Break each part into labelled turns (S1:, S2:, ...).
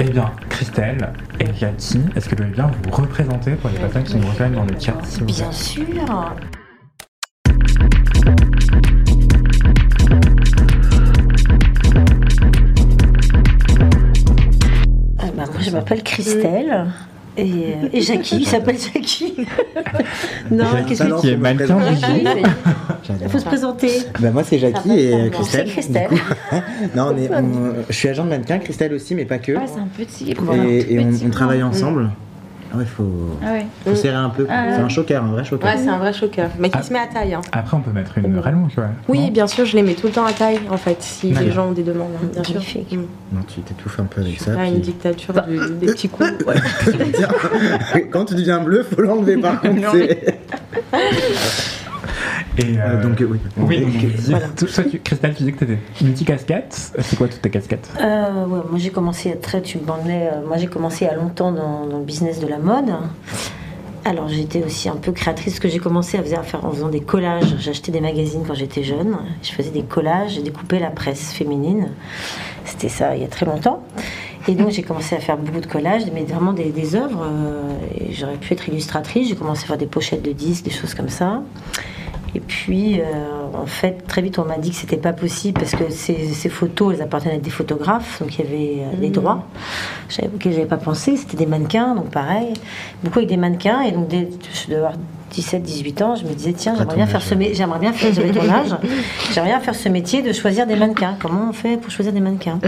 S1: Eh bien, Christelle et Yati, est-ce que vous voulez bien vous représenter pour les personnes qui nous rejoignent dans le chat, s'il vous plaît
S2: Bien sûr. Ah, Ah bah, moi, je m'appelle Christelle. Et, euh, et Jackie, il s'appelle Jackie. non,
S1: Jackie
S2: qu'est-ce que
S1: qui est mannequin
S2: tu
S1: Brigitte.
S2: dis Il Ah, faut se présenter.
S3: Bah, moi c'est Jackie
S2: Ah,
S3: et
S2: bon,
S3: euh,
S2: bon,
S3: Christelle.
S2: c'est Christelle.
S3: Du coup, non, on est, on- je suis agent de mannequin, Christelle aussi, mais pas que.
S4: Ah, c'est un petit.
S3: et et on, on travaille ensemble. Ah ouais, faut,
S4: Ah ouais.
S3: faut serrer un peu. c'est un choker, un vrai choker.
S5: Ouais, c'est un vrai choqueur. Mais
S3: Ah.
S5: qui se met à taille. hein.
S1: Après, on peut mettre une rallonge, ouais.
S5: Oui,
S1: Non
S5: bien sûr, je les mets tout le temps à taille, en fait, si
S1: D'accord.
S5: les gens ont des demandes, hein, bien sûr.
S2: Magnifique.
S5: Mm.
S3: Non, tu t'étouffes un peu
S5: Je
S3: avec
S5: suis
S3: ça.
S5: pas
S3: puis-
S5: une dictature du- des petits coups.
S3: Quand tu deviens bleu, faut l'enlever par contre. c'est-
S1: Et euh,
S3: Euh, donc euh, oui.
S1: Oui,
S3: Donc,
S1: donc, vous disiez- tout- toi, tu- Christelle, tu disais que t'étais multicasquette. C'est quoi toutes tes casquettes
S2: Euh, ouais, moi j'ai commencé à très, tu me demandais, euh, moi j'ai commencé à longtemps dans, dans le business de la mode. Alors j'étais aussi un peu créatrice, parce que j'ai commencé à faire, à faire en faisant des collages. J'achetais des magazines quand j'étais jeune, je faisais des collages, je découpais la presse féminine. C'était ça il y a très longtemps. Et donc j'ai commencé à faire beaucoup de collages, mais vraiment des, des œuvres. euh, et J'aurais pu être illustratrice, j'ai commencé à faire des pochettes de disques, des choses comme ça. Et puis, euh, en fait, très vite, on m'a dit que c'était pas possible parce que ces, ces photos, elles appartenaient à des photographes, donc il y avait euh, les droits je savais- auxquels j'avais pas pensé. C'était des mannequins, donc pareil, beaucoup avec des mannequins. Et donc, dès, je devais avoir 17, 18 ans, je me disais, tiens, j'aimerais
S3: ton
S2: bien
S3: âge,
S2: faire ce, mé- j'aimerais bien faire, j'avais ton âge, j'aimerais bien faire ce métier de choisir des mannequins. Comment on fait pour choisir des mannequins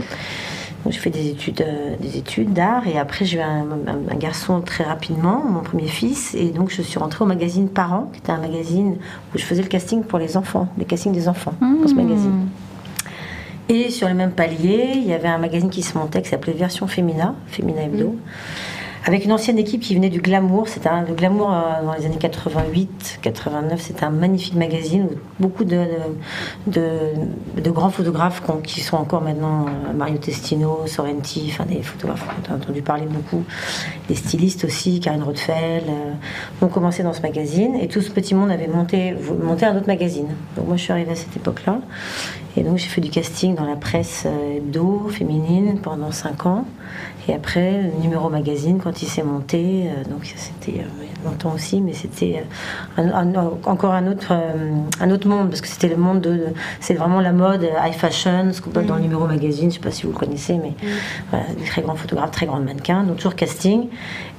S2: donc, j'ai fait des études, euh, des études d'art et après j'ai eu un, un- un garçon très rapidement, mon premier fils, et donc je suis rentrée au magazine Parents, qui était un magazine où je faisais le casting pour les enfants, les castings des enfants pour ce magazine. Et sur le même palier, il y avait un magazine qui se montait qui s'appelait Version Femina, Femina Hebdo, avec une ancienne équipe qui venait du Glamour. C'était un, le Glamour euh, dans les années 88, 89. C'était un magnifique magazine où beaucoup de, de, de grands photographes qu'on- qui sont encore maintenant euh, Mario Testino, Sorrenti, enfin des photographes dont on a entendu parler beaucoup, des stylistes aussi, Karine Rothfeld, euh, ont commencé dans ce magazine. Et tout ce petit monde avait monté, vou- monté un autre magazine. Donc moi je suis arrivée à cette époque-là. Et donc j'ai fait du casting dans la presse euh, hebdo féminine pendant 5 ans. Et après, le numéro magazine, quand il s'est monté, euh, donc ça, c'était euh, il y a longtemps aussi, mais c'était euh, un- un- encore un autre, euh, un autre monde, parce que c'était le monde de. de- c'est vraiment la mode, euh, high fashion, ce qu'on peut dans le numéro magazine, je sais pas si vous le connaissez, mais voilà, des très grands photographes, très grands mannequins, donc toujours casting.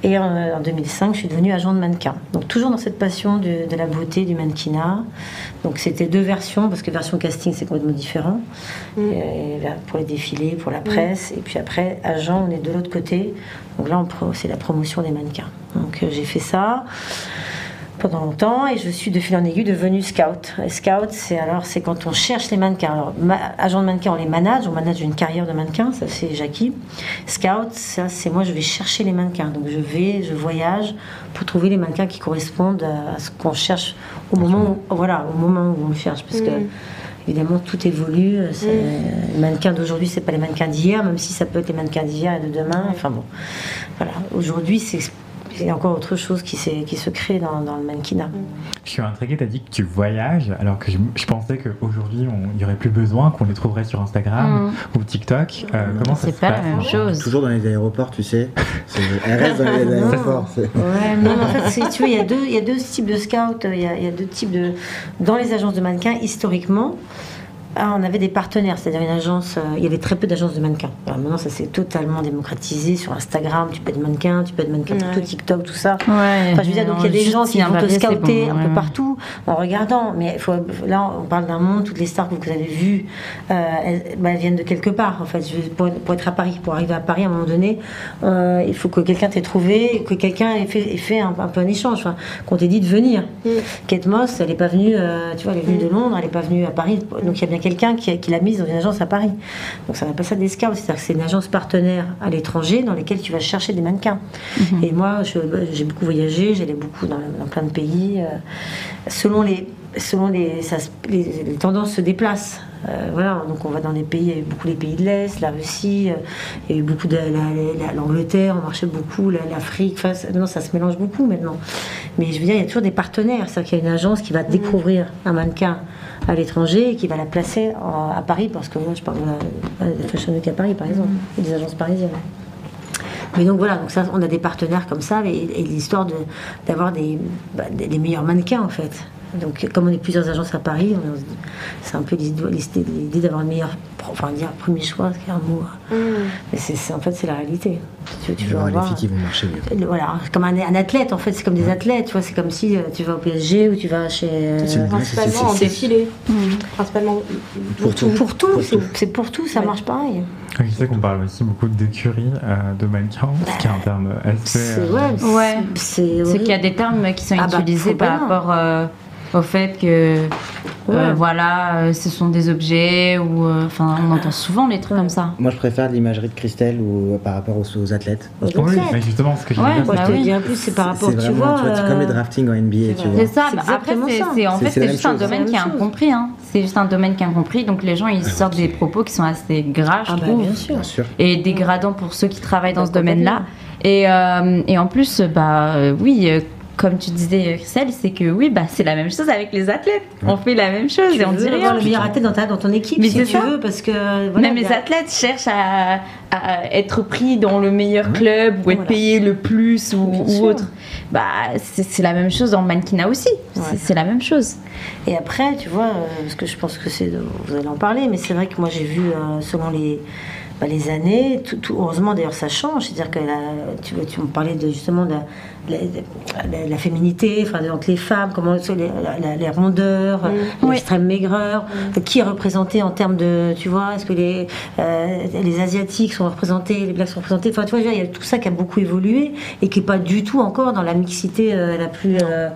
S2: Et euh, en 2005, je suis devenue agent de mannequin. Donc toujours dans cette passion de, de la beauté, du mannequinat. Donc c'était deux versions, parce que version casting, c'est complètement différent. Et là, pour les défilés, pour la presse. Et puis après, agent, on est de l'autre côté. Donc là, on pro- c'est la promotion des mannequins. Donc euh, j'ai fait ça pendant longtemps et je suis de fil en aiguille devenue scout. Et scout, c'est alors c'est quand on cherche les mannequins. Alors ma- agent de mannequin, on les manage, on manage une carrière de mannequin, ça c'est Jackie. Scout, ça c'est moi, je vais chercher les mannequins. Donc je vais, je voyage pour trouver les mannequins qui correspondent à à ce qu'on cherche au moment, où, voilà, au moment où on le cherche, parce que évidemment tout évolue. c'est- Les mannequins d'aujourd'hui, c'est pas les mannequins d'hier, même si ça peut être les mannequins d'hier et de demain. Enfin bon, voilà. Aujourd'hui, c'est il y a encore autre chose qui, s'est- qui se crée dans, dans le mannequinat.
S1: Je suis intrigué, t'as dit que tu voyages, alors que je, je pensais qu'aujourd'hui, il n'y aurait plus besoin, qu'on les trouverait sur Instagram ou TikTok. Euh, comment ça se
S4: Mm. C'est pas la
S1: passe
S4: même chose.
S3: Toujours dans les aéroports, tu sais. C'est- Elle reste dans les aéroports. c'est-
S4: Ouais,
S2: Non,
S4: mais-
S2: mais en fait, si tu veux, il y, a deux, il y a deux types de scouts. Il y a, il y a deux types de. Dans les agences de mannequins, historiquement, ah, on avait des partenaires, c'est-à-dire une agence. euh, il y avait très peu d'agences de mannequins. Alors maintenant, ça s'est totalement démocratisé sur Instagram. Tu peux être mannequin, tu peux être mannequin plutôt,
S5: Ouais.
S2: TikTok, tout ça.
S4: Ouais.
S2: Enfin, je veux dire, donc il y a des
S4: Juste,
S2: gens qui
S4: si on
S2: vont
S4: va
S2: te
S4: bien, c'est
S2: scouter
S4: bon,
S2: un peu
S4: ouais.
S2: partout en regardant. Mais il faut, là, on parle d'un monde, toutes les stars que vous avez vues, euh, elles, bah, elles viennent de quelque part. En fait, Je veux- pour, pour être à Paris, pour arriver à Paris, à un moment donné, euh, il faut que quelqu'un t'ait trouvé, que quelqu'un ait fait, ait fait un, un peu un échange, enfin, qu'on
S4: Mm.
S2: t'ait dit de venir. Kate Moss, elle n'est pas venue, euh, tu vois, elle est venue de Londres, elle n'est pas venue à Paris. Donc il y a bien quelqu'un qui, qui l'a mise dans une agence à Paris. Donc ça n'appelle pas ça de l'escarpe, c'est-à-dire que c'est une agence partenaire à l'étranger dans laquelle tu vas chercher des mannequins.
S4: Mm-hmm.
S2: Et moi, je- bah, j'ai beaucoup voyagé, j'allais beaucoup dans, dans plein de pays. euh, selon les, selon les, ça se- les- les tendances se déplacent. Euh, voilà, donc on va dans des pays, il y a eu beaucoup les pays de l'Est, la Russie, euh, il y a eu beaucoup de la- la- la- l'Angleterre, on marchait beaucoup, la- l'Afrique, enfin, ça- non, ça se mélange beaucoup maintenant. Mais je veux dire, il y a toujours des partenaires, c'est-à-dire qu'il y a une agence qui va découvrir un mannequin à l'étranger et qui va la placer en- à Paris, parce que moi je parle de la- de la Fashion Week à Paris par exemple, et des agences parisiennes. Mais donc voilà, donc ça, on a des partenaires comme ça, et, et l'histoire de- d'avoir des, bah, des, des meilleurs mannequins en fait. Donc comme on est plusieurs agences à Paris, on- on- c'est un peu l'idée l'idée d'avoir le meilleur, pro- enfin dire premier choix, c'est un mot. hein.
S4: Mm.
S2: Mais c'est c'est- en fait c'est la réalité. Tu, tu
S3: Je
S2: veux
S3: vais voir les
S2: avoir-
S3: filles qui vont marcher euh, mieux.
S2: le- voilà, comme un, un athlète en fait, c'est comme des athlètes, tu vois, c'est comme si euh, tu vas au PSG ou tu vas chez euh,
S3: C'est une-
S5: Principalement en
S3: c'est-
S5: défilé. Principalement
S3: Pour tout.
S2: pour tout,
S3: Pour
S2: c'est
S3: tout.
S2: c'est pour tout, ça
S5: Ouais.
S2: marche pareil.
S1: Oui, je sais qu'on parle aussi beaucoup d'écurie, euh, de mannequin, ce qui est un terme assez.
S2: C'est
S1: euh,
S2: ouais, c'est-
S4: Ouais.
S2: c'est
S4: C'est qu'il y a
S2: horrible.
S4: des termes qui sont
S2: Ah bah,
S4: utilisés
S2: faut pas,
S4: par
S2: non.
S4: rapport euh, au fait que euh,
S2: Ouais.
S4: voilà, euh, ce sont des objets ou euh, enfin on entend souvent les trucs comme ça.
S3: Moi, je préfère l'imagerie de Christelle ou euh, par rapport aux, aux athlètes.
S2: Aux
S1: Oui,
S2: athlètes.
S1: mais justement, ce que j'ai
S4: Ouais,
S1: dire,
S2: Moi,
S4: bah
S2: je te
S4: oui.
S2: dis en plus, c'est par rapport,
S3: C'est
S2: tu
S3: vraiment,
S2: vois,
S3: tu vois, c'est comme
S2: euh,
S3: les draftings en NBA, tu vois.
S4: C'est ça,
S2: C'est
S4: bah, après
S2: exactement
S4: c'est
S2: ça.
S4: c'est- en
S3: C'est-
S4: fait
S3: c'est
S4: c'est
S3: la
S4: juste
S3: même
S4: un
S3: chose.
S4: domaine
S2: C'est
S4: qui est
S2: la même chose.
S4: incompris hein. C'est juste un domaine qui est incompris donc les gens ils
S3: Ah,
S4: sortent
S3: bah,
S4: des propos qui sont assez gras je
S2: ah bah
S4: trouve
S2: bien sûr.
S3: Bien sûr.
S4: et dégradants pour ceux qui travaillent dans
S2: Bah,
S4: ce domaine-là. Et, euh, et en plus bah euh, oui euh, comme tu disais Christelle, c'est que oui bah c'est la même chose avec les athlètes. On fait la même chose
S2: Tu
S4: et on
S2: veux
S4: dit
S2: avoir
S4: rien.
S2: le meilleur athlète dans, ta, dans ton équipe,
S4: Mais
S2: si
S4: c'est
S2: tu
S4: ça.
S2: veux, parce que voilà,
S4: Même
S2: il y
S4: les
S2: a-
S4: athlètes cherchent à, à être pris dans le meilleur club ou être
S2: Voilà.
S4: payés le plus ou,
S2: Bien
S4: ou
S2: sûr.
S4: autre. Bah, c'est c'est la même chose dans le mannequinat aussi. C'est-
S2: Ouais.
S4: C'est la même chose.
S2: Et après, tu vois, euh, parce que je pense que c'est, vous allez en parler, mais c'est vrai que moi j'ai vu euh, selon les, bah, les années, tout, tout- heureusement d'ailleurs ça change, c'est-à-dire que la- tu vois, tu me parlais de, justement de la, de la- de la- de la féminité, enfin de- entre les femmes, comment tu sais, les, la- la- les rondeurs, euh,
S4: Oui.
S2: l'extrême maigreur, Euh, qui est représenté en termes de, tu vois, est-ce que les, euh, les asiatiques sont représentés, les blacks sont représentés, enfin tu vois, je veux dire, il y a tout ça qui a beaucoup évolué et qui est pas du tout encore dans la mixité euh, la plus, euh,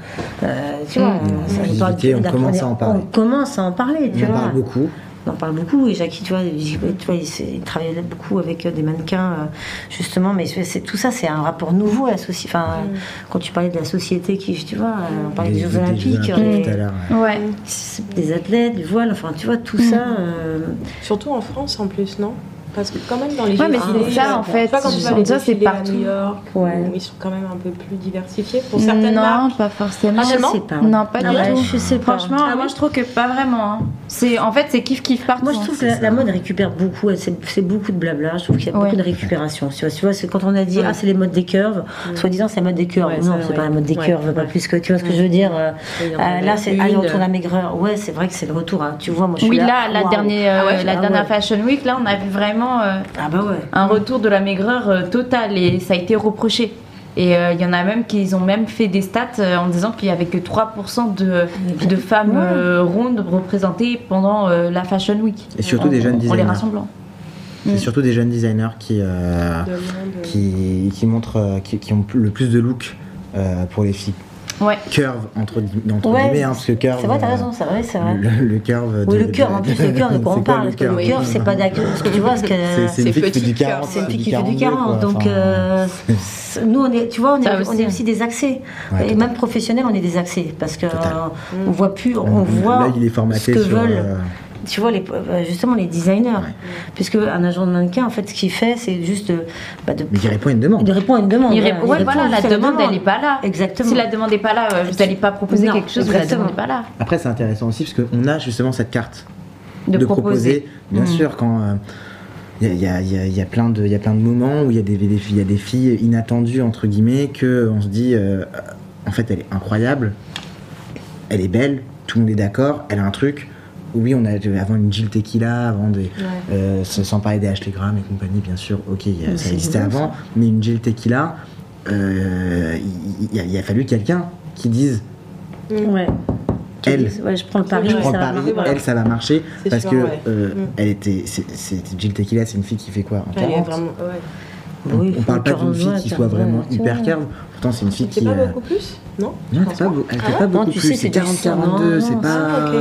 S2: euh, tu vois,
S5: Hmm.
S2: ça,
S3: Visibilité,
S2: parle du-
S3: on
S2: d'un-
S3: commence à en parler.
S2: On commence à en parler, tu
S3: On en
S2: vois.
S3: parle beaucoup.
S2: On en parle beaucoup. Et Jackie, tu vois, il- tu vois, il, s'est- il travaillait beaucoup avec euh, des mannequins, euh, justement. Mais c'est, c'est- tout ça, c'est un rapport nouveau à la société. Enfin,
S5: Hmm.
S2: euh, quand tu parlais de la société qui, tu vois, euh, on parlait des, Jeux Olympiques,
S3: Olympiques
S2: euh,
S3: tout à l'heure.
S4: Ouais.
S2: c'est- des athlètes, du voile, enfin, tu vois, tout
S5: Hmm.
S2: ça. euh,
S5: Surtout en France en plus, non Parce que quand même dans les
S4: Ouais, mais
S5: défilés,
S4: c'est ça,
S5: euh,
S4: en fait.
S5: tu vois, quand tu
S4: Je
S5: vas
S4: sens
S5: les
S4: ça, c'est
S5: défilés à
S4: partout.
S5: New York,
S2: Ouais.
S5: où ils sont quand même un peu plus diversifiés pour certaines
S4: non,
S5: marques.
S4: pas forcément.
S5: Ah,
S2: je
S5: vraiment
S2: sais pas.
S4: Non, pas
S2: Ah
S4: du
S2: ouais,
S4: tout.
S2: Je sais pas.
S4: Franchement, moi je trouve que pas vraiment. hein. C'est en fait c'est kiff kiff partout.
S2: Moi, je trouve que la, la mode récupère beaucoup, elle, c'est c'est beaucoup de blabla, je trouve qu'il y a
S4: Ouais.
S2: beaucoup de récupération. Tu vois, tu vois, c'est quand on a dit, ah, c'est les modes des curves, soi-disant, c'est la mode des curves.
S5: Ouais,
S2: non,
S5: ça,
S2: c'est
S5: ouais.
S2: pas la mode des
S5: Ouais,
S2: curves, pas
S5: ouais.
S2: plus que, tu vois ce que je veux dire. euh,
S5: Oui, il y en
S2: euh,
S5: a
S2: là, c'est,
S5: une,
S2: allez, retourne
S5: euh,
S2: à maigreur. Ouais, c'est vrai que c'est le retour, hein. tu vois, moi, je suis
S4: Oui,
S2: là,
S4: là, la
S2: waouh.
S4: dernière, euh,
S2: Ah ouais,
S4: la
S2: ah
S4: dernière
S2: ouais.
S4: Fashion Week, là, on a vu vraiment euh,
S2: Ah bah ouais.
S4: un retour de la maigreur euh, totale et ça a été reproché. Et euh, il y en a même qui ils ont même fait des stats euh, en disant qu'il n'y avait que 3% de, de femmes euh, rondes représentées pendant euh, la Fashion Week.
S3: Et surtout
S4: En-
S3: des jeunes
S4: En les hein.
S3: designers.
S4: rassemblant.
S2: mm.
S3: C'est surtout des jeunes designers qui, euh,
S5: de monde,
S3: qui, qui montrent, euh, qui, qui ont le plus de look euh, pour les filles.
S4: Ouais.
S3: Curve, entre, guillemets, entre
S2: Ouais,
S3: guillemets, hein, parce que curve.
S2: C'est vrai, t'as
S3: euh,
S2: raison, c'est vrai, c'est vrai.
S3: Le, le curve.
S2: Oui,
S3: de-
S2: le cœur, en
S3: de-
S2: plus, le cœur, de quoi
S3: c'est
S2: on parle Parce que
S3: curve
S2: le cœur, c'est pas d'accueil. Parce que tu vois, ce que.
S3: C'est- C'est une fille
S5: C'est
S3: qui fait du
S5: petit curve,
S3: 40.
S2: C'est une fille
S3: du
S2: qui fait du
S3: 42,
S2: 40.
S3: quoi.
S2: Donc,
S3: Enfin,
S2: euh, c'est- nous, on est, tu vois, on est,
S4: Ça aussi,
S2: on est
S4: hein.
S2: aussi désaxés.
S3: Ouais,
S2: et
S3: total.
S2: même professionnels, on est désaxés. Parce que
S3: Total.
S2: euh,
S4: Mm.
S2: on voit plus, on, voit
S3: Là, il est
S2: ce
S3: formaté
S2: que
S3: sur.
S2: veulent.
S3: euh,
S2: tu vois, les, euh, justement, les designers. Puisque un agent de mannequin, en fait, ce qu'il fait, c'est juste euh, bah, de,
S3: Mais qui répond à une demande.
S2: de répondre à une demande.
S4: Il
S2: Voilà,
S4: répond, ouais,
S2: il
S4: voilà,
S2: répond
S4: la
S2: juste à
S4: demande, elle n'est pas là.
S2: Exactement.
S4: Si la demande n'est pas là, euh, vous n'allez pas proposer
S2: Non,
S4: quelque chose, vous la
S2: exactement.
S4: demande n'est pas là.
S3: Après, c'est intéressant aussi parce qu'on a justement cette carte
S4: De
S3: Bien sûr, quand il y, a- y a- y a plein de y a plein de moments où il y a des, des filles- y a des filles inattendues entre guillemets que on se dit euh, en fait elle est incroyable, elle est belle, tout le monde est d'accord, elle a un truc. Oui, on a avant une Jill Tequila, avant des, euh, sans sans parler des Ashley Graham et compagnie, bien sûr. Ok, y a- ça
S2: c'est
S3: existait
S2: nouveau,
S3: avant, mais une Jill Tequila, euh, il- il a- il a fallu quelqu'un qui dise
S2: Ouais.
S3: elle.
S2: Ouais, je prends le pari,
S3: Je
S5: Je
S2: ça
S3: prends
S2: va
S3: Paris,
S2: marcher, voilà.
S3: elle, ça va marcher.
S5: C'est
S3: Parce
S5: sûr,
S3: que
S5: ouais.
S3: euh,
S5: Mm.
S3: elle était. c'est- c'est- Jill Tequila, c'est une fille qui fait quoi en
S5: Elle est
S3: 40?
S5: vraiment. ouais.
S3: On,
S2: Oui,
S3: on parle pas d'une
S2: 40,
S3: fille qui
S2: ouais,
S3: soit vraiment
S2: ouais, tu
S3: hyper
S2: vois.
S3: curve. Pourtant, c'est une fille
S5: C'est
S3: qui.
S5: pas
S3: euh,
S5: beaucoup plus Non
S3: Non, c'est pas beau- elle fait
S5: Ah
S3: pas
S2: Non,
S3: beaucoup
S2: tu sais,
S3: plus.
S2: c'est
S3: C'est
S2: du
S3: 40-42,
S2: sang,
S3: c'est
S2: non,
S3: pas.
S5: ah, ok.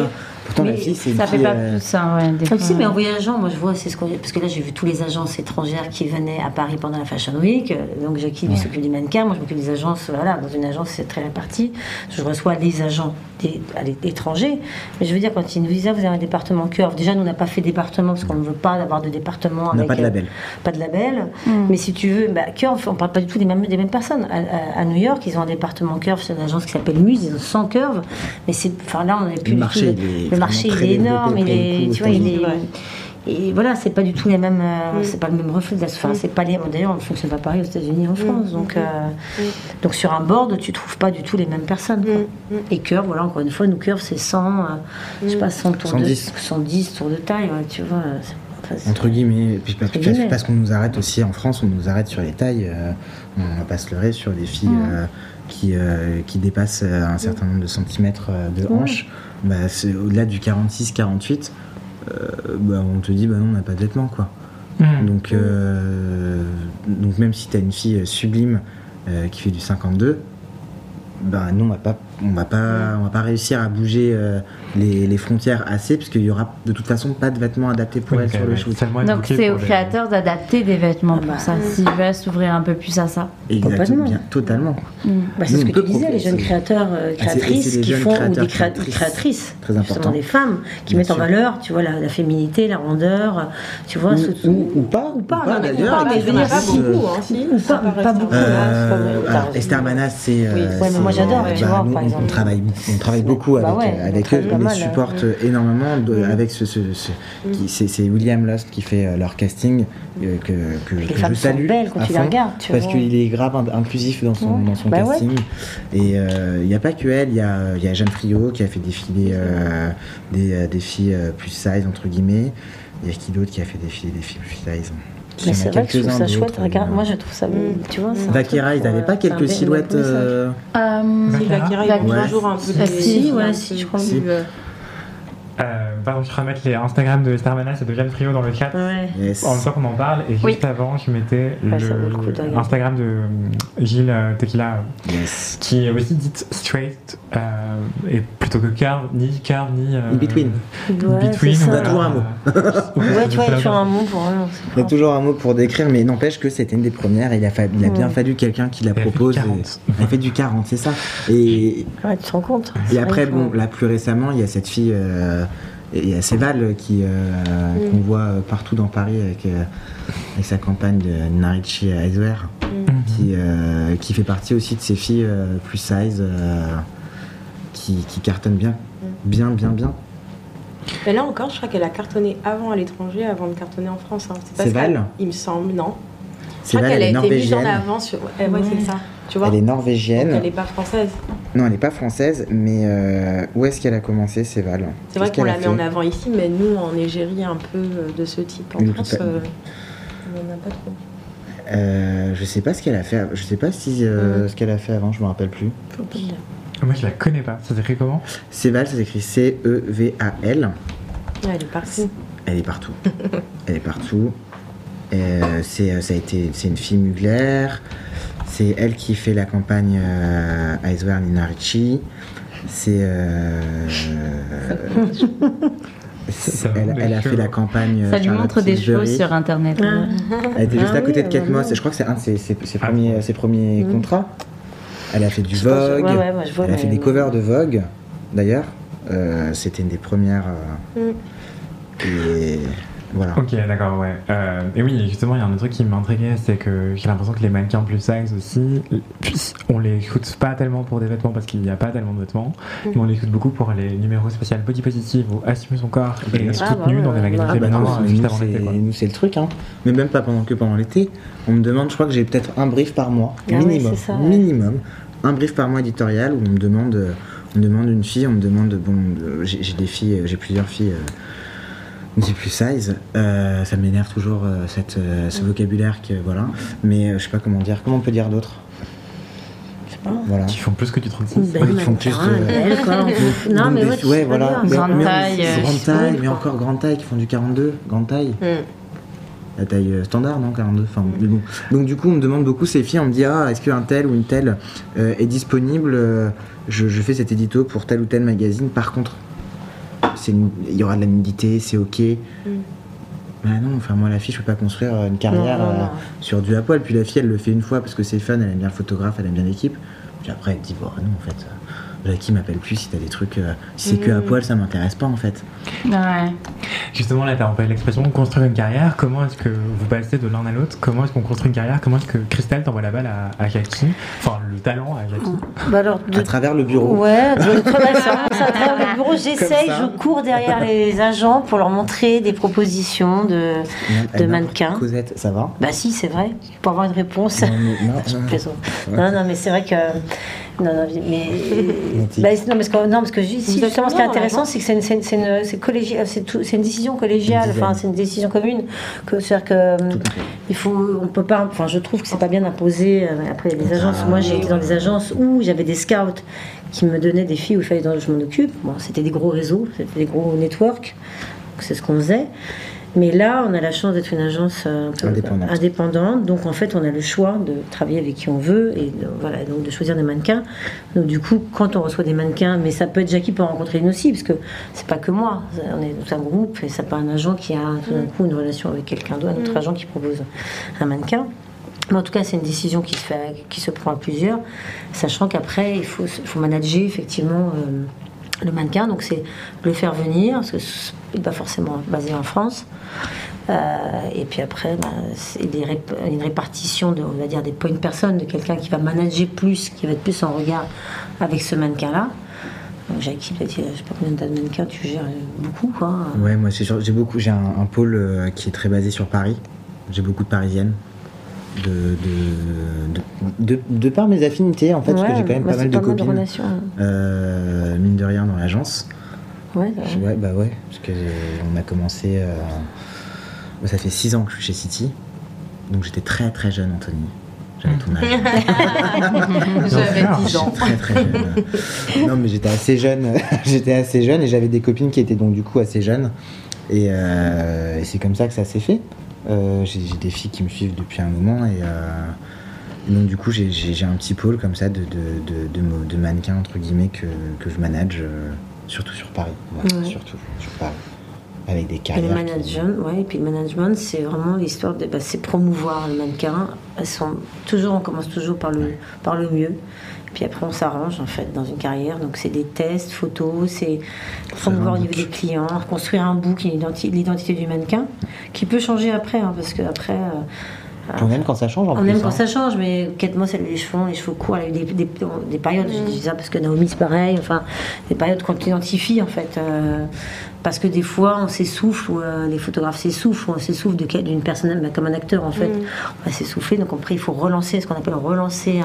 S3: Pourtant, la
S4: Mais
S3: fille, c'est une
S4: ça fait
S3: fille,
S4: pas
S3: euh,
S4: plus ça, ouais, des
S2: Comme si,
S4: fois.
S2: mais en voyageant, moi je vois, c'est ce qu'on- parce que là j'ai vu tous les agences étrangères qui venaient à Paris pendant la Fashion Week. Euh, Donc Jackie lui s'occupe des mannequins, moi je m'occupe des agences. Voilà, dans une agence c'est très réparti. Je reçois les agents des, à l'é- étrangers. Mais je veux dire, quand ils nous disent ah, vous avez un département cœur. Déjà nous on n'a pas fait département parce qu'on ne veut pas avoir de département.
S3: On n'a
S2: avec,
S3: pas de
S2: euh,
S3: label.
S2: pas de label.
S5: Mm.
S2: Mais si tu veux, bah, Curve, on parle pas du tout des mêmes, des mêmes personnes. À, à- à New York, ils ont un département Curve, c'est une agence qui s'appelle Muse, ils ont 100 Curve. Mais c'est, enfin là, on n'est plus du
S3: marché,
S2: tout-
S3: il est
S2: le
S3: vraiment
S2: marché,
S3: très
S2: il est
S3: développé
S2: énorme, il
S3: pour le
S2: est,
S3: coup,
S2: tu vois, il
S3: aux
S2: est.
S5: États-Unis.
S2: Et voilà, c'est pas du tout les mêmes, euh,
S5: Mm.
S2: c'est pas le même reflet de la enfin,
S5: Mm.
S2: c'est pas les. D'ailleurs, on fonctionne pas pareil aux États-Unis, et en France. Donc,
S5: Mm.
S2: euh, donc sur un board, tu trouves pas du tout les mêmes personnes. quoi.
S5: Mm.
S2: Et Curve, voilà, encore une fois, nous Curve, c'est 100, euh, je sais
S5: Mm.
S2: pas, 100 tours
S3: 110.
S2: de 110 tours de taille, ouais, tu vois. euh, c'est- enfin, c'est-
S3: Entre guillemets, et puis parce,
S2: Entre
S3: parce-
S2: guillemets.
S3: parce qu'on nous arrête aussi en France, on nous arrête sur les tailles, euh, on va pas se leurrer sur des filles euh, qui, euh, qui dépassent euh, un certain nombre de centimètres euh, de hanche. Bah, c'est au-delà du 46-48, bah, on te dit bah non, on n'a pas de vêtements quoi.
S1: Hmm.
S3: Donc, euh, donc même si t'as une fille euh, sublime euh, qui fait du 52, ben non, on va pas, on va pas, on va pas réussir à bouger euh, les, les frontières assez, parce qu'il y aura de toute façon pas de vêtements adaptés pour
S1: Oui,
S3: elle
S1: donc,
S3: sur
S1: euh,
S3: le shoot.
S1: seulement être
S4: Donc
S1: bouquée
S4: c'est
S1: pour
S4: aux
S1: les-
S4: créateurs d'adapter des vêtements
S2: Ah bah.
S4: pour ça, s'ils veulent s'ouvrir un peu plus à ça.
S3: Exactement,
S2: Complètement.
S3: bien, totalement.
S2: Bah, c'est
S3: Nous,
S2: ce
S3: on
S2: que
S3: peut
S2: tu disais, les
S3: proposer.
S2: jeunes créateurs, euh,
S3: Ah, c'est- et c'est
S2: créatrices
S3: les
S2: qui
S3: jeunes
S2: font, ou
S3: créateurs,
S2: des créa-
S3: créatrices.
S2: créatrices,
S3: Très important.
S2: justement des femmes, qui
S3: Bien
S2: mettent en
S3: sûr.
S2: valeur, tu vois, la, la féminité, la rondeur, euh, tu vois, ce-
S3: Ou, ou- ou pas,
S2: Ou pas, non, mais ou
S3: d'ailleurs.
S2: pas,
S3: et
S2: mais
S3: qui
S2: je veux
S3: font
S2: dire,
S5: pas
S3: juste,
S5: beaucoup,
S3: euh,
S5: hein, si.
S2: ou
S5: Ça
S2: pas-
S5: reste
S2: pas
S5: un peu
S2: beaucoup.
S3: euh,
S2: Ouais,
S3: alors,
S2: t'as
S3: Esther
S2: raison.
S3: Manas, c'est. euh,
S5: Oui, ouais,
S2: mais
S3: c'est,
S2: moi, j'adore,
S3: euh,
S2: tu
S3: bah,
S2: vois,
S3: nous,
S2: par
S3: on-
S2: exemple.
S3: on travaille, on travaille beaucoup
S2: Bah
S3: avec,
S2: ouais,
S3: euh,
S2: on
S3: avec
S2: travaille Mm.
S3: eux,
S2: pas
S3: on les
S2: mal, euh,
S3: supporte énormément. de- Avec ce, ce- ce-
S2: Mm.
S3: qui- c'est, c'est William Lost qui fait euh, leur casting euh, que, que, que
S2: les
S3: je
S2: femmes sont
S3: salue.
S2: belles quand
S3: à
S2: tu les
S3: fond,
S2: regardes, tu
S3: parce
S2: vois.
S3: qu'il est grave in- inclusif dans son,
S2: Ouais.
S3: dans son
S2: Bah ouais.
S3: casting. Et euh, il n'y a pas que elle, il y a, euh, il y a Jeanne Friot qui a fait défiler euh, des, euh, des filles euh, plus size, entre guillemets. Il y a qui d'autre qui a fait défiler des filles plus size Il y en
S2: Mais
S3: a
S2: c'est vrai que je trouve
S3: quelques-uns
S2: ça
S3: d'autres,
S2: chouette, regarde,
S3: mais,
S2: moi
S3: euh,
S2: je trouve ça,
S5: Mm.
S2: tu vois, c'est un
S3: Vakira,
S2: truc
S3: ils n'avaient
S2: pour,
S3: pas
S2: euh, c'est un
S3: quelques
S2: bel-
S3: silhouettes.
S2: bel message.
S3: euh,
S4: Euh,
S5: Si, Vakira,
S4: Vakira.
S5: ils ont
S3: Ouais.
S5: toujours un peu
S4: Ah,
S5: des-
S4: si,
S5: un
S2: ouais,
S5: peu
S2: si, je
S5: plus,
S2: crois.
S5: euh,
S1: Euh, pardon, je remettre les Instagram de Esther Manas et de Jeanne Frio dans le chat.
S2: Ouais.
S3: yes.
S1: En même temps qu'on en parle, et juste
S4: Oui.
S1: avant, je mettais
S2: Ah, Ouais, ça vaut le coup
S1: le
S2: de regarder.
S1: Instagram de euh, Gilles euh, Tequila, euh,
S3: Yes.
S1: qui est aussi dit straight, euh, et plutôt que curve, ni curve, ni. euh,
S3: In between.
S2: Ouais,
S1: between,
S2: c'est
S1: ou,
S2: ça.
S3: On a toujours un mot.
S1: euh,
S2: Ouais, tu vois, il y a toujours un
S1: mot.
S2: mot pour rien.
S3: Il y a toujours un mot pour décrire, mais n'empêche que c'était une des premières. et Il a, fa- il a bien fallu quelqu'un qui la
S1: Elle a fait du
S3: propose. et-
S1: 40.
S3: Elle a fait du 40, c'est ça. Et,
S2: Ouais, tu te rends compte.
S3: et
S2: C'est
S3: après,
S2: vrai que-
S3: bon, là plus récemment, il y a cette fille, euh, il y a Séval qui euh,
S5: Mm.
S3: qu'on voit partout dans Paris avec, euh, avec sa campagne de Narichi Eyewear,
S5: Mm-hmm. Mm.
S3: qui euh, qui fait partie aussi de ces filles euh, plus size euh, qui, qui cartonnent bien,
S5: Mm.
S3: bien, bien, bien.
S5: Mais là encore, je crois qu'elle a cartonné avant à l'étranger, avant de cartonner en France. hein.
S3: C'est
S5: pas ça
S3: Val
S5: Il me semble, non. Je crois
S3: Séval,
S5: qu'elle
S3: elle
S5: a
S3: est
S5: été mise en
S3: norvégienne.
S5: avant sur. eh, Ouais, ouais, c'est ça. Tu vois
S3: Elle est
S5: Donc,
S3: norvégienne.
S5: Elle n'est pas française.
S3: Non, elle n'est pas française, mais euh, où est-ce qu'elle a commencé, c'est Val
S5: C'est vrai
S3: Qu'est-ce
S5: qu'on
S3: qu'elle
S5: la
S3: a
S5: met
S3: fait
S5: en avant ici, mais nous, en Égérie, un peu euh, de ce type. En
S3: Oui,
S5: France,
S3: tout à-
S5: euh, on n'en a pas trop.
S3: Euh, je sais pas ce qu'elle a fait. Je sais pas si
S5: Mm.
S3: euh, ce qu'elle a fait avant. Je me rappelle plus.
S1: Moi, je la connais pas. Ça s'écrit comment
S3: Céval, ça s'écrit E C-E-V-A-L.
S5: Ouais, elle est partie.
S3: Elle est partout. Elle est partout. Euh, c'est euh, ça a été c'est une fille mugler. C'est elle qui fait la campagne euh, Icewear Nina Ricci. C'est euh, c'est-
S1: Ça
S3: elle,
S1: vous
S3: elle a
S1: déchire.
S3: fait la campagne. euh,
S4: Ça lui
S3: Charlotte
S4: montre des
S3: Tilbury.
S4: choses sur internet. ouais.
S3: Elle était juste
S2: Ah
S3: à côté
S2: oui,
S3: de Kate
S2: vraiment.
S3: Moss. et Je crois que c'est un de ses, ses-
S1: Ah
S3: ses premiers, ses premiers
S4: Mm.
S3: contrats. Elle a fait du
S2: Je sais pas, je-
S3: Vogue.
S2: ouais, ouais, moi, je vois,
S3: elle a fait
S2: mais-
S3: des covers de Vogue. D'ailleurs, Euh, c'était une des premières. euh, Et voilà.
S1: Ok, d'accord, ouais. Euh, et oui, justement, il y a un autre truc qui m'intriguait, c'est que j'ai l'impression que les mannequins plus size aussi, puis on les écoute pas tellement pour des vêtements parce qu'il n'y a pas tellement de vêtements,
S2: Mm.
S1: mais on les écoute beaucoup pour les numéros spéciaux body positive ou assumer son corps et
S3: Ah,
S1: être
S2: bah
S1: toute nue
S2: ouais,
S1: dans des
S2: ouais,
S1: magazines
S2: ouais.
S3: Ah bah
S1: féminins
S3: non,
S1: euh,
S3: nous,
S1: juste
S3: nous,
S1: avant l'été,
S3: c'est-
S1: quoi.
S3: nous, c'est le truc, hein. Mais même pas pendant que pendant l'été. On me demande, je crois que j'ai peut-être un brief par mois,
S2: Ah oui,
S3: minimum,
S2: c'est ça, ouais.
S3: minimum, un brief par mois éditorial où on me demande, euh, on me demande une fille, on me demande, bon, euh, j'ai j'ai des filles, euh, j'ai plusieurs filles. euh, J'ai plus size, Euh, ça m'énerve toujours euh, cette, euh, ce vocabulaire que voilà, mais euh, je sais pas comment dire, comment on peut dire d'autres Voilà.
S1: Qui font plus que du 36.
S2: Une belle
S3: Ils font plus
S2: mannequin,
S3: de-
S2: une belle, quoi.
S3: Donc,
S2: Non, mais
S3: des-
S2: ouais, tu sais pas
S3: voilà,
S2: bien.
S3: Mais-
S4: Grande
S3: mais on-
S4: taille, euh,
S3: grande
S2: je sais pas,
S3: taille, mais
S2: quoi. Hmm.
S3: encore grande taille qui font du 42, grande taille.
S5: Mm.
S3: La taille euh, standard, non 42. Enfin, mais bon. Donc, du coup, on me demande beaucoup ces filles. On me dit Ah, est-ce qu'un tel ou une telle euh, est disponible Euh, je, je fais cet édito pour tel ou tel magazine. Par contre, c'est une- il y aura de la nudité, c'est ok. Bah non, enfin moi la fille, je peux pas construire une carrière
S2: Non, non,
S3: euh,
S2: non.
S3: sur du à poil. Puis la fille, elle le fait une fois parce que c'est fun, elle aime bien le photographe, elle aime bien l'équipe. Puis après, elle dit bon non en fait, euh, Jackie m'appelle plus si t'as des trucs, euh, si c'est que à
S5: Mm.
S3: poil, ça m'intéresse pas en fait.
S4: Ouais.
S1: Justement, là, tu as employé l'expression construire une carrière. Comment est-ce que vous passez de l'un à l'autre Comment est-ce qu'on construit une carrière Comment est-ce que Christelle t'envoie la balle à, à Jackie Enfin, le talent à Jackie.
S2: Bah alors, de-
S3: À travers le bureau.
S2: Ouais, de toute façon, ça travaille dans le bureau, j'essaye,
S3: Oh. ça.
S2: je cours derrière les agents pour leur montrer des propositions de.
S3: Elle
S2: De
S3: m'a-
S2: mannequin.
S3: Cosette, ça va
S2: Bah si, c'est vrai, pour avoir une réponse.
S3: Non, mais- non,
S2: Je
S3: non.
S2: plaisante. Non, non, mais c'est vrai que. Non, non, mais.
S3: Gentil.
S2: Bah, non, parce que, non, parce que si,
S5: Vous êtes
S2: justement, ce qui est
S5: bien,
S2: intéressant, c'est que c'est une, c'est une- c'est une- c'est collégi- euh, c'est tout- c'est une décision collégiale,
S3: Une
S2: enfin,
S3: dizaine.
S2: c'est une décision commune. Que, c'est-à-dire que. hum, Il faut, on peut pas, enfin, je trouve que c'est pas bien imposé. euh, Après, les agences,
S3: Ah,
S2: moi j'ai été dans
S3: ouais.
S2: des agences où j'avais des scouts qui me donnaient des filles où il fallait que je m'en occupe. Bon, c'était des gros réseaux, c'était des gros networks, donc c'est ce qu'on faisait. Mais là, on a la chance d'être une agence euh, un peu
S3: Indépendante.
S2: indépendante, donc en fait, on a le choix de travailler avec qui on veut et de- voilà, donc de choisir des mannequins. Donc du coup, quand on reçoit des mannequins, mais ça peut être Jackie peut en rencontrer une aussi, parce que c'est pas que moi, on est tout un groupe et c'est pas un agent qui a tout d'un coup une relation avec quelqu'un d'autre, un autre agent qui propose un mannequin. Mais en tout cas, c'est une décision qui se, fait, qui se prend à plusieurs, sachant qu'après, il faut, il faut manager effectivement euh, le mannequin. Donc, c'est le faire venir, parce qu'il n'est pas forcément basé en France. Euh, et puis après, ben, c'est des rép- une répartition de, on va dire, des points de personne, de quelqu'un qui va manager plus, qui va être plus en regard avec ce mannequin-là. Donc, Jackie, peut-être, je sais pas combien de mannequins tu gères, euh, beaucoup, quoi.
S3: Ouais, moi c'est genre- j'ai beaucoup, j'ai un, un pôle euh, qui est très basé sur Paris. J'ai beaucoup de parisiennes. De, de, de, de- de par mes affinités, en fait, parce que
S2: Ouais,
S3: j'ai quand même
S2: moi,
S3: pas mal
S2: c'est
S3: de copines,
S2: relations.
S3: euh, mine de rien, dans l'agence.
S2: Ouais, ouais.
S3: Je- Ouais, bah ouais, parce que euh, on a commencé. euh, bah, ça fait 6 ans que je suis chez City, donc j'étais très très jeune, Anthony. J'avais ton âge.
S4: J'avais
S1: Bien sûr.
S4: 10 ans.
S3: Ah, Très très jeune. non mais j'étais assez jeune, j'étais assez jeune et j'avais des copines qui étaient donc du coup assez jeunes et, euh, et c'est comme ça que ça s'est fait. Euh, j'ai j'ai des filles qui me suivent depuis un moment et euh, donc du coup j'ai- j'ai j'ai un petit pôle comme ça de, de, de, de mo- de mannequins entre guillemets que, que je manage euh, surtout sur Paris,
S2: Ouais.
S3: Voilà, surtout sur Paris avec des
S2: Et
S3: carrières.
S2: le
S3: qui-
S2: management, ouais, et puis le management, c'est vraiment l'histoire de bah, c'est promouvoir le mannequin. Elles sont toujours, on commence toujours par le, par le mieux. Puis après, on s'arrange en fait dans une carrière. Donc, c'est des tests, photos, c'est promouvoir
S3: un
S2: au niveau
S3: book.
S2: des clients, reconstruire un bout qui est identi- l'identité du mannequin, qui peut changer après, hein, parce que après. euh,
S3: On aime quand ça change en
S2: on
S3: plus.
S2: aime quand
S3: hein.
S2: ça change, mais Kate Moss, elle a eu les cheveux, les cheveux courts, elle a eu des, des, des périodes, je dis ça parce que Naomi c'est pareil, enfin, des périodes qu'on identifie en fait. euh, parce que des fois, on s'essouffle, ou, euh, les photographes s'essoufflent, ou on s'essouffle de quel- d'une personne, bah, comme un acteur en fait. On va s'essouffler, donc après, il faut relancer, ce qu'on appelle relancer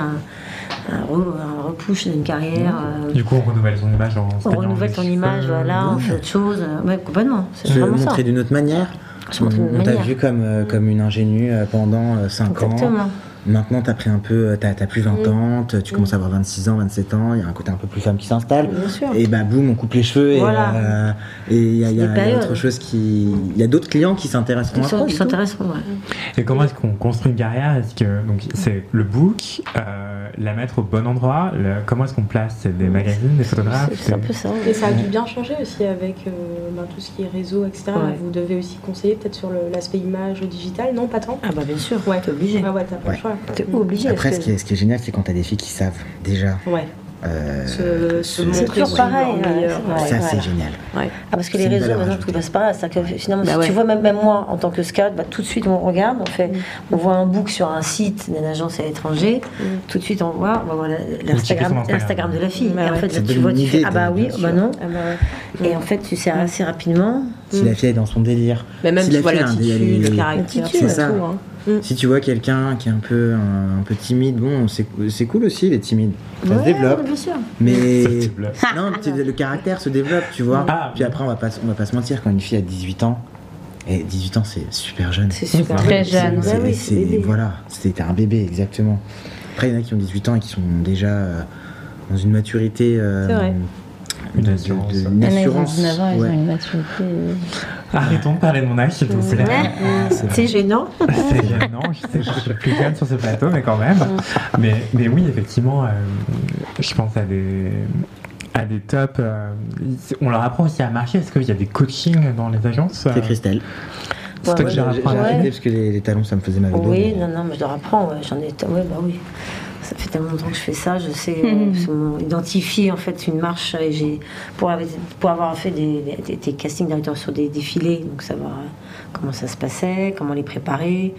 S2: un, un, re- un repush d'une carrière.
S3: Mm.
S2: euh,
S1: Du coup, on renouvelle son image en se
S2: on
S1: teignant
S2: renouvelle
S1: les
S2: ton image,
S1: cheveux.
S3: euh,
S2: voilà, on fait autre chose. euh, Ouais, complètement, c'est
S3: se
S2: vraiment ça.
S3: montrer d'une autre manière.
S2: Se
S3: On,
S2: montrer d'une
S3: on t'a
S2: manière.
S3: vu comme, euh, comme une ingénue euh, pendant 5 ans.
S2: Exactement.
S3: Maintenant, t'as pris un peu, euh, t'as t'as plus
S2: Mm.
S3: 20 ans, t- tu commences à avoir 26 ans, 27 ans, il y a un côté un peu plus femme qui s'installe.
S2: Bien sûr.
S3: Et bah boum, on coupe les cheveux et
S2: Voilà.
S3: euh, et il y a- il y,
S2: C'est des
S3: a- il y a autre
S2: périodes.
S3: chose qui. Il y a d'autres clients qui s'intéresseront
S2: Ils
S3: à toi.
S2: sont- Ils
S3: du tout.
S2: s'intéressent, ouais.
S1: Et comment est-ce qu'on construit une carrière Est-ce que donc c'est le book, euh, la mettre au bon endroit le- Comment est-ce qu'on place C'est des magazines, des photographes
S2: C'est- C'est un
S1: des-
S2: peu ça. ouais.
S5: Et ça a dû bien changer aussi avec euh, ben, tout ce qui est réseau, etc.
S2: Ouais.
S5: Vous devez aussi conseiller peut-être sur le- l'aspect image ou digital, non Pas tant
S2: Ah bah bien sûr,
S5: Ouais.
S2: t'es obligé.
S5: Ah ouais, t'as pas
S3: Ouais.
S5: le choix.
S2: T'es
S5: Mm.
S2: obligé.
S3: Après,
S2: parce
S3: ce qui, est, ce qui est génial, c'est quand t'as des filles qui savent déjà.
S5: Ouais.
S3: euh,
S5: Se- se
S3: ce-
S5: montrer
S2: C'est toujours
S5: Ouais.
S2: pareil.
S5: Ouais.
S2: ouais,
S5: Ça,
S2: ouais,
S3: Ça,
S2: voilà.
S3: c'est génial.
S2: Ah, parce que
S3: c'est
S2: les
S3: une
S2: réseaux,
S3: valeur
S2: maintenant, tout
S3: ajoutée.
S2: passe par là. C'est-à-dire que finalement,
S4: Bah
S2: si
S4: ouais.
S2: tu vois, même, même moi, en tant que scout, bah, tout de suite, on regarde, on, fait, on voit un book sur un site d'une agence à l'étranger, tout de suite, on voit bah, voilà,
S1: son
S2: l'Instagram
S1: Instagram.
S2: l'Instagram de la fille.
S5: Bah
S2: et en
S5: ouais.
S2: fait,
S3: Ça
S2: là, tu
S3: donne
S2: vois,
S3: une
S2: tu fais
S3: idée,
S2: Ah bah oui,
S3: bien
S2: ah bah
S3: sûr.
S2: non.
S5: Ah bah ouais.
S2: Et en fait, tu sais assez rapidement.
S3: Si la fille est dans son délire.
S6: Mais même
S3: si
S6: tu
S3: la
S6: vois
S3: fille a un
S6: l'attitude,
S3: délire-
S6: le caractère,
S3: L'attitude,
S6: c'est
S3: c'est ça.
S6: tout. hein.
S3: Si tu vois quelqu'un qui est un peu, un, un peu timide, bon, c'est c'est cool aussi, il est timide. Ça se développe.
S2: bien sûr.
S3: Mais
S1: Ça se développe.
S3: non, tu- le caractère se développe, tu vois.
S1: Ah.
S3: Puis après, on va pas, on va pas se mentir, quand une fille a 18 ans, et 18 ans, c'est super jeune.
S2: C'est super.
S4: Très jeune.
S3: C'est-
S2: Bah oui, c'est
S3: c'est-
S2: bébé.
S3: Voilà, c'était un bébé, exactement. Après, il y en a qui ont 18 ans et qui sont déjà euh, dans une maturité. euh,
S5: C'est vrai.
S3: de-
S1: Une
S3: de-
S1: assurance.
S3: de-
S1: Il
S3: une assurance. ouais.
S1: Arrêtons de parler de mon âge, s'il vous plaît.
S2: C'est gênant.
S1: C'est gênant, je sais que je suis plus jeune sur ce plateau, mais quand même. Mais, mais oui, effectivement, euh, je pense à des, à des tops. euh, on leur apprend aussi à marcher. Est-ce qu'il y a des coachings dans les agences
S3: C'est Christelle.
S1: C'est toi
S2: Ouais,
S1: qui
S3: J'ai
S1: leur apprends à
S3: j'ai
S2: ouais.
S1: marcher
S3: arrêté parce que les, les talons, ça me faisait mal au dos.
S2: Oui,
S3: mais-
S2: non, non, mais je leur apprends. ouais, J'en ai. Oui, bah oui. Ça fait tellement longtemps que je fais ça, je sais
S4: Mhm.
S2: euh, parce qu'on identifie en fait une marche et j'ai pour, avoir- pour avoir fait des, des- des- des castings directeurs sur des défilés, donc savoir euh, comment ça se passait, comment les préparer.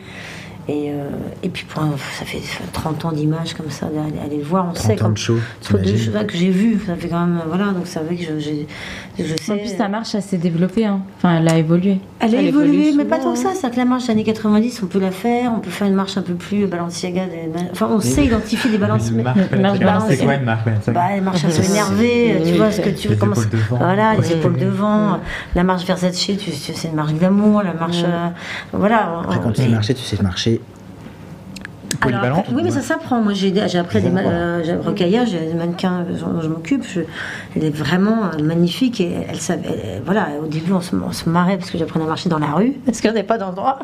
S2: Et, euh, et puis pour un- ça fait 30 ans d'images comme ça, d'aller aller le voir, on sait
S3: 30 ans
S2: comme
S3: de show,
S2: truc de
S3: t'imagines
S2: cheval que j'ai vu, ça fait quand même voilà, donc c'est vrai que je, j'ai- je sais.
S4: En plus, ta marche, elle s'est développée. hein. Enfin, elle a évolué.
S2: Elle a
S5: Elle
S2: évolué,
S5: évolue
S2: mais pas
S5: souvent,
S2: tant que ça. C'est que la marche des années 90, on peut la faire, on peut faire une marche un peu plus Balenciaga. des- Enfin, on sait identifier des balances.
S1: Une
S2: mais-
S1: marque
S4: Marche
S1: Balenciaga. Euh, C'est
S4: Balenciaga.
S1: quoi une marque Balenciaga
S2: Bah, les marches un peu
S3: C'est-
S2: énervées, tu
S6: oui,
S2: vois
S6: c'est-
S2: ce que tu
S1: Les
S2: veux. Comment
S1: épaules
S2: ça-
S1: devant.
S2: Voilà, les
S1: Ouais.
S2: épaules devant. La marche Versace, tu, tu- c'est une marche d'amour. La marche. euh, voilà.
S3: Après, quand tu sais
S2: Et-
S3: marcher, tu sais marcher.
S2: alors
S1: Polyvalente.
S2: après- oui, mais ça s'apprend. Moi, j'ai j'ai appris des ma-
S3: Voilà.
S2: euh, j'ai- rocaillage, j'ai des mannequins euh, dont je m'occupe. je- Elle est vraiment euh, magnifique. Et elle, savait, elle- voilà, au début, on se, on se marrait parce que j'apprenais à marcher dans la rue, parce qu'on n'avait pas d'endroit.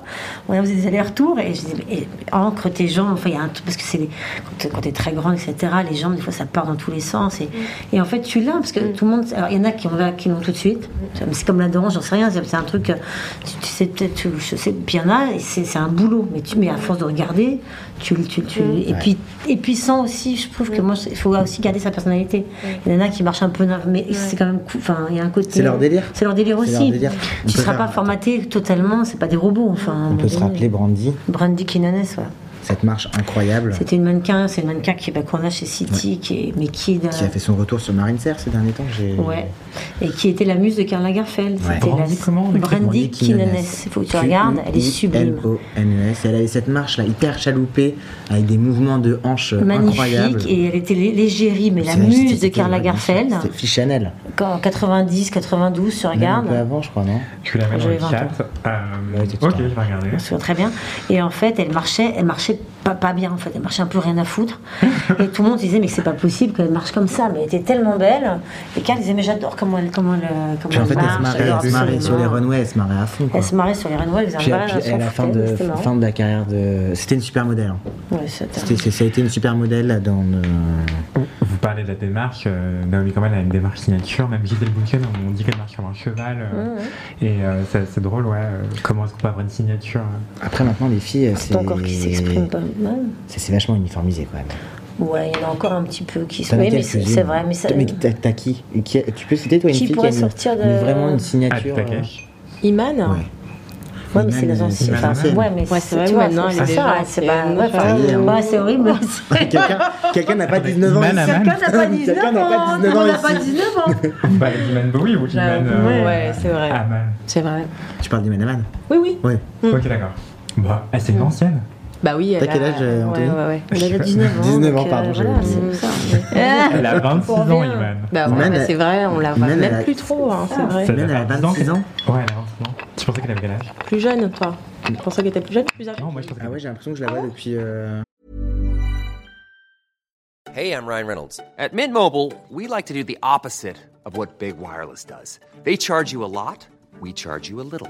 S2: On faisait des allers-retours et je disais, mais, eh, ancre tes jambes. Enfin, il y a un truc- parce que c'est les- quand, quand t'es très grande, etc., les jambes, des fois, ça part dans tous les sens. Et, et en fait, tu l'as, parce que tout le monde. Alors, il y en a qui ont qui l'ont tout de suite. C'est comme la danse, j'en sais rien. C'est c'est un truc. euh, Tu, tu sais peut-être, tu- je sais, puis il y en a, et c'est c'est un boulot. Mais tu mets à force de regarder, tu, tu, tu, et puis et puis sans aussi, je trouve que moi, il faut aussi garder sa personnalité. Il y en a qui marchent un peu, nerveux, mais c'est quand même. cou- Enfin, il y a un côté.
S3: C'est leur délire.
S2: C'est leur délire
S3: C'est
S2: aussi.
S3: leur délire. On
S2: Tu
S3: peut
S2: seras
S3: faire-
S2: pas formaté totalement. C'est pas des robots. Enfin, à un
S3: On peut
S2: moment
S3: se
S2: donné.
S3: rappeler Brandy,
S2: Brandy Kinanes, ouais.
S3: cette marche incroyable
S2: C'était une mannequin, c'est une mannequin qui bah, qu'on a chez City, qui est, mais qui est d'un-
S3: qui a fait son retour sur Marine Serre ces derniers temps. j'ai-
S2: Ouais. Et qui était la muse de Karl Lagerfeld.
S3: Ouais.
S2: C'était
S1: Brandy
S2: la-
S1: comment, on écrit
S2: Brandy
S3: Brandy
S2: Kinanes.
S3: Quinones.
S2: Il faut que tu regardes, elle est sublime.
S3: Q-U-I-L-O-N-E-S. Et E Elle avait cette marche là hyper chaloupée avec des mouvements de hanches incroyables.
S2: Magnifique. Et elle était lé- légérie, mais la
S3: E C'est-
S2: muse de
S3: c'était-
S2: Karl Lagerfeld.
S3: C'était Fille Chanel.
S2: Quand en 90, 92, tu
S3: Même Un peu
S2: regardes.
S3: avant, je crois, non
S1: Je vous la mets dans
S2: J'avais
S1: le
S2: 20 ans.
S1: chat. Euh,
S3: Ouais, c'est
S1: ok,
S3: tout
S1: je
S3: à
S1: vais regarder.
S2: Je me souviens très bien. Et en fait, elle marchait, elle marchait pas, pas bien en fait. Elle marchait un peu rien à foutre. Et tout le monde disait mais c'est pas possible qu'elle marche comme ça. Mais elle était tellement belle. Et Karl disait mais j'adore comment elle, comment elle, comment
S3: Puis en
S2: elle
S3: fait, elle se
S2: marche.
S3: marrait, elle se marrait sur les
S2: absolument.
S3: runways, elle se marrait à fond. quoi.
S2: Elle se marrait sur les runways, elle faisait un
S3: Puis,
S2: balade,
S3: puis
S2: elle
S3: à la
S2: s'en
S3: fin
S2: foutait,
S3: de,
S2: c'était marrant.
S3: fin de la carrière de. C'était une super modèle.
S2: Ouais, c'était-
S3: Ça a été une super modèle dans. le-
S1: Vous parlez de la démarche. euh, Naomi Campbell a une démarche signature. Même Gisèle Bunchen, on dit qu'elle marche sur un cheval. euh, Et euh, c'est c'est drôle, ouais. euh, Comment est-ce qu'on peut avoir une signature euh.
S3: Après, maintenant, les filles, c'est.
S2: C'est encore qui s'exprime pas mal.
S3: C'est c'est vachement uniformisé quand même.
S2: Ouais, il y en a encore un petit peu qui sont.
S3: T'en as
S2: Oui, mais
S3: quelques-unes.
S2: c'est c'est vrai, mais ça.
S3: Mais t'as t'as qui, qui a- Tu peux citer toi une
S2: Qui
S3: fille
S2: pourrait
S3: qui a une-
S2: sortir de-
S3: une- vraiment une signature
S1: Aditake.
S5: Iman
S3: euh, ouais.
S2: Ouais, mais c'est dans un.
S3: Iman,
S2: c'est-
S3: euh,
S2: enfin,
S3: Iman.
S2: ouais, mais
S6: Ouais, c'est vrai,
S2: tu vois,
S6: maintenant,
S2: c'est-
S6: elle est
S2: c'est ça,
S6: déjà-
S2: c'est pas.
S6: c'est-
S2: Ouais,
S3: ça y est,
S2: enfin,
S3: hein.
S2: ouais, c'est horrible.
S3: Quelqu'un quelqu'un n'a pas 19 ans.
S1: Iman
S3: ici.
S1: Aman.
S2: Quelqu'un n'a pas 19
S3: Quelqu'un n'a pas
S5: Ah,
S2: ans.
S3: 19
S2: tout le monde
S3: ans
S2: n'a pas
S3: ici.
S2: 19
S5: hein.
S2: ans.
S3: euh.
S1: Bah, Iman Bowie ou Iman.
S6: J'avoue,
S1: euh,
S6: ouais, c'est vrai.
S1: Aman.
S6: C'est vrai.
S3: Tu parles d'Iman Aman
S5: Oui, oui.
S3: Ouais.
S1: Ok, d'accord. Bah, ah, c'est une ancienne.
S6: Bah oui.
S3: T'as
S6: elle
S3: quel
S6: a-
S3: âge, euh,
S6: Ouais,
S3: Anthony
S6: ouais, ouais.
S2: Elle a 19 ans.
S3: 19 ans,
S2: donc, euh,
S3: pardon,
S2: voilà,
S3: j'ai-
S2: c'est ça.
S1: Elle a 26
S5: On
S1: ans,
S5: revient.
S1: Iman.
S6: Bah
S3: Iman,
S6: ouais, bah
S3: elle-
S6: c'est vrai, on la voit
S3: Iman, elle
S6: même
S3: a-
S6: plus trop, hein, c'est vrai.
S1: Ça doit
S3: Iman, elle a
S1: faire
S3: 26 ans.
S1: Ouais, elle a 26 ans. Tu pensais qu'elle avait quel âge
S5: Plus jeune, toi.
S3: Mm.
S5: Tu pensais qu'elle était plus jeune, plus âgée
S1: Non, moi je pensais
S3: Ah
S1: qu'elle
S3: ouais, j'ai l'impression que je la vois depuis. euh,
S7: Hey, I'm Ryan Reynolds. At Mint Mobile, we like to do the opposite of what Big Wireless does. They charge you a lot, we charge you a little.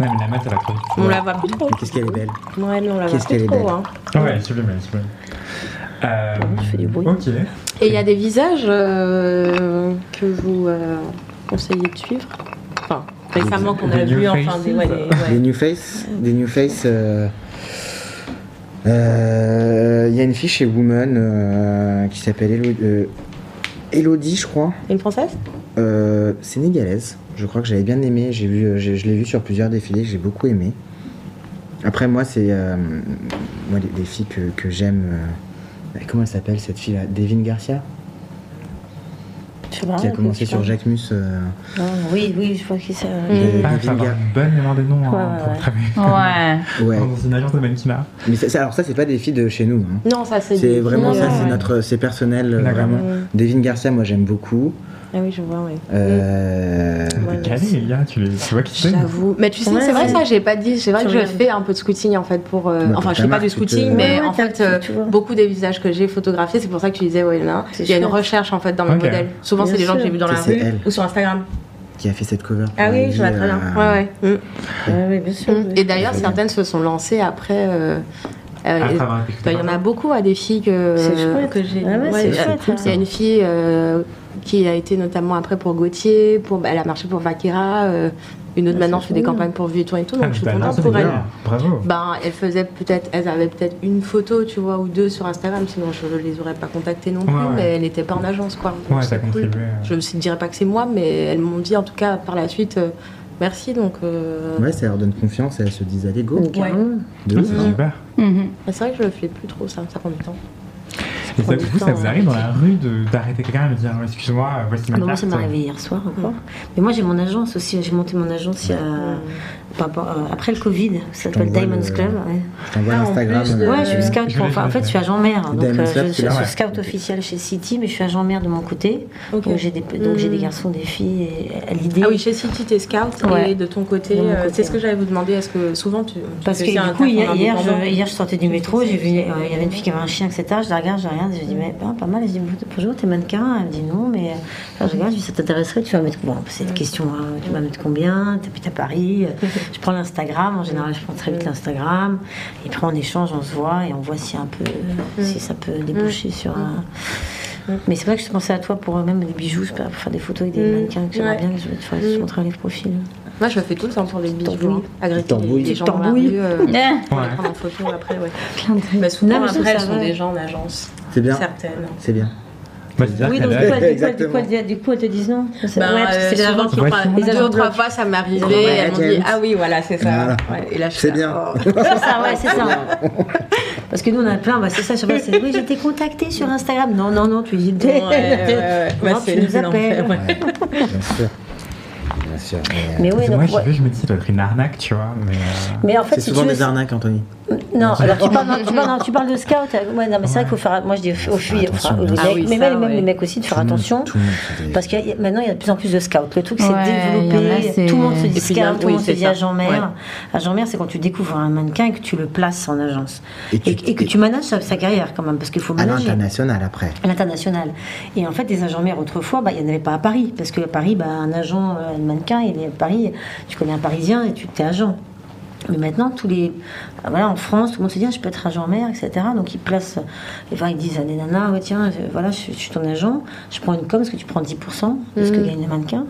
S1: Ouais, mais la meuf, elle a trop
S6: On la voit plus trop.
S3: Qu'est-ce qu'elle est belle.
S5: Ouais, non, on la voit
S3: Qu'est-ce qu'elle
S5: plus
S3: est
S5: trop.
S3: belle.
S5: hein.
S1: Ouais, sublime, elle est sublime. Euh,
S2: Je fais du bruit.
S1: Ok.
S6: Et il y a des visages euh, que vous euh, conseillez de suivre. Enfin,
S5: Récemment qu'on
S1: Des
S5: a
S1: new
S5: vu, enfin,
S1: faces.
S5: des, ouais, des-
S3: Des
S5: ouais.
S3: New Face Des New Face. euh, euh, Il y a une fille chez Woman euh, qui s'appelle Elodie, Elodie, je crois.
S5: Une française
S3: Euh, sénégalaise. Je crois que j'avais bien aimé. J'ai vu, euh, j'ai- je l'ai vu sur plusieurs défilés. que J'ai beaucoup aimé. Après moi, c'est euh, moi les, les filles que, que j'aime. euh, comment elle s'appelle cette fille là Devine Garcia,
S2: Je sais pas,
S3: qui a
S2: Ah, je
S3: commencé
S2: sais pas. Hmm.
S3: sur Jacquemus. euh,
S2: Ah, Oui, oui, je vois qui c'est.
S3: Des-
S1: Ah,
S3: Devine
S1: ça va.
S3: Gar-
S1: Bonne mémoire des noms hein,
S2: Ouais, ouais,
S1: pour
S2: ouais.
S1: travailler
S4: Ouais.
S3: Ouais.
S1: dans une agence de mannequinat.
S3: Mais ça- ça- alors ça, c'est pas des filles de chez nous. hein.
S5: Non, ça, c'est.
S3: C'est
S5: des-
S3: vraiment ça,
S5: Ouais,
S3: c'est
S5: ouais.
S3: notre, c'est personnel euh,
S1: D'accord.
S3: vraiment. Devine Garcia, moi j'aime beaucoup.
S6: Ah oui, je vois, oui.
S3: Euh,
S1: T'es calé, Elia, tu, les- tu vois qui c'est
S6: J'avoue. Mais tu sais,
S2: Ouais,
S6: c'est vrai,
S2: ouais.
S6: ça, j'ai pas dit. C'est vrai que
S2: Tu
S6: je
S2: regardes.
S6: fais un peu de scouting, en fait, pour. euh,
S3: Bah,
S6: Enfin,
S3: pour
S6: je
S3: ta
S6: fais pas
S3: marque,
S6: de
S3: tu te-
S6: scouting,
S3: Ouais,
S6: mais
S2: ouais,
S6: en
S2: t'as-
S6: fait, euh,
S2: tu vois.
S6: beaucoup des visages que j'ai photographiés, c'est pour ça que tu disais, ouais, il y en a un.
S2: C'est
S6: Il y a une
S2: chouette.
S6: recherche, en fait, dans mes
S1: Ok.
S6: modèles. Souvent,
S2: Bien
S6: c'est des gens que
S2: sûr.
S6: j'ai vus dans
S3: Ça,
S6: la
S3: c'est
S6: rue
S3: elle.
S6: ou sur Instagram.
S3: qui a fait cette cover. pour
S6: Ah oui,
S3: Lily,
S6: je vois très bien.
S3: euh,
S6: Ouais,
S2: Mm.
S6: ouais.
S2: Ouais, ouais, bien sûr.
S6: Mm.
S2: ouais.
S6: Et d'ailleurs, certaines se sont lancées après. euh, euh,
S1: Après
S6: et-
S1: avoir
S6: bah,
S1: écouté
S6: Il y en a beaucoup à des filles que,
S2: C'est chouette.
S6: que j'ai.
S2: Ah euh, ouais,
S6: ouais,
S2: c'est
S6: euh,
S2: chouette,
S6: Il y a une fille euh, qui a été notamment après pour Gauthier, pour, elle a marché pour Vakira, euh, une autre
S2: Ah,
S6: maintenant
S2: c'est
S6: fait des
S2: cool.
S6: campagnes pour Vuitton et tout,
S1: Ah,
S6: donc je suis
S1: bah,
S6: contente
S1: non,
S6: pour elle.
S1: bien. Bravo.
S6: Ben, elle faisait peut-être, elles avaient peut-être une photo, tu vois, ou deux sur Instagram, sinon je ne les aurais pas contactées non plus,
S1: Ouais, ouais.
S6: mais elle n'était pas en agence, quoi. Donc
S1: Ouais,
S6: Bah, c'est
S1: t'as
S6: cool.
S1: contribué. euh.
S6: Je ne dirais pas que c'est moi, mais elles m'ont dit en tout cas par la suite, euh, merci, donc. euh,
S3: Ouais, ça leur donne confiance et elles se disent allez go.
S2: Carrément.
S3: De
S1: Ah,
S3: ouf. hein.
S1: c'est super.
S4: Mhm.
S6: C'est vrai que je le fais plus trop, ça, ça prend du temps.
S1: Et ça,
S6: prend
S1: du
S6: du
S1: coup, ça
S6: temps,
S1: vous
S6: hein.
S1: arrive dans la rue de- d'arrêter quelqu'un et de dire excuse-moi, euh, voici
S2: Ah
S1: ma
S2: bah, moi,
S1: carte.
S2: ça m'est arrivé hier soir encore. Mais moi, j'ai mon agence aussi. J'ai monté mon agence il y a- par rapport- euh, après le Covid. Ça s'appelle
S3: t'envoie
S2: Diamonds
S3: le-
S2: Club. ouais.
S3: Je t'envoie Instagram.
S5: plus de-
S3: euh,
S2: Ouais, je suis scout.
S1: je
S2: pour-
S1: l'ai
S2: enfin,
S1: fait,
S2: en fait,
S1: ouais.
S2: je suis agent maire. Donc,
S3: Diamond
S2: euh,
S3: Club,
S2: je
S3: tu
S2: suis
S3: l'as, ouais.
S2: scout officiel chez City, mais je suis agent maire de mon côté.
S5: Ok.
S2: Donc, j'ai des, donc, j'ai des
S5: Mm.
S2: garçons, des filles. Et à l'idée.
S5: Ah oui, chez City, t'es scout
S2: Ouais.
S5: et de ton côté,
S2: De mon
S5: euh,
S2: côté,
S5: c'est ce
S2: ouais.
S5: que j'allais vous demander. Est-ce que souvent tu. tu
S2: Parce
S5: fais
S2: que
S5: aussi
S2: du
S5: un
S2: coup, hier,
S5: taf en
S2: hier,
S5: indépendant
S2: je, hier, je sortais du métro, j'ai vu, euh, il y avait une fille qui avait un chien, etc. Je la regarde, je la regarde, je lui dis, mais ben, pas mal. Elle dit, bonjour, t'es mannequin Elle me dit, non, mais. Enfin, je regarde, je lui dis, ça t'intéresserait, tu vas mettre. Bon, c'est une question, hein, tu vas mettre combien T'habites à Paris euh, Je prends l'Instagram, en général, je prends très vite l'Instagram. Et après, on échange, on se voit et on voit si, un peu, si ça peut déboucher sur un. Mais c'est vrai que je pensais à toi pour euh, même des bijoux, je peux- pour faire des photos avec des
S5: Mm.
S2: mannequins que j'aimerais
S5: Ouais.
S2: bien que je, tu vois, je montrerai les profils.
S6: Moi, je le fais tout le temps pour les bijoux.
S2: Tambouille.
S6: hein. Agripper les,
S3: Tambouille.
S6: les gens dans la
S2: Tambouille.
S6: rue, euh,
S4: Eh.
S1: Ouais.
S6: les prendre en photo après, ouais.
S5: Bah, souvent,
S2: Non, mais ça,
S5: après,
S2: ça
S5: elles sont
S2: va.
S5: des gens en agence.
S3: C'est bien.
S5: Certaines.
S3: C'est bien.
S1: Bah, c'est-à-dire
S2: Oui,
S1: qu'elle
S2: donc du
S1: a-
S2: coup, elle- du coup, elle- du
S3: Exactement.
S2: coup, elle- du coup, elles te disent non. C'est-
S6: Ben,
S2: ouais, parce que
S6: euh,
S2: c'est les
S6: souvent,
S2: agences
S6: qui
S1: Ouais,
S6: ont pas-
S1: c'est
S6: deux
S2: vrai.
S6: ou trois fois, ça m'est arrivé.
S3: Ouais,
S6: Elles m'ont dit
S3: James.
S6: Ah oui, voilà, c'est ça.
S3: Voilà.
S6: Ouais, et là, je
S3: C'est
S6: fais,
S3: bien.
S6: Oh.
S2: C'est ça, ouais, c'est ça. Parce que nous, on a plein, bah, c'est ça, sur c'est oui, j'ai été contactée sur Instagram. Non, non, non, tu hésites.
S5: Ouais, ouais, ouais.
S2: Non,
S5: Bah,
S2: tu
S5: c'est
S2: nous
S5: l'enfer,
S2: appelles.
S5: ouais.
S3: Bien sûr. Bien sûr. mais, euh,
S2: Mais oui,
S1: Parce que Moi,
S2: donc,
S1: j'y
S2: ouais.
S1: vais, je me dis, ça doit être une arnaque, tu vois. Mais, euh,
S2: Mais en fait,
S3: C'est
S2: si
S3: souvent
S2: tu veux,
S3: des arnaques, Anthony.
S2: Non, alors tu parles, non, tu parles, non, tu parles de scout. euh, Ouais, non, mais c'est vrai qu'il faut faire. Moi, je dis aux filles, aux,
S3: attention,
S2: aux
S3: bien
S2: mecs,
S6: sûr. Ah oui,
S2: mais
S6: ça,
S2: même, même
S6: ouais.
S2: les mecs aussi, de faire
S3: Tout le monde-
S2: attention.
S3: tout le monde fait des-
S2: Parce que y a- maintenant, il y a de plus en plus de scouts. Le truc, c'est
S4: Ouais, il y en a,
S2: développé.
S4: c'est-
S2: Tout le monde se
S4: Et
S6: puis,
S2: dit scout,
S6: il y a-
S2: tout
S6: oui,
S2: le monde se
S6: c'est
S2: dit
S6: ça.
S2: agent-mère.
S6: Ouais.
S2: Agent-mère, c'est quand tu découvres un mannequin et que tu le places en agence.
S3: Et Ah
S2: Et,
S3: tu-
S2: et que tu manages sa, sa carrière quand même, parce qu'il faut
S3: À
S2: manager.
S3: l'international après.
S2: À l'international. Et en fait, les agents mères autrefois, bah, il n'y en avait pas à Paris. Parce que à Paris, bah, un agent, euh, un mannequin, il est à Paris, tu connais un Parisien et tu es agent. Mais maintenant, tous les. ah, Voilà, en France, tout le monde se dit, ah, je peux être agent mère, etc. Donc ils placent. Enfin, ils disent à des nanas, ouais, tiens, euh, voilà, je, je suis ton agent, je prends une com, parce que tu prends 10% de ce que gagne le mannequin.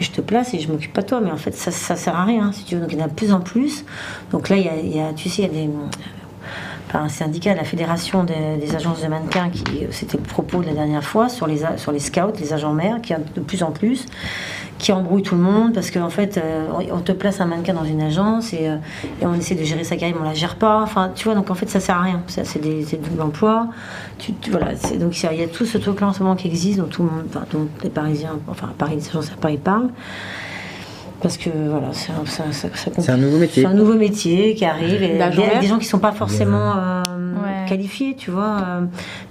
S2: Et je te place et je m'occupe pas de toi. Mais en fait, ça, ça sert à rien, si tu veux. Donc il y en a de plus en plus. Donc là, il y a, il y a- tu sais, il y a des par un syndicat, la Fédération des, des agences de mannequins, qui c'était le propos de la dernière fois, sur les, a- sur les scouts, les agents mères, qui y en a de plus en plus, qui embrouillent tout le monde, parce qu'en fait, euh, on on te place un mannequin dans une agence et, euh, et on essaie de gérer sa carrière, mais on la gère pas. Enfin, tu vois, donc en fait, ça sert à rien. Ça, C'est des- c'est du double emploi. Tu, tu- voilà, c'est- donc il y a- il y a tout ce truc-là en ce moment qui existe, dont tout le monde, enfin, dont les Parisiens, enfin, à Paris, les agences à Paris parlent. Parce que voilà, c'est un- ça, ça- ça
S3: C'est un nouveau métier.
S2: c'est un nouveau métier qui arrive, et
S6: D'agent
S2: des,
S6: vert.
S2: des gens qui sont pas forcément euh,
S4: Ouais.
S2: qualifiés, tu vois. euh,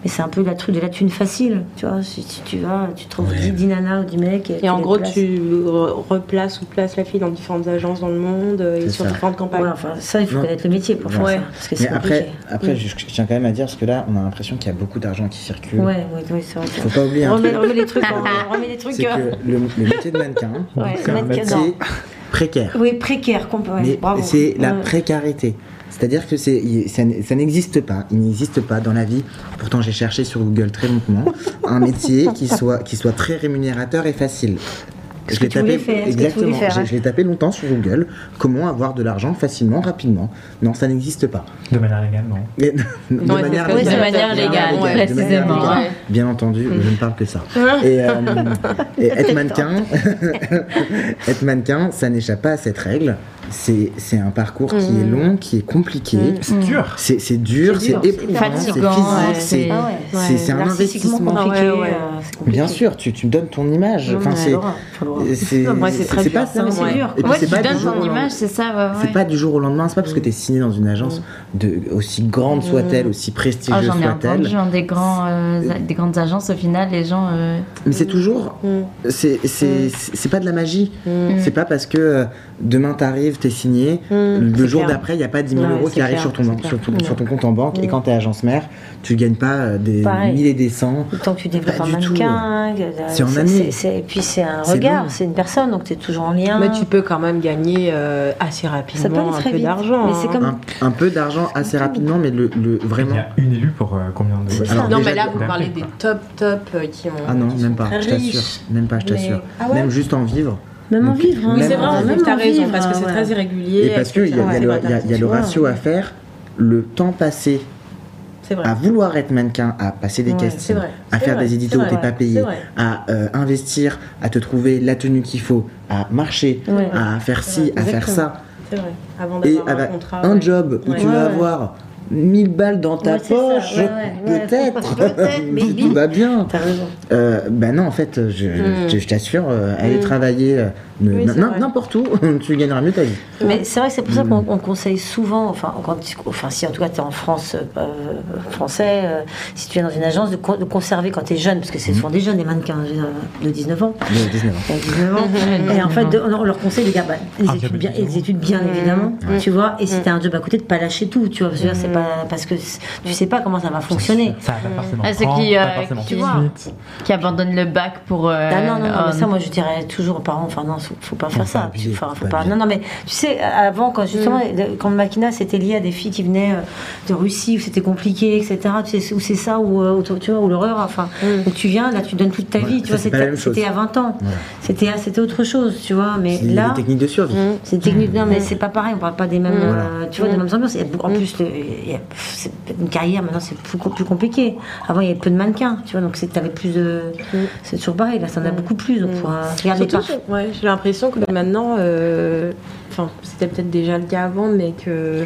S2: mais c'est un peu la truc de la thune facile, tu vois. Si tu, tu vas, tu trouves 10, 10 nanas ou 10 mecs.
S5: Et en
S2: les
S5: gros,
S2: places.
S5: tu re- replaces ou places la fille dans différentes agences dans le monde euh,
S3: C'est
S5: et sur
S3: ça.
S5: différentes
S2: Ouais,
S5: campagnes.
S2: enfin, ça, il faut
S3: Non.
S2: connaître le métier pour faire
S5: Ouais.
S2: ça. Parce que
S3: Mais
S2: c'est
S3: après,
S2: compliqué.
S3: après je, je tiens quand même à dire, parce que là, on a l'impression qu'il y a beaucoup d'argent qui circule.
S2: Ouais, oui, oui, c'est vrai.
S3: euh, Faut pas oublier un
S2: Remets,
S3: truc,
S2: remets les trucs, en- remets les trucs.
S3: c'est
S2: euh,
S3: que le, le métier de mannequin,
S2: ouais,
S1: c'est un
S2: mettre-
S3: c'est
S2: non.
S3: précaire.
S2: Oui, précaire, qu'on peut. ouais,
S3: Mais
S2: bravo.
S3: c'est la
S2: Ouais.
S3: précarité. C'est-à-dire que c'est, il- ça, n- ça n'existe pas. Il n'existe pas dans la vie. Pourtant, j'ai cherché sur Google très longuement un métier qui soit, qui soit très rémunérateur et facile.
S2: Ce que tu voulais faire, ce que tu
S3: exactement.
S2: voulais faire,
S3: j'ai-
S2: hein.
S3: je l'ai tapé longtemps sur Google. Comment avoir de l'argent facilement, rapidement Non, ça n'existe pas.
S1: De manière légale,
S6: Mm.
S1: non.
S3: Mais- de
S6: Non,
S3: manière
S6: c'est- oui, de
S3: légale.
S6: manière
S3: De
S6: légale,
S3: manière
S4: ouais,
S3: légale.
S4: précisément, ouais.
S3: Bien entendu, je ne parle que ça. Et, euh, et être mannequin, être mannequin, ça n'échappe pas à cette règle. C'est c'est un parcours qui est long, qui est compliqué.
S1: C'est Mm. dur.
S3: C'est c'est dur,
S2: C'est dur,
S3: c'est
S2: c'est
S3: éprouvant, c'est physique,
S4: fatigant, ouais,
S3: c'est
S2: Ah ouais.
S3: c'est- c'est un
S2: Narcissiquement
S3: investissement.
S2: compliqué,
S6: Ouais, ouais.
S2: euh, c'est compliqué.
S3: Bien sûr, tu, tu donnes ton image.
S2: Non,
S3: Enfin,
S2: mais
S3: c'est euh,
S2: alors, enfin, pauvre.
S3: C'est
S2: Non, moi, c'est très
S3: c'est
S2: dur.
S3: pas
S2: Non, mais
S3: simple.
S2: c'est dur.
S3: Et puis,
S4: Ouais,
S3: c'est
S4: tu
S3: pas du
S4: donnes
S3: jour au
S4: ton
S3: lendemain.
S4: image, c'est ça. ouais,
S3: C'est
S4: ouais.
S3: pas du jour au lendemain, c'est pas parce que t'es signé dans une agence de, aussi grande soit-elle, aussi
S4: Ah,
S3: prestigieuse
S4: j'en ai entendu
S3: soit-elle.
S4: dans des, grands, euh, a- des grandes agences, au final, les gens. euh,
S3: Mais c'est toujours.
S5: Mm.
S3: C'est c'est- c'est- c'est pas de la magie.
S2: Mm.
S3: C'est pas parce que euh, demain t'arrives, t'es signé, le
S2: c'est
S3: jour
S2: clair.
S3: d'après, il n'y a pas 10 000
S2: Ouais,
S3: euros
S2: c'est
S3: qui arrivent
S2: clair,
S3: sur ton,
S2: c'est
S3: ban-
S2: clair. Mm.
S3: sur, ton- sur ton compte en banque. Et quand t'es agence mère, tu gagnes pas euh, des
S2: Pareil.
S3: 1000 et des 100.
S2: Le temps que tu développes
S3: Pas
S2: un
S3: du tout. euh,
S2: mannequin, que-
S3: C'est en
S2: c'est-
S3: année.
S2: c'est- c'est- et puis c'est un
S3: C'est
S2: regard,
S3: long.
S2: c'est une personne, donc tu es toujours en lien.
S5: Bah,
S6: Mais tu peux quand même gagner euh, assez
S2: ça peut aller
S6: rapidement un
S2: très
S6: peu
S2: vite.
S6: d'argent.
S2: mais c'est
S6: hein.
S2: comme
S3: Un, un peu d'argent
S2: Mm.
S3: assez rapidement, mais le, le-
S1: Il y
S3: vraiment.
S1: a une élue pour euh, combien de.
S3: C'est Alors, ça.
S6: non,
S3: déjà,
S6: mais là, vous
S1: d'accord.
S6: parlez des top top euh, qui ont.
S3: Ah non,
S6: qui
S3: même
S6: sont
S3: pas,
S6: très
S3: je t'assure.
S6: riches.
S3: Même pas, je
S6: Mais-
S3: t'assure.
S5: Ah ouais
S3: Même juste en vivre.
S2: même en
S3: Donc,
S2: vivre. hein.
S5: Oui, c'est vrai,
S3: Même
S5: en
S3: en
S5: fait, t'as
S2: en
S5: raison,
S2: vivre,
S5: parce que c'est
S2: ouais.
S5: très irrégulier.
S3: hein, Et parce qu'il y a, il y a le- il y a- il y a le ratio
S2: hein
S3: à faire, le temps passé
S5: C'est vrai.
S3: à vouloir être mannequin, à passer des
S2: Ouais,
S5: c'est
S3: castings,
S5: vrai,
S3: à
S5: c'est
S3: faire
S5: vrai,
S3: des éditos
S5: c'est
S3: où
S5: vrai,
S3: t'es pas
S5: c'est
S3: payé,
S5: vrai.
S3: à euh, investir, à te trouver la tenue qu'il faut, à marcher,
S2: Ouais.
S3: à faire ci, à faire ça,
S5: C'est vrai. Avant
S3: et
S5: d'avoir un
S3: avec
S5: contrat.
S3: un
S5: ouais.
S3: job où
S5: Ouais.
S3: tu
S5: Ouais,
S3: vas
S5: ouais.
S3: avoir 1000 balles dans ta
S2: Ouais, c'est ça,
S3: poche,
S2: ouais, ouais, ouais.
S3: peut-être,
S2: Peut-être, mais
S3: si tout
S2: oui.
S3: va bien.
S2: T'as raison.
S3: Euh, ben non, en fait, je, je- je t'assure, euh, aller travailler euh, ne-
S5: Hmm. Oui, c'est
S3: n'im-
S5: vrai.
S3: n'importe où, tu gagneras mieux ta vie.
S2: Mais c'est vrai que c'est
S5: Mm.
S2: pour ça qu'on on conseille souvent, enfin, quand tu- enfin si en tout cas tu es en France, euh, français, euh, si tu es dans une agence, de, con- de conserver quand tu es jeune, parce que
S5: Mm.
S2: c'est souvent des jeunes, des mannequins euh, de 19 ans.
S3: Mais 19 ans.
S2: euh, 19
S5: Mm.
S2: ans. Et en fait, de- on on leur conseille, les gars, bah, les,
S1: Ah,
S2: études,
S1: bien,
S2: bien,
S1: bien,
S2: les études bien évidemment,
S5: Mm.
S2: tu vois, et si tu as un job à côté, de pas lâcher tout, tu vois, parce que là, c'est pas, parce que c- tu sais pas comment ça va fonctionner.
S1: Ça va pas forcément.
S4: Ah, ceux
S1: prendre,
S4: qui,
S1: pas
S4: euh,
S1: forcément
S4: qui-
S1: tout de suite.
S4: Qui abandonnent le bac pour. euh,
S2: Ah non, non, non, mais
S4: un-
S2: ça, moi, je dirais toujours aux parents, enfin, non, faut, faut pas faire
S3: pas
S2: ça.
S3: abuser,
S2: Enfin,
S3: faut
S2: faut
S3: pas
S2: pas-
S3: abuser.
S2: Non, non, mais tu sais, avant, quand justement, le- quand le maquina, c'était lié à des filles qui venaient euh, de Russie, où c'était compliqué, etc., tu sais, où c'est ça, ou euh, autour- tu vois, ou l'horreur, enfin, où tu viens, là, tu donnes toute ta
S3: Ouais,
S2: vie,
S3: ça,
S2: tu vois,
S3: c'est pas la
S2: c'était
S3: même chose.
S2: c'était à 20 ans.
S3: Voilà.
S2: C'était ah, C'était autre chose, tu vois, mais
S3: C'est
S2: là.
S3: des techniques de survie.
S5: hmm,
S2: C'est technique, non mais
S5: Mm.
S2: c'est pas pareil, on parle pas des mêmes, euh, tu vois, des mêmes ambiances. Il y a beaucoup- en plus, le- il y a- pff, c'est- une carrière maintenant c'est beaucoup plus compliqué. Avant il y avait peu de mannequins, tu vois, donc c'est t'avais plus de, c'est toujours pareil. Là, ça en a beaucoup plus. Donc pour euh, regarder
S5: Mm. Surtout,
S2: par.
S5: que- ouais, j'ai l'impression que maintenant, euh, enfin, c'était peut-être déjà le cas avant, mais que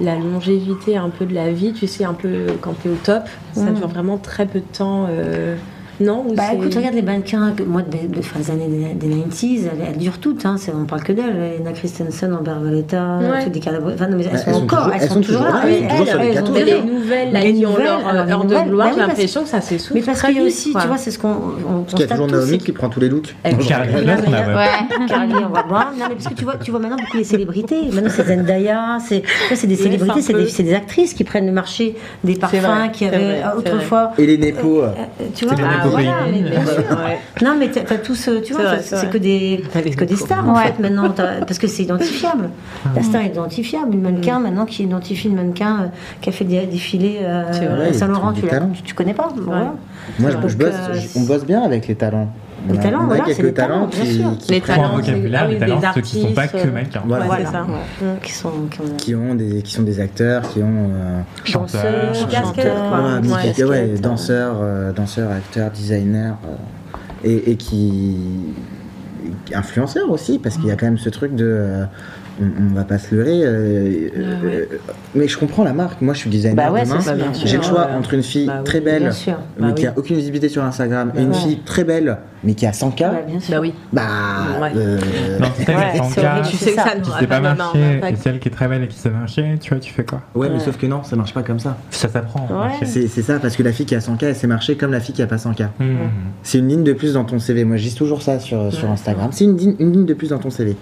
S5: la longévité un peu de la vie, tu sais, un peu quand t'es au top, ça
S2: Mm.
S5: dure vraiment très peu de temps. euh, non ou
S2: Bah
S5: c'est-
S2: écoute, regarde les mannequins, que moi de, de, enfin, des années des- des 90s, elles, elles durent toutes, hein, c'est- on parle que d'elles. Elena Christensen, Amber Valletta,
S5: Ouais.
S2: toutes des cadavres. Enfin, non, mais elles,
S3: Bah, Elles
S2: sont,
S3: sont
S2: encore,
S3: toujours-
S2: elles, sont toujours là.
S3: elles
S2: Oui,
S3: sont toujours sur les
S2: elles ont
S3: gâteaux.
S5: Mais
S2: des-
S5: les nouvelles, là,
S2: Les
S5: qui ont
S2: nouvelles,
S5: leur
S2: alors, les
S5: heure euh, de
S2: nouvelles,
S5: gloire,
S2: bah
S5: j'ai
S2: oui, parce-
S5: l'impression que ça s'essouffle.
S2: Mais parce
S5: très
S2: qu'il y a
S5: vite,
S2: aussi,
S5: quoi.
S2: tu vois, c'est ce qu'on on, on
S3: Parce qu'il y a
S2: constate
S3: toujours
S2: tous, c'est
S3: Naomi qui prend tous les looks.
S2: Elle-
S3: Non, je
S1: Carrie
S3: rigole.
S1: Hilson, on a-
S4: Ouais.
S2: Carly, on va voir. Non, mais parce que tu vois, tu vois maintenant beaucoup les célébrités. Maintenant, c'est Zendaya, c'est tu vois, c'est des
S5: Oui,
S2: célébrités, c'est
S5: c'est un peu-
S2: des, c'est des actrices qui prennent le marché des parfums
S5: vrai,
S2: qui
S5: c'est
S2: avaient
S5: vrai, c'est
S2: autrefois.
S3: Et les népos. euh,
S2: Euh, Tu vois,
S1: C'est
S2: bah,
S1: des
S2: voilà,
S1: copines.
S2: mais bien sûr. Non, mais t'as t'as tous, euh, tu vois,
S5: C'est vrai,
S2: c'est-
S5: c'est
S2: c'est
S5: vrai.
S2: que des, c'est que des stars en fait maintenant, t'as- parce que c'est identifiable. La star est identifiable, une mannequin maintenant qui identifie une mannequin euh, qui a fait des défilés euh,
S5: C'est
S3: vrai,
S2: à Saint-Laurent, tu,
S3: ils ont du
S2: la-
S3: talent.
S2: tu, tu connais pas. voilà.
S3: Moi, je,
S2: Donc,
S3: je bosse,
S2: euh,
S3: je- on bosse bien avec les talents.
S2: Les
S3: On a-
S2: talents,
S3: on a
S2: voilà, c'est
S3: quelques
S2: les
S3: talents
S2: talents, bien
S3: qui,
S2: sûr.
S3: qui
S5: Les
S3: prennent-
S1: Pour un
S5: talents,
S1: vocabulaire,
S5: ah oui,
S1: les talents,
S5: des
S1: ceux qui sont pas
S5: artistes,
S1: que
S5: euh,
S1: mannequins.
S3: Voilà.
S5: Ouais,
S2: Voilà.
S5: c'est ça. ouais.
S2: Qui sont qui ont-
S3: qui ont des, qui sont des acteurs, qui ont euh,
S1: Chanteurs,
S2: danseurs,
S5: chanteurs,
S2: basketteurs,
S5: Ah,
S2: quoi.
S3: voilà, des-
S5: ouais,
S3: des- ouais,
S2: Basket,
S3: danseurs, euh, danseurs, acteurs, designers, euh, et, et qui influenceurs aussi, parce qu'il y a quand même ce truc de euh, on, on va pas se leurrer. euh, euh, mais je comprends la marque. Moi, je suis designer
S2: Ah Bah ouais,
S3: demain.
S2: c'est ça, bien
S3: J'ai
S2: sûr.
S3: le choix
S5: Ouais.
S3: entre une fille
S5: Bah oui,
S3: très belle,
S2: Bien sûr. Bah
S3: mais
S5: Bah
S3: qui a
S5: oui.
S3: aucune visibilité sur Instagram, et une
S2: ouais.
S3: fille très belle, mais qui a 100K.
S2: Ouais, bien sûr.
S6: Bah oui.
S3: Bah,
S5: Ouais.
S3: euh,
S1: Non, si t'as
S2: Ouais,
S1: les
S2: c'est
S1: 100K,
S2: horrible.
S5: Tu sais que ça ne
S1: qui
S5: va
S1: s'est pas
S5: pas marcher.
S1: marché, et celle qui est très belle et qui s'est marché, tu vois, tu fais quoi
S3: ouais, mais sauf que non, ça marche pas comme ça.
S1: Ça s'apprend. à
S2: Ouais.
S1: marcher.
S3: C'est c'est ça, parce que la fille qui a 100K, elle s'est marchée comme la fille qui a pas 100K.
S1: Mhm.
S3: C'est une ligne de plus dans ton CV. Moi, je dis toujours ça sur, sur Instagram. C'est une, ligne- une ligne de plus dans ton CV.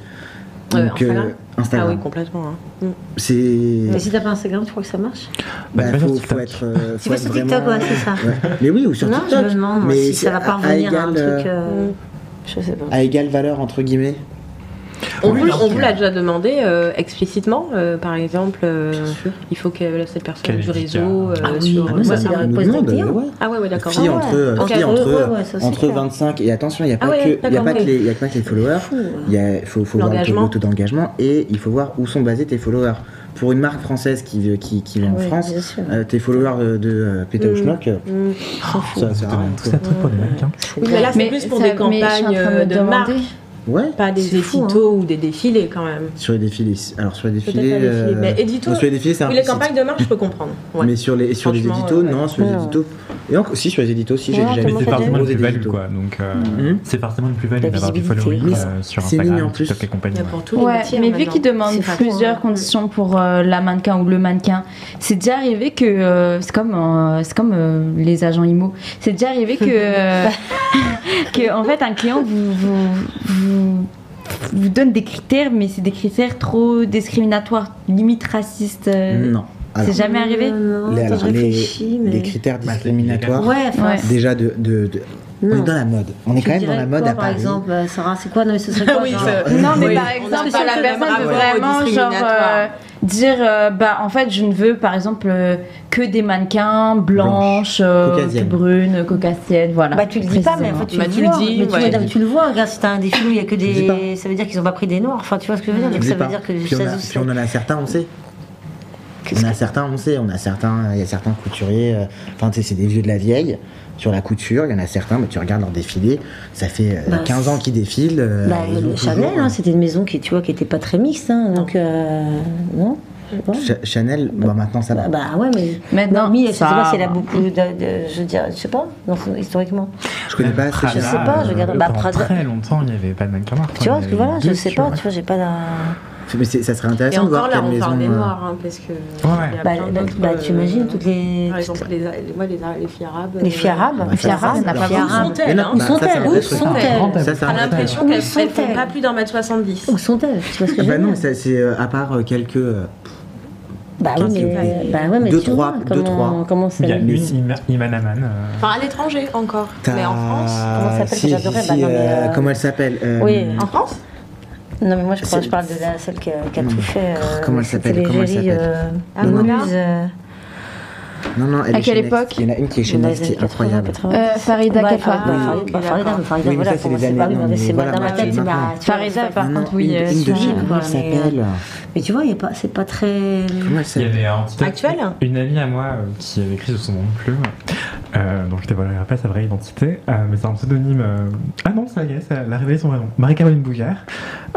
S5: Euh,
S3: Donc,
S5: Instagram
S3: euh,
S5: Ah oui,
S3: Instagram.
S5: complètement. hein.
S2: Mais
S3: C'est.
S2: si t'as pas Instagram, tu crois que ça marche
S1: Bah,
S3: bah,
S1: c'est pas
S3: faut,
S1: sur TikTok.
S3: faut être. euh,
S2: C'est
S3: faut
S2: pas
S3: être
S2: sur
S3: vraiment- euh,
S2: TikTok, ouais, c'est ça.
S3: Ouais. Mais oui, ou sur
S2: Non, je
S3: TikTok.
S2: me demande moi,
S3: mais
S2: si
S3: c'est
S2: ça va pas
S3: à- à
S2: revenir à un
S3: égale,
S2: truc.
S3: euh,
S2: euh, Ah Je sais pas.
S3: À égale valeur, entre guillemets.
S5: On,
S1: Oui,
S5: vous,
S1: bien
S5: on
S1: sûr.
S5: vous l'a déjà demandé euh, explicitement, euh, par exemple, euh, il faut que euh, cette personne
S1: Quelle
S5: ait du
S1: éthique,
S5: réseau
S1: hein.
S5: euh,
S2: Ah oui,
S5: sur.
S2: ah
S3: non,
S2: oui,
S5: Ouais,
S2: ça, c'est
S5: ah
S2: la
S3: nous
S2: réponse
S3: demande,
S2: d'un client.
S3: ouais.
S5: ah ouais, ouais, d'accord.
S3: Fille
S2: Ah ouais.
S3: entre, euh,
S2: Ok,
S3: fille
S2: ouais,
S3: entre,
S2: ouais, ouais, ça, c'est
S3: entre
S2: clair.
S3: 25 et attention, il n'y a, pas
S5: Ah ouais,
S3: que- il y a,
S5: d'accord,
S3: pas que
S5: ok.
S3: les- il y a pas que les followers.
S2: fou,
S3: Il y a- faut, faut voir le taux-
S5: L'engagement.
S3: le taux d'engagement et il faut voir où sont basés tes followers. Pour une marque française qui, veut- qui, qui vit en
S2: Oui,
S3: France,
S2: bien sûr.
S3: euh, tes followers de, de euh, Peter Schnock, euh,
S5: Mm.
S3: ça
S1: Tout
S3: sert à rien.
S1: Ah, un truc pour des mannequins.
S5: Oui, mais là, c'est plus pour
S4: ça-
S5: des
S4: mais je suis en
S5: campagnes
S4: train de
S5: euh,
S4: me
S5: de
S4: demander.
S5: marques
S3: Ouais.
S5: Pas des
S2: C'est fou, hein.
S5: éditos ou des défilés quand même.
S3: Sur les défilés. Alors sur les
S5: Peut-être
S3: défilés. euh,
S5: pas les défilés, mais édito-
S3: non, sur les défilés, c'est un
S5: Oui,
S3: peu
S5: les campagnes de marche, je peux comprendre. Ouais.
S3: Mais sur les sur les
S5: Franchement,
S3: éditos,
S5: ouais,
S3: non,
S5: ouais.
S3: sur les
S2: Ouais.
S3: éditos. Et encore, si sur les éditos, si j'ai
S2: Ouais,
S3: jamais
S1: Mais
S2: comment
S1: c'est
S2: ça
S1: forcément
S2: donne
S1: une
S3: gros
S1: plus-value,
S3: éditos.
S1: quoi. Donc, euh,
S5: Hmm.
S3: Mhm.
S1: c'est forcément une plus-value
S2: La
S1: d'avoir du
S2: visibilité.
S1: following
S2: Mais
S1: euh, sur
S3: c'est mignon, en
S1: Instagram,
S3: plus.
S1: TikTok et
S5: Il y
S1: compagnie.
S5: a
S1: ouais.
S5: pour tous les
S4: Ouais,
S5: métiers, hein,
S4: mais vu
S5: maintenant.
S4: qu'ils demandent
S2: C'est pas
S4: plusieurs
S2: con, hein.
S4: conditions pour euh, la mannequin ou le mannequin, c'est déjà arrivé que euh, c'est comme euh, c'est comme euh, les agents IMO. C'est déjà arrivé que euh, que en fait un client vous vous, vous- vous donne des critères, mais c'est des critères trop discriminatoires, limite racistes. euh,
S3: Non. Alors,
S4: c'est jamais arrivé.
S2: Non,
S3: les,
S2: attends,
S3: alors,
S2: je
S3: les-
S2: réfléchis, mais-
S3: les critères
S1: Bah, c'est
S3: discriminatoires.
S2: Ouais, enfin,
S4: Ouais.
S3: Déjà de, de- de- on
S2: Non.
S3: est dans la mode. On est
S2: tu
S3: quand même dans
S2: dirais
S3: la mode
S2: quoi,
S3: à Paris.
S2: Par exemple, euh, Sarah, c'est quoi Non, mais ce serait quoi
S5: Oui,
S2: genre bah,
S5: c'est-
S4: Non, mais
S5: Oui.
S4: par
S5: On a
S4: exemple,
S5: pas
S4: la
S5: le
S4: personne
S5: même
S4: veut
S5: rapport au
S4: vraiment genre, euh,
S5: discriminatoire.
S4: dire euh, bah en fait je ne veux par exemple euh, que des mannequins blanches, euh,
S3: caucasiennes.
S4: brunes, caucasiennes, voilà.
S2: Bah tu le dis pas, mais en fait, tu,
S5: Bah,
S2: le
S5: tu le
S2: vois.
S5: dis,
S2: Mais tu,
S5: ouais.
S2: non, mais tu le vois, regarde, si t'as un défilé où il y a que
S3: Je dis
S2: des,
S3: pas.
S2: ça veut dire qu'ils ont pas pris des noirs. Enfin, tu vois ce que je veux dire.
S3: Je
S2: Donc
S3: sais
S2: ça veut
S3: pas.
S2: dire que
S3: puis, on a,
S2: ça
S3: puis on en a certains, on sait. On a certains, on sait. On a certains, il y a certains couturiers. euh, Enfin, tu sais, c'est des vieux de la vieille. Sur la couture, il y en a certains, mais tu regardes leur défilé, ça fait euh,
S2: Bah,
S3: 15 ans qu'ils défilent. euh,
S2: Bah,
S3: ils ont toujours,
S2: Chanel,
S3: euh,
S2: hein, c'était une maison qui, tu vois, qui était pas très mixte, hein, donc euh, non. je sais pas.
S3: Cha- Chanel, bon, maintenant ça va.
S2: Bah ouais, mais
S4: Maintenant,
S2: Naomi, je sais
S4: ça
S2: pas si elle a
S4: va.
S2: beaucoup de, de- je veux dire, je sais pas, non, historiquement.
S3: Je connais pas assez
S1: Prada,
S2: je sais pas, je
S1: euh,
S2: regarde- bah,
S1: pendant
S2: Prada-
S1: très longtemps, il n'y avait pas de mannequin noir. quoi.
S2: Tu vois,
S1: Il y
S2: parce que
S1: en avait
S2: voilà, je
S1: deux,
S2: sais pas,
S1: vois.
S2: tu vois, j'ai pas la.
S3: Mais c'est- ça serait
S5: Et
S3: intéressant de
S5: encore
S3: voir
S5: là,
S3: quelle
S5: on
S3: maison.
S5: parle des
S3: euh,
S5: noirs, hein, parce que. il y a
S2: Bah,
S5: plein
S2: bah,
S5: d'autres,
S2: bah,
S5: euh,
S2: tu imagines toutes les.
S5: Par exemple, les, les, ouais, les, les filles arabes.
S2: Les filles
S5: euh,
S2: arabes,
S3: bah,
S2: les filles
S3: ça, ça,
S2: arabes,
S3: ça,
S2: les
S3: ça,
S2: filles
S3: ça,
S2: arabes.
S5: sont-elles,
S3: Mais
S5: hein
S3: non,
S2: Où
S3: bah, ça, c'est un
S2: sont-elles
S3: vrai
S2: Où
S3: truc.
S2: sont-elles
S3: Ça, c'est un vrai
S5: T'as
S3: truc.
S5: l'impression
S2: Où
S5: qu'elles ne
S2: sont-elles
S5: font pas plus d'un mètre 70.
S2: Où sont-elles Tu vois ce que
S3: Ah
S2: je veux
S3: bah non,
S2: dire
S3: ça, c'est euh, à part euh, quelques. euh,
S2: Bah oui,
S3: Quinze
S2: mais,
S3: kilos.
S2: bah ouais, mais
S3: Deux,
S2: tu
S3: trois,
S2: vois,
S3: deux,
S2: comment,
S3: trois.
S2: comment ça
S1: Il y a
S2: s'appelle
S1: une
S3: Mais-
S1: Ima- Iman Aman. euh,
S5: Enfin, à l'étranger encore. Mais en France.
S2: comment ça s'appelle que
S3: si,
S2: j'adorais
S3: si,
S2: Bah non,
S3: euh,
S2: mais, euh,
S3: Comment elle s'appelle euh,
S2: Oui.
S5: En France
S2: Non, mais moi je, parle-
S3: C'est-
S2: je parle de la celle qui a, qui a
S3: Non,
S2: tout
S3: mais-
S2: fait. euh,
S3: Comment elle
S2: c'était
S3: s'appelle Comment elle
S2: l'égérie,
S3: s'appelle
S2: euh,
S5: Ah,
S2: Moulin.
S5: Moulin.
S2: euh,
S3: Non, non, elle
S4: À
S3: est
S4: quelle
S3: chez Next.
S4: époque
S3: Il y en a une qui est chez
S2: dans les
S3: Next, qui
S2: années
S3: est
S2: 80,
S3: incroyable.
S2: 90.
S4: Euh, Farida
S2: Ouais,
S4: Keffa.
S2: ah, bah, Farida, Farida, Farida,
S3: Oui, mais
S2: voilà,
S3: ça, c'est
S2: comment
S3: les années-
S2: pas- oui,
S3: non,
S2: mais
S3: mais
S2: c'est pas
S3: voilà,
S2: dans ma
S3: maintenant,
S2: tête, c'est
S3: maintenant.
S2: ma- tu vois,
S4: Farida,
S2: c'est pas-
S4: par
S3: Non, non,
S4: contre, oui.
S3: une,
S4: euh,
S3: une de
S4: sur-
S3: filles, comment elle
S2: mais- euh,
S3: s'appelle euh,
S2: Mais tu vois, il y a pas, c'est pas très.
S3: Comment elle
S1: Il y
S3: s'appelle
S1: avait un petit-
S5: Actuel
S1: Une amie à moi euh, qui avait écrit sous son nom de plume, euh, donc je ne dévoilerai pas sa vraie identité, euh, mais c'est un pseudonyme. euh, Ah non, ça y est, ça, elle a révélé son vrai nom. Marie-Caroline Bouillard.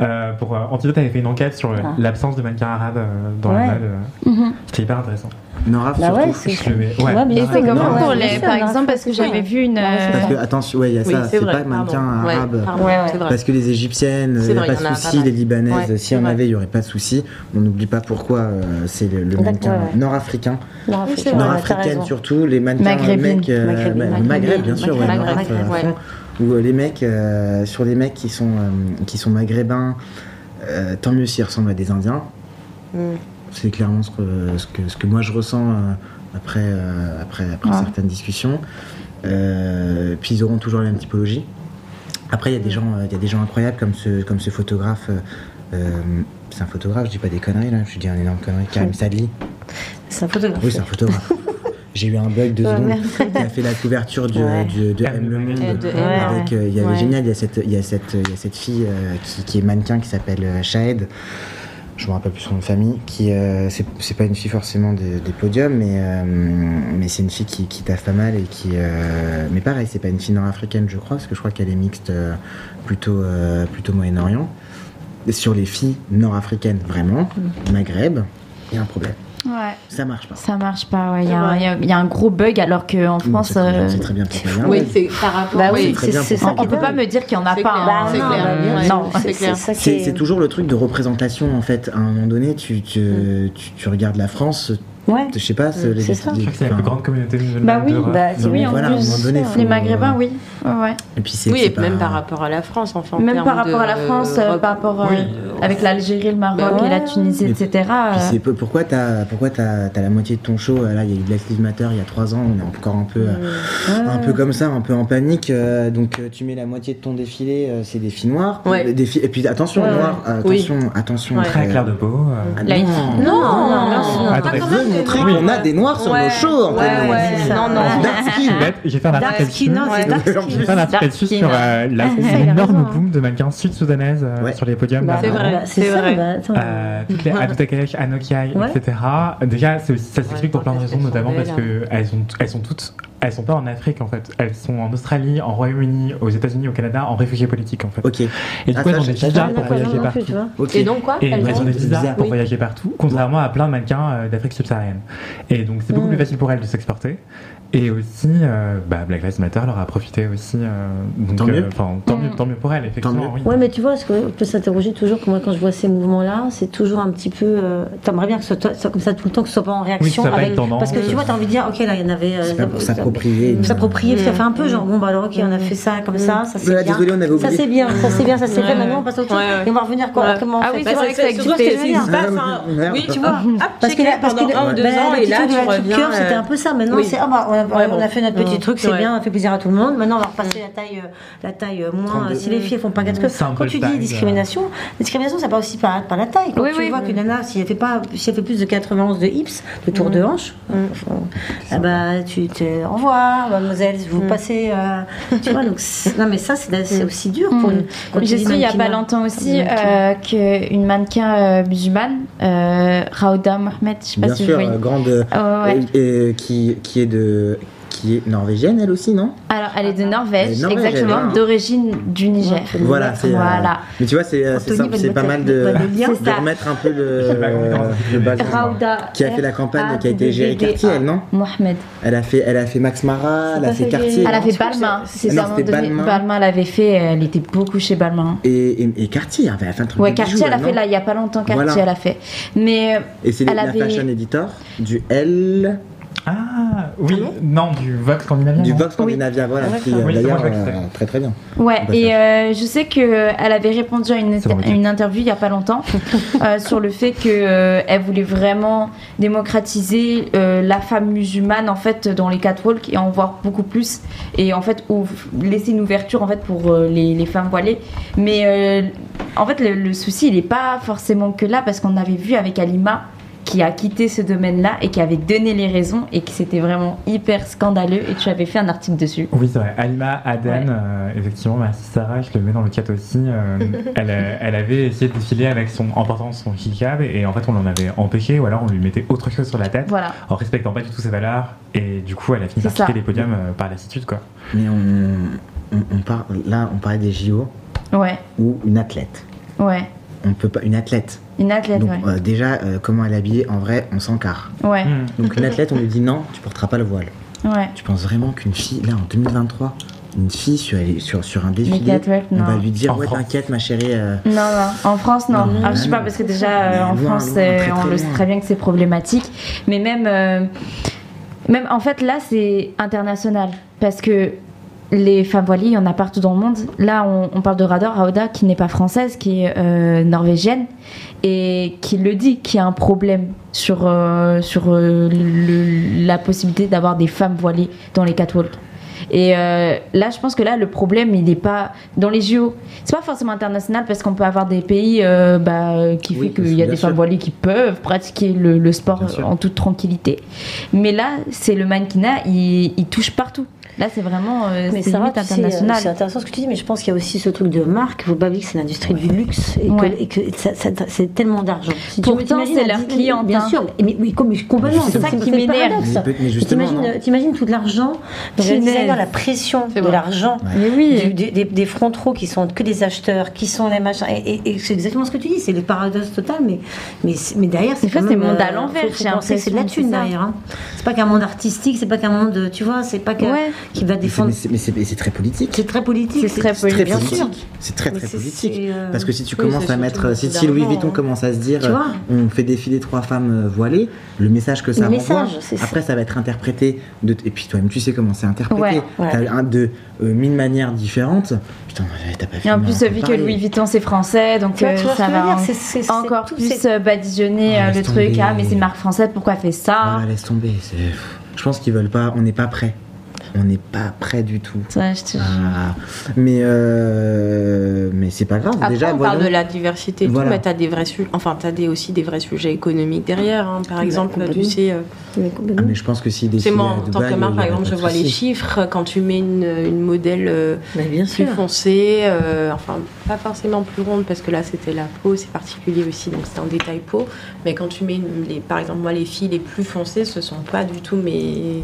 S1: Euh, pour euh, Antidote avait fait une enquête sur euh,
S2: Ah.
S1: l'absence de mannequins arabes euh, dans
S2: Ouais.
S1: la mode. euh, C'était hyper intéressant.
S3: Nora,
S2: Bah ouais,
S3: surtout.
S2: c'est
S1: je le mets- ouais.
S2: bien
S4: Et
S2: sûr,
S4: c'est
S2: non,
S4: comment
S2: ouais,
S4: pour
S2: bien
S4: les,
S2: sûr,
S4: par
S2: non,
S4: exemple, parce que j'avais vu une.
S2: Ouais, c'est
S4: euh,
S3: Parce que, attention, ouais, il y a
S5: Oui,
S3: ça,
S5: c'est
S3: c'est
S5: vrai.
S3: pas mannequin
S5: pardon. Ouais,
S3: arabe.
S5: pardon,
S2: Ouais, ouais.
S5: c'est vrai.
S3: Parce que les égyptiennes,
S5: C'est
S3: il n'y a
S5: vrai,
S3: pas
S5: il y en a
S3: de
S5: pas
S3: souci,
S5: mal.
S3: les libanaises,
S5: Ouais,
S3: si on
S5: c'est
S3: avait, il n'y aurait pas de souci. On n'oublie pas pourquoi euh, c'est le, le
S2: D'accord,
S3: mannequin
S2: ouais.
S3: nord-africain.
S2: Non,
S5: Oui, c'est
S2: effectivement,
S5: vrai.
S2: t'as raison.
S3: Nord-africaine surtout, les mannequins
S4: Maghrébine.
S3: mecs, euh,
S2: Maghrébine.
S3: bah,
S2: Maghrébine.
S3: Maghreb, bien sûr, ouais,
S2: Maghreb,
S3: Nord-Af,
S2: Maghreb,
S3: euh,
S5: ouais.
S3: fond, où euh, les mecs, euh, sur les mecs qui sont, euh, qui sont maghrébins, euh, tant mieux s'ils ressemblent à des Indiens.
S5: Mm.
S3: C'est clairement ce que, ce, que, ce que moi je ressens euh, après, euh, après, après
S4: Ouais.
S3: certaines discussions. Euh, puis ils auront toujours la même typologie. Après, il y, a des gens, euh, il y a des gens incroyables comme ce, comme ce photographe. euh, euh, c'est un photographe, je dis pas des conneries là, je dis un énorme connerie, Karim Sadli.
S2: C'est un photographe.
S3: Ah Oui, c'est un photographe. J'ai eu un bug de
S2: Ouais,
S3: secondes
S2: merde.
S3: qui a fait la couverture du,
S2: Ouais.
S3: du- de
S1: Ah,
S3: M. Le Monde.
S1: ouais.
S5: De-
S3: Avec, euh, il y avait
S4: Ouais.
S3: génial, il y a cette, il y a cette, il y a cette fille euh, qui, qui est mannequin qui s'appelle euh, Shahed. Je me rappelle plus son nom de famille. Qui, euh, c'est, c'est pas une fille forcément des, des podiums, mais euh, mais c'est une fille qui, qui taffe pas mal et qui. euh, mais pareil, c'est pas une fille nord-africaine, je crois, parce que je crois qu'elle est mixte euh, plutôt euh, plutôt Moyen-Orient. Et Sur les filles nord-africaines, vraiment, Maghreb, il y a un problème.
S4: Ouais,
S3: Ça marche pas.
S4: ça marche pas. ouais, Il y, a un- il y a- il y a un gros bug alors
S3: Bon,
S4: qu'en France.
S3: c'est très bien,
S4: euh,
S3: c'est très bien pour Bayern.
S6: Oui, c'est par rapport.
S2: Bah
S3: c'est
S2: oui,
S3: très
S2: c'est
S3: bien
S2: c'est
S3: pour
S2: ça
S3: ça
S4: On
S2: qui
S4: peut
S2: est
S4: pas
S2: dingue.
S4: me dire qu'il y en a
S6: C'est
S4: pas.
S6: clair.
S4: hein.
S2: Bah
S6: C'est
S2: non,
S6: clair.
S2: bah, bien
S4: Ouais.
S2: sûr,
S4: Non,
S6: c'est clair.
S2: ça qui
S3: C'est
S2: est-
S3: c'est toujours le truc de représentation en fait. À un moment donné, tu, tu, tu, tu regardes la France,
S2: Ouais.
S3: je sais pas, les-
S2: c'est ça.
S1: Je
S3: les-
S1: crois que c'est la
S3: enfin,
S1: plus grande communauté musulmane
S4: Bah oui,
S1: d'Europe.
S2: bah,
S3: Non,
S4: oui,
S3: mais
S4: en
S3: voilà, à un
S4: plus.
S3: moment donné, faut-
S4: Les Maghrébins, oui. Ouais.
S3: Et puis c'est
S5: Oui,
S3: c'est
S5: et puis
S3: pas-
S5: même par rapport à la France, enfin. en
S4: Même
S5: termes
S4: par rapport
S5: de-
S4: à la France, euh,
S5: rep-
S4: par rapport euh,
S1: Oui.
S4: avec l'Algérie, le Maroc
S2: Bah
S4: et la
S2: ouais.
S4: Tunisie,
S3: Mais-
S4: etc.
S3: Puis
S4: euh,
S3: c'est peu- pourquoi t'as pourquoi t'as t'as la moitié de ton show euh, là il y a eu Black Lives Matter il y a trois ans on est encore un peu euh, un peu comme ça un peu en panique euh, donc euh, tu mets la moitié de ton défilé euh, c'est des filles noires
S5: Ouais.
S3: des filles- et puis attention
S5: Ouais,
S3: noires euh,
S5: Oui.
S3: attention attention
S5: Ouais.
S1: Très
S3: euh,
S1: clair de peau. euh,
S3: ah,
S4: Light.
S3: non.
S5: Non, non,
S2: non,
S5: non,
S2: non,
S5: non.
S1: non.
S5: T'as
S1: Attends,
S5: Ah, quand
S3: Je veux
S5: même
S3: montrer
S5: des noirs,
S3: qu'on a
S5: euh,
S3: des noirs sur nos
S5: Ouais,
S3: shows
S5: ouais,
S3: Antoine.
S5: ouais,
S2: C'est ça.
S5: non, non.
S2: Ouais.
S3: Dark skin.
S1: En fait, J'ai fait un article
S2: Dark skin,
S1: là-dessus.
S2: non, c'est dark
S1: J'ai fait
S2: skin.
S1: un article là-dessus
S4: skin.
S1: sur euh, la-
S2: Ah, ça, il a
S1: l'énorme
S2: raison, hein.
S1: boom de mannequins sud-soudanaises euh,
S3: Ouais.
S1: sur les podiums.
S2: Bah,
S1: là,
S5: C'est
S1: en
S5: vrai,
S4: vrai,
S2: bah, c'est
S4: c'est
S2: ça.
S4: vrai.
S2: bah, attends.
S1: Euh, toutes les Adutakesh, Anokiai,
S2: Ouais.
S1: etc. Déjà, c'est aussi- ça s'explique pour plein de
S6: parce
S1: raisons,
S6: qu'elles
S1: notamment
S6: sont
S1: parce
S6: belles,
S1: que elles sont, elles sont toutes, elles sont pas en Afrique en fait. Elles sont en Australie, en Royaume-Uni, aux États-Unis, au Canada, en réfugiés politiques en fait.
S3: Ok,
S1: Et du
S3: Ah,
S1: coup,
S3: ça,
S1: elles ont
S3: j'ai-
S1: des
S3: j'ai
S1: visas
S2: Ah,
S1: pour
S2: d'accord, non,
S1: voyager
S2: non plus, tu
S1: partout.
S2: vois.
S3: ok.
S6: Et donc quoi
S1: Et bah,
S6: elles
S1: elles ont
S6: ont-
S1: des visas
S3: Bizarre.
S1: pour
S6: Oui.
S1: voyager partout, contrairement à plein de mannequins euh, d'Afrique subsaharienne. Et donc c'est beaucoup
S2: Mm.
S1: plus facile pour elles de s'exporter. Et aussi, euh, bah, Black Lives Matter leur a profité aussi. euh, donc,
S3: Tant mieux.
S1: euh, enfin, tant, mieux,
S4: Mm.
S1: tant mieux pour elles, effectivement.
S3: mieux.
S1: oui.
S2: Ouais, mais tu vois, ce que- on peut s'interroger toujours, que moi, quand je vois ces mouvements-là, c'est toujours un petit peu. euh, T'aimerais bien que ce soit soit comme ça tout le temps, que ce soit pas en réaction.
S1: ça va
S2: avec...
S1: être tendance.
S2: Parce que tu vois, t'as envie de dire, ok, là, il y en avait. euh,
S3: c'est pas pour
S2: ça-
S3: s'approprier. une-
S2: pour s'approprier, ça fait un
S4: Mm.
S2: peu genre, bon, bah alors, ok, on a fait ça comme ça, ça c'est
S3: Ouais,
S2: bien.
S3: désolé, on avait
S2: Ça
S3: oublié.
S2: c'est bien, ça c'est bien, ça c'est
S4: Ouais,
S2: fait. Maintenant, on passe au truc
S5: ouais, ouais.
S2: et on va revenir quoi,
S5: Ouais.
S2: comment on
S4: Ah
S2: fait.
S4: oui,
S2: Tu vois,
S4: c'est vrai que ça
S5: tu vois ce que je veux
S4: existait.
S5: dire.
S2: c'est-
S5: Bah, enfin,
S3: Merde.
S5: Oui, tu vois, hop,
S2: Parce que là,
S5: checké
S2: parce que
S5: pendant un ou deux
S2: bah,
S5: ans, et
S2: l'attitude de
S5: là, tu
S2: la petite
S5: reviens. euh,
S2: cœur, c'était un peu ça. Maintenant,
S5: oui.
S2: c'est ah bah, on a,
S5: Ouais,
S2: on
S5: bon.
S2: a fait notre
S5: Ouais.
S2: petit truc, c'est
S5: Ouais.
S2: bien, on a fait plaisir à tout le monde. Maintenant, on va repasser la taille, euh, la taille euh, moins. euh, Si les filles elles font pas quatre queues.
S1: Mmh. C'est un peu
S2: Quand tu
S1: le
S2: dis
S1: tag,
S2: discrimination, discrimination, ça passe aussi par, par la taille. Quand
S4: Oui,
S2: tu
S4: oui.
S2: vois qu'une nana, si elle fait pas, si elle fait plus de 91 de hips, de
S5: Mmh.
S2: tour de hanche, enfin, ah bah tu te au revoir, mademoiselle,
S5: Mmh.
S2: vous passez. euh, Tu vois, donc c'est- non mais ça c'est c'est aussi dur
S5: Mmh.
S2: pour une. quand tu
S4: J'ai
S2: dis hein.
S4: su il n'y a
S2: mannequinat.
S4: pas longtemps aussi
S2: Mannequinat.
S4: euh, qu'une mannequin euh, musulmane, euh, Raouda Mohamed, je sais pas
S3: Bien
S4: si
S3: sûr,
S4: vous voyez.
S3: euh, grande.
S4: Ah ouais, ouais.
S3: euh, euh, qui, qui est de. Qui est norvégienne, elle aussi, non
S4: Alors, elle est de Norvège,
S3: Elle est norvégienne,
S4: exactement,
S3: hein.
S4: d'origine du Niger.
S3: Voilà, c'est. euh,
S4: Voilà.
S3: Mais tu vois, c'est euh, c'est
S2: Anthony
S3: simple,
S2: Van
S3: c'est pas mal
S2: Batten-
S3: de,
S2: Van Batten-
S4: C'est
S3: de
S4: ça.
S3: remettre un peu le, euh,
S1: sais pas comment ça s'appelle.
S3: le ballon.
S4: Raouda.
S3: Qui a fait la
S4: Ah,
S3: campagne, qui a été gérée
S4: R-A-W-D-A.
S3: quartier, elle, non
S4: Mohamed.
S3: Elle a fait, elle a fait Max Mara, elle a fait Cartier.
S4: Elle a fait Balmain, c'est
S3: Ah Non,
S4: ça, à un moment
S3: c'était
S4: donné.
S3: Balmain.
S4: Balmain l'avait fait, euh, elle était beaucoup chez Balmain.
S3: Et, et, et Cartier, elle a fait un truc
S4: Ouais,
S3: de bijoux,
S4: Cartier, elle a
S3: non
S4: fait là, il n'y a pas longtemps, Cartier,
S3: Voilà.
S4: elle a fait. Mais euh,
S3: Et c'est
S4: elle
S3: la
S4: avait-
S3: fashion editor du L,
S1: Ah, oui, non, du Vox Scandinavien.
S3: du
S1: non
S3: Vox Scandinavia, voilà, qui
S1: Oui,
S3: euh,
S1: c'est moi,
S3: d'ailleurs
S1: je vois que
S3: euh,
S1: c'est.
S3: très très bien.
S4: Ouais,
S3: Bah,
S4: et
S3: ça-
S4: euh, je sais que euh, elle avait répondu à une,
S1: Ça m'en dit.
S4: à une interview il y a pas longtemps euh, sur le fait que euh, elle voulait vraiment démocratiser euh, la femme musulmane en fait dans les catwalks et en voir beaucoup plus et en fait ouv- laisser une ouverture en fait pour euh, les, les femmes voilées. Mais euh, en fait le, le souci il n'est pas forcément que là parce qu'on avait vu avec Alima qui a quitté ce domaine-là et qui avait donné les raisons et que c'était vraiment hyper scandaleux et tu avais fait un article dessus.
S1: Oui, c'est vrai. Alima Aden,
S4: Ouais.
S1: euh, effectivement, merci Sarah, je le mets dans le chat aussi. euh, elle, euh, elle avait essayé de défiler avec son, en portant son hijab et en fait, on l'en avait empêché ou alors on lui mettait autre chose sur la tête
S4: Voilà.
S1: en respectant pas du tout ses valeurs. Et du coup, elle a fini
S4: C'est
S1: par quitter
S4: ça.
S1: les podiums euh, par lassitude, quoi.
S3: Mais on, on, on parle, là, on parlait des JO
S4: Ouais.
S3: ou une athlète.
S4: Ouais,
S3: On peut pas, une athlète.
S4: une athlète,
S3: Donc
S4: ouais.
S3: euh, déjà, euh, comment elle est habillée, en vrai, on s'encarre.
S4: Ouais,
S1: Hmm.
S3: Donc une athlète, on lui dit non, tu porteras pas le voile.
S4: ouais.
S3: Tu penses vraiment qu'une fille, là en 2023, une fille sur, sur, sur un
S4: Mais
S3: défilé,
S4: catwalk,
S3: on
S4: non.
S3: va lui dire
S1: En
S3: ouais
S1: France.
S3: t'inquiète ma chérie. euh,
S4: Non, non, en France, non.
S3: Non,
S4: Ah, je sais
S3: non,
S4: pas, parce que déjà, euh,
S3: Mais
S4: en
S3: loin,
S4: France,
S3: loin,
S4: euh,
S3: très,
S4: on
S3: très
S4: le
S3: loin.
S4: sait très bien que c'est problématique. Mais même, euh, même en fait, là, c'est international. Parce que les femmes voilées, il y en a partout dans le monde. Là, on, on parle de Rador Aoda, qui n'est pas française, qui est euh, norvégienne, et qui le dit, qu'il y a un problème sur, euh, sur euh, le- la possibilité d'avoir des femmes voilées dans les catwalks. Et euh, là, je pense que là, le problème, il n'est pas dans les JO. C'est pas forcément international parce qu'on peut avoir des pays euh, bah, euh, qui
S3: Oui,
S4: fait qu'il y
S3: bien
S4: a des
S3: sûr.
S4: femmes voilées qui peuvent pratiquer le, le sport
S3: Bien sûr.
S4: en toute tranquillité. Mais là, c'est le mannequinat, il, il touche partout. Là, c'est vraiment euh,
S2: Mais
S4: c'est
S2: Sarah,
S4: limite
S2: tu sais, euh, c'est
S4: international.
S2: intéressant ce que tu dis, mais je pense qu'il y a aussi ce truc de marque. Vous pas oublier que c'est l'industrie du luxe et que,
S4: Ouais.
S2: et que ça- ça- c'est tellement d'argent. Si tu
S4: Pourtant,
S2: t'imagines
S4: c'est
S2: à
S4: leur
S2: Disney-
S4: cliente,
S2: Bien
S4: hein.
S2: sûr, mais, mais- mais comme- complètement.
S4: C'est ça
S2: le
S4: qui m'énerve.
S2: paradoxe.
S3: Mais peut- mais
S2: Et
S3: justement,
S2: t'imagines- euh,
S3: non.
S2: T'imagines tout de l'argent, donc
S4: Punaise.
S2: designer, la pression
S6: C'est
S2: de
S6: vrai.
S2: l'argent.
S4: Mais
S2: du-
S4: oui,
S2: Des, des, des frontaux qui sont que des acheteurs, qui sont les machins. Et, et- et c'est exactement ce que tu dis, c'est le paradoxe total, mais, mais, c'est- mais derrière, c'est
S4: Des fois,
S2: quand
S4: c'est
S2: même,
S4: le monde à
S2: euh,
S4: l'envers,
S2: faut- faut
S4: j'ai
S2: penser que C'est de la
S4: l'impression,
S2: thune
S4: c'est ça.
S2: derrière. hein. C'est pas qu'un monde artistique, c'est pas qu'un monde, tu vois, c'est pas qu'un
S4: Ouais.
S2: qui va
S3: Mais c'est-
S2: défendre
S3: mais c'est- mais c'est mais c'est très politique.
S2: c'est très politique.
S4: C'est très
S3: C'est très
S4: bien sûr.
S3: politique. C'est très
S2: Mais
S3: très
S2: c'est-
S3: politique.
S2: c'est, euh,
S3: Parce que si tu
S5: oui,
S3: commences
S5: c'est
S3: à mettre,
S5: surtout
S3: si, si
S5: d'argent,
S3: Louis Vuitton
S5: hein.
S3: commence à se dire,
S2: Tu vois
S3: euh, on fait défiler trois femmes euh, voilées, le message que ça
S2: Le
S3: renvoie,
S2: message, c'est ça.
S3: après ça va être interprété. De, et puis toi-même, tu sais comment c'est interprété.
S4: Ouais,
S2: ouais.
S3: T'as un de euh, mille manières différentes. Putain, t'as pas
S4: Et
S3: fini
S4: en plus,
S3: d'en
S4: vu que
S3: parler.
S4: Louis Vuitton c'est français, donc
S2: Tu vois,
S4: euh,
S2: tu vois ce
S4: ça
S2: que je veux
S4: va
S2: dire, c'est- c'est- c'est
S4: encore
S2: tout,
S4: plus
S2: c'est-
S4: euh, badigeonner
S3: Ah,
S4: euh, le
S3: laisse
S4: truc.
S3: tomber.
S4: Ah, mais c'est une marque française, pourquoi elle fait ça
S3: Voilà, laisse tomber. c'est- Je pense qu'ils veulent pas. On n'est pas prêt. on n'est pas près du tout.
S4: Ça, je te jure.
S3: Ah, mais euh, mais c'est pas grave.
S5: Après,
S3: Déjà,
S5: on
S3: voyons.
S5: parle de la diversité et
S3: Voilà.
S5: tout, mais t'as des vrais su- enfin t'as des aussi des vrais sujets économiques derrière. hein. Par
S6: Bah,
S5: exemple, tu
S6: complètement.
S5: sais, euh,
S6: Mais
S3: Ah,
S6: complètement.
S3: mais je pense que si des
S5: c'est moi en tant que marque, par exemple, je vois les chiffres quand tu mets une, une modèle euh,
S2: Mais bien
S5: plus
S2: sûr.
S5: foncée, euh, enfin pas forcément plus ronde parce que là c'était la peau, c'est particulier aussi, donc c'est un détail peau. Mais quand tu mets une- les, par exemple moi les filles les plus foncées, ce sont pas du tout mes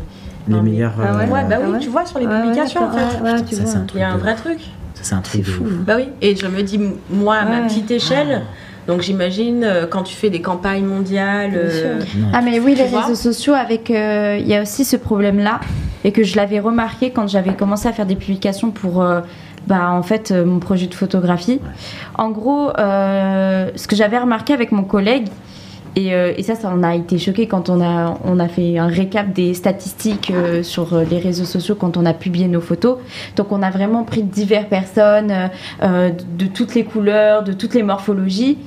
S3: Les
S5: Non, mais-
S3: meilleurs. euh,
S6: Ah
S5: Ouais,
S6: ouais,
S5: bah oui,
S6: ouais.
S5: tu vois sur les
S6: Ouais, ouais,
S5: publications en
S6: d'accord,
S5: fait.
S6: ouais, ouais, tu
S3: ça,
S6: vois.
S3: c'est un truc
S5: Il y a un
S3: de-
S5: vrai truc.
S3: ça, c'est un truc de
S2: Mmh.
S3: ouf.
S5: Bah oui, et je me dis, m- moi, à ma
S4: Ouais.
S5: petite échelle, donc j'imagine euh, quand tu fais des campagnes mondiales. euh,
S3: Non,
S4: Ah mais oui, les
S5: Tu vois
S4: réseaux sociaux avec euh, il y a aussi ce problème là et que je l'avais remarqué quand j'avais commencé à faire des publications pour euh, bah en fait euh, mon projet de photographie. En gros, euh, ce que j'avais remarqué avec mon collègue et, euh, et ça, ça on a été choqué quand on a on a fait un récap des statistiques euh, sur euh, les réseaux sociaux quand on a publié nos photos. Donc on a vraiment pris diverses personnes euh, euh, de, de toutes les couleurs, de toutes les morphologies.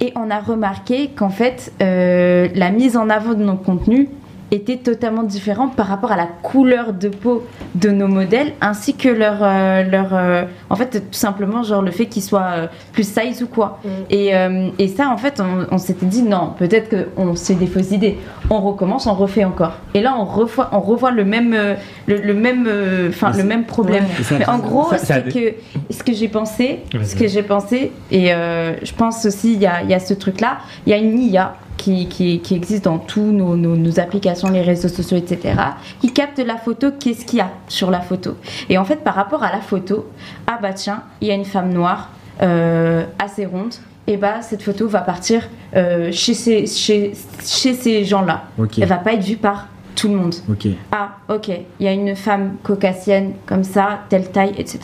S4: Et on a remarqué qu'en fait, euh, la mise en avant de nos contenus était totalement différente par rapport à la couleur de peau de nos modèles, ainsi que leur... euh, leur euh, en fait, tout simplement, genre le fait qu'ils soient euh, plus size ou quoi.
S5: Mm.
S4: Et, euh, et ça, en fait, on, on s'était dit, non, peut-être qu'on s'est des fausses idées. On recommence, on refait encore. Et là, on, revoit, on revoit le même, euh, le, le même, euh, enfin,
S3: Mais
S4: le
S3: c'est-
S4: même problème.
S3: Et ça-
S4: Mais en gros,
S1: ça- ça a
S4: c'est que ce que j'ai pensé,
S1: Vas-y.
S4: ce que j'ai pensé, et euh, je pense aussi il y a, il y a ce truc-là, il y a une IA qui, qui, qui existe dans tous nos, nos- nos applications, les réseaux sociaux, etc., qui capte la photo, qu'est-ce qu'il y a sur la photo. Et en fait, par rapport à la photo, ah bah tiens, il y a une femme noire, euh, assez ronde, et bah cette photo va partir euh, chez ces, chez, chez ces gens-là.
S3: Ok,
S4: Elle va pas être vue par tout le monde.
S3: ok.
S4: Ah, ok, il y a une femme caucasienne comme ça, telle taille, etc.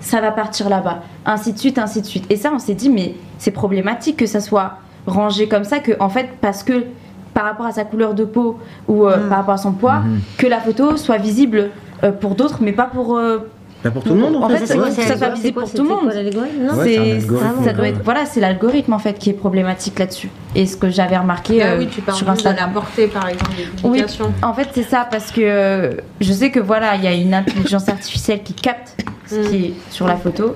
S4: Ça va partir là-bas. Ainsi de suite, ainsi de suite. Et ça, on s'est dit, mais c'est problématique que ça soit rangé comme ça, que en fait, parce que par rapport à sa couleur de peau ou euh,
S5: Mm.
S4: par rapport à son poids,
S3: Mhm.
S4: que la photo soit visible euh, pour d'autres, mais pas pour. euh,
S3: Pas pour tout le monde en,
S4: En fait,
S3: fait.
S4: c'est
S3: ouais.
S4: quoi, c'est- ça soit visible pour tout le monde.
S3: Ouais, c'est un
S4: c'est-
S3: algorithme,
S4: ça doit être,
S3: ouais.
S4: voilà, c'est l'algorithme en fait qui est problématique là-dessus. Et ce que j'avais remarqué
S5: Là,
S4: euh,
S5: Ah oui, tu parles
S4: sur
S5: juste de
S4: Instagram.
S5: la portée, par exemple, des publications.
S4: En fait, c'est ça, parce que euh, je sais que voilà, il y a une intelligence artificielle qui capte ce
S5: Mm.
S4: qui est sur la photo.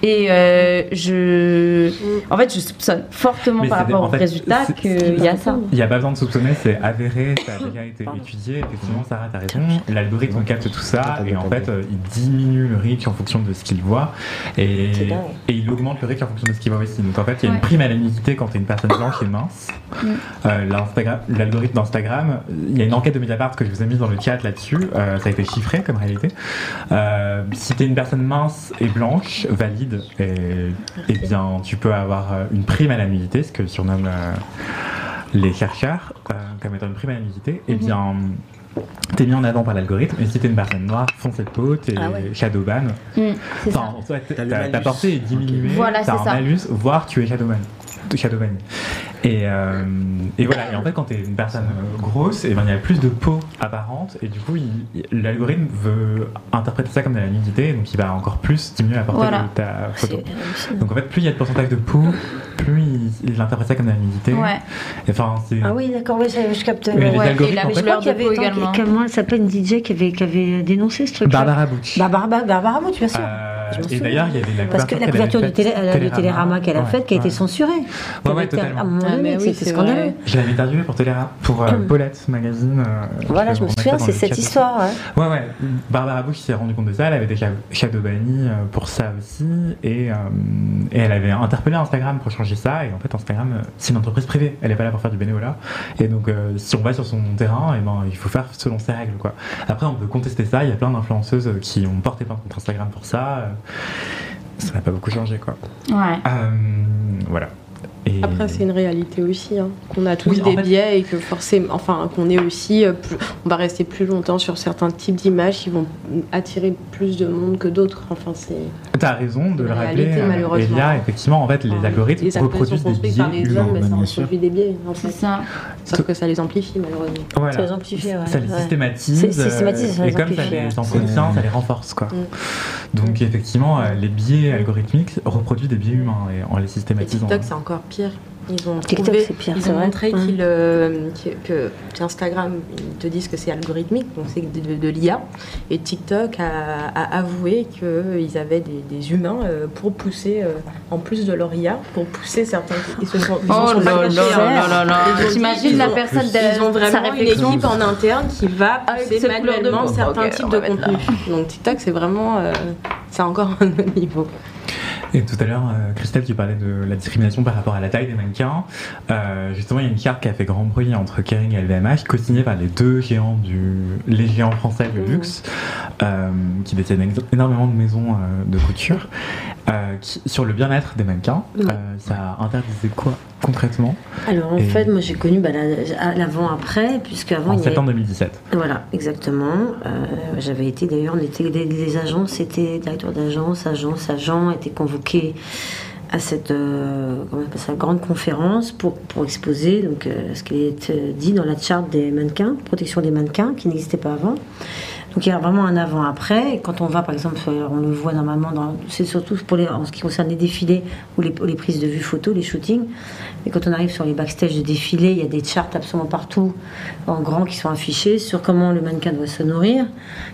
S4: Et euh, je.
S5: Mm.
S4: En fait, je soupçonne fortement
S1: Mais
S4: par
S1: c'est des-
S4: rapport
S1: en
S4: au
S1: fait,
S4: résultat
S1: c'est-
S4: qu'il y a ça.
S1: Il n'y a pas besoin de soupçonner, c'est avéré, ça a déjà été étudié. Effectivement,
S2: Mmh.
S1: Sarah, t'as raison. L'algorithme capte tout ça et en fait, euh, il diminue le reach en fonction de ce qu'il voit et,
S2: C'est dingue.
S1: et il augmente le reach en fonction de ce qu'il voit aussi. Donc en fait, il y a une prime à la nudité quand t'es une personne blanche et mince. Euh, l'Instagram- L'algorithme d'Instagram, il y a une enquête de Mediapart que je vous ai mise dans le chat là-dessus. euh, ça a été chiffré comme réalité. Euh, si t'es une personne mince et blanche, valide, et, eh bien tu peux avoir euh, une prime à la nudité, ce que surnomment euh, les chercheurs euh, comme étant une prime à la nudité.
S4: Mhm.
S1: Eh bien, t'es mis en avant par l'algorithme. Et si t'es une personne noire, foncez de peau, t'es
S2: Ah ouais.
S1: shadowban.
S4: Mm, c'est ça.
S1: Enfin, en fait,
S3: T'as le
S1: ta, ta
S3: malus.
S1: portée est diminuée,
S4: Voilà,
S1: t'as
S4: c'est
S1: un
S4: ça.
S1: malus, voire tu es shadowman. shadowban. Et, euh, et voilà, et en fait, quand t'es une personne euh, grosse, et ben, il y a plus de peau apparente, et du coup, il- il- l'algorithme veut interpréter ça comme de la nudité, donc il va encore plus diminuer la portée
S4: Voilà.
S1: de ta photo.
S2: C'est-
S1: Donc en fait, plus il y a de pourcentage de peau, plus il, il interprète ça comme de la nudité.
S4: Ouais.
S1: Et Enfin, c'est.
S2: Ah oui, d'accord, oui, ça- je capte.
S1: Mais les
S4: Ouais, et
S1: algorithmes,
S4: la
S1: en
S2: Mais je
S1: fait-
S2: crois
S4: couleur
S2: qu'il y
S4: de
S2: avait
S4: peau
S2: tant-
S4: également.
S2: Comment elle s'appelle une DJ qui avait, qui avait dénoncé ce truc
S1: Barbara Butch.
S2: Barbara, Barbara Bouch, bien sûr.
S1: Euh,
S2: Je m'en
S1: et
S2: souviens.
S1: d'ailleurs, il y avait la
S2: Parce que la couverture du télé, euh, du Télérama qu'elle a faite, qui a été
S1: son
S2: censurée.
S1: Ouais, ouais,
S2: C'était-
S1: totalement.
S2: À un moment
S5: Ah,
S2: donné,
S5: mais oui,
S2: c'était
S5: c'est
S2: scandaleux.
S5: vrai.
S1: Je l'avais interviewé pour Télérama, pour euh, Paulette Magazine. euh,
S2: Hum. Voilà, je me
S1: vous remettrai
S2: souviens,
S1: dans
S2: c'est
S1: le
S2: cette
S1: chat.
S2: histoire. ouais.
S1: Ouais, ouais. Barbara Bush s'est rendue compte de ça. Elle avait déjà Shadowbanni euh, pour ça aussi. Et, euh, et elle avait interpellé Instagram pour changer ça. Et en fait, Instagram, euh, c'est une entreprise privée. Elle n'est pas là pour faire du bénévolat. Et donc, euh, si on va sur son terrain, et ben, il faut faire selon ses règles. Quoi. Après, on peut contester ça. Il y a plein d'influenceuses euh, qui ont porté plainte contre Instagram pour ça. euh, Ça n'a pas beaucoup changé, quoi.
S4: Ouais.
S1: Euh, voilà. Et- euh,
S5: Après, c'est une réalité aussi, hein, qu'on a tous
S1: Oui, en
S5: des
S1: fait-
S5: biais et que forcément, enfin, qu'on est aussi, euh, plus- on va rester plus longtemps sur certains types d'images qui vont attirer plus de monde que d'autres. Enfin, c'est.
S1: T'as raison de
S5: Une
S1: le rappeler.
S5: réalité,
S1: euh,
S5: malheureusement.
S1: Il y a effectivement, en fait, les
S5: enfin,
S1: algorithmes
S5: les algorithmes
S1: reproduisent
S5: sont
S1: des
S5: construits par
S1: biais
S5: les
S1: humains,
S5: hommes, mais ça
S1: bien sûr.
S5: reproduit des biais. en fait.
S4: C'est ça.
S5: Sauf que ça les amplifie, malheureusement.
S1: Voilà.
S2: Ça les amplifie, ouais.
S1: Ça les
S2: Ouais.
S1: systématise.
S2: C'est- systématise,
S1: euh,
S2: ça les
S1: et comme ça
S2: amplifie,
S1: les
S2: ouais.
S1: entretient, ça les renforce, quoi.
S2: Mm.
S1: Donc effectivement, euh, les biais algorithmiques reproduisent des biais humains et en les
S5: Et
S1: systématisant.
S5: TikTok, c'est encore pire. Ils ont
S2: TikTok,
S5: trouvé-
S2: c'est pire,
S5: ils
S2: c'est
S5: ont
S2: vrai.
S5: montré
S2: Mm.
S5: qu'ils, euh, que, que- qu'Instagram, ils te disent que c'est algorithmique, donc c'est de, de- de l'IA. Et TikTok a, a avoué qu'ils avaient des, des humains euh, pour pousser, euh, en plus de leur IA, pour pousser certains. Ils se sont, ils
S4: Oh
S5: se sont pas cachés, hein. Ils ont dit
S4: T'imagines
S5: qu'ils
S4: la
S5: ont-
S4: personne
S5: Ils ont
S4: de sa
S5: vraiment une
S4: réflexion.
S5: équipe en interne qui va
S2: Ah,
S4: Avec
S5: pousser
S4: cette couleur de
S5: manuellement
S4: peau.
S5: certains
S4: Ok,
S5: types
S4: on
S5: de
S4: va mettre
S5: contenu. Donc TikTok, c'est vraiment. euh, c'est encore un autre niveau.
S1: Et tout à l'heure, euh, Christelle, tu parlais de la discrimination par rapport à la taille des mannequins. Euh, justement, il y a une carte qui a fait grand bruit entre Kering et LVMH, co-signée par les deux géants du, les géants français
S2: Mm.
S1: du luxe, euh, qui détiennent ex- énormément de maisons euh, de couture, euh, qui- sur le bien-être des mannequins. Euh, ça interdisait quoi concrètement
S2: Alors en
S1: Et-
S2: fait, moi j'ai connu bah, la- l'avant-après, puisque avant
S1: en
S2: il y avait
S1: septembre 2017
S2: Voilà, exactement. Euh, J'avais été d'ailleurs, on était des, des agences, était directeur d'agence, agence, agent, était convoqué à cette euh, comment on appelle ça, grande conférence pour, pour exposer donc, euh, ce qui est euh, dit dans la charte des mannequins, protection des mannequins, qui n'existait pas avant. Donc il y a vraiment un avant-après. Et Quand on va, par exemple, euh, on le voit normalement, dans- c'est surtout pour les, en ce qui concerne les défilés ou les, les prises de vue photo, les shootings. Mais quand on arrive sur les backstage de défilés, il y a des charts absolument partout, en grand, qui sont affichés sur comment le mannequin doit se nourrir,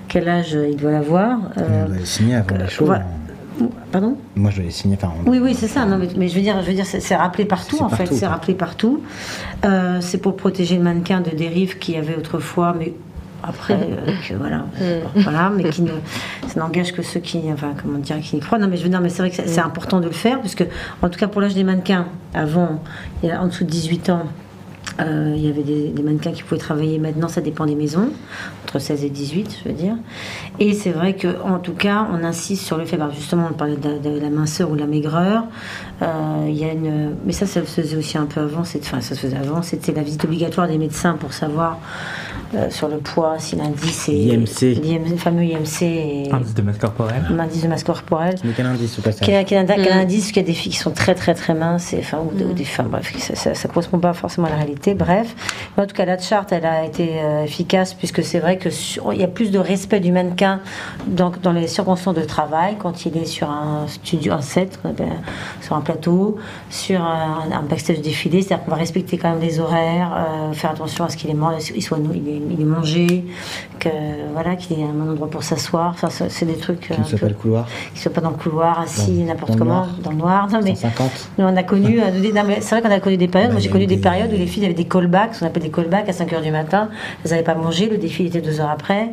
S2: quel âge il doit avoir. euh,
S3: On doit les signer avant les choses.
S2: ouais. Pardon
S3: Moi, je dois les signer. Enfin, on-
S2: oui, oui, c'est ça. Non, mais, mais je veux dire, je veux dire, c'est c'est rappelé partout
S3: C'est
S2: en fait.
S3: partout,
S2: C'est
S3: quoi.
S2: rappelé partout. Euh, c'est pour protéger le mannequin de dérives qu'il y avait autrefois, mais après, euh, que voilà, voilà, mais qui ne, ça n'engage que ceux qui, enfin, comment dire, qui y croient. Non, mais je veux dire, mais c'est vrai que c'est c'est important de le faire, puisque en tout cas pour l'âge des mannequins, avant, il y a en dessous de 18 ans. Euh, il y avait des, des mannequins qui pouvaient travailler maintenant, ça dépend des maisons, entre 16 et 18, je veux dire. Et c'est vrai que en tout cas, on insiste sur le fait, bah, justement, on parlait de, de la minceur ou la maigreur. Euh, il y a une, mais ça, ça se faisait aussi un peu avant, c'est- enfin, ça se faisait avant, c'était la visite obligatoire des médecins pour savoir euh, sur le poids, si l'indice est.
S3: IMC.
S2: l'IM- le fameux IMC est
S1: indice de masse corporelle.
S2: l'indice de masse corporelle.
S3: Mais quel indice au passage
S2: Quel, quel indi- quel indice qu'il y a des filles qui sont très très très minces, et, enfin, ou, des- ou des femmes, bref, ça, ça, ça correspond pas forcément à la réalité, bref. Mais en tout cas, la charte, elle a été euh, efficace, puisque c'est vrai que sur- il y a plus de respect du mannequin dans, dans les circonstances de travail, quand il est sur un studio, un set, qu'on appelle, sur un plateau, sur un, un backstage défilé, c'est-à-dire qu'on va respecter quand même les horaires, euh, faire attention à ce qu'il est, man- il soit, il est, il est mangé, que, voilà, qu'il ait un endroit pour s'asseoir, enfin, ça, c'est des trucs... euh,
S3: Qui ne
S2: un
S3: soit
S2: peu-
S3: pas le couloir.
S2: qu'ils soient pas dans le couloir, assis
S3: Dans-
S2: n'importe
S3: dans le
S2: comment,
S3: noir.
S2: dans le noir. Non, mais
S3: 150.
S2: nous, on a connu, euh, des- non, mais c'est vrai qu'on a connu des périodes.
S3: Bah,
S2: Moi,
S3: il y
S2: j'ai
S3: a
S2: connu
S3: eu
S2: des,
S3: des-
S2: périodes où les filles avaient des callbacks, ce qu'on appelle des callbacks à 5 h du matin. Elles n'avaient pas mangé, le défi était 2 heures après.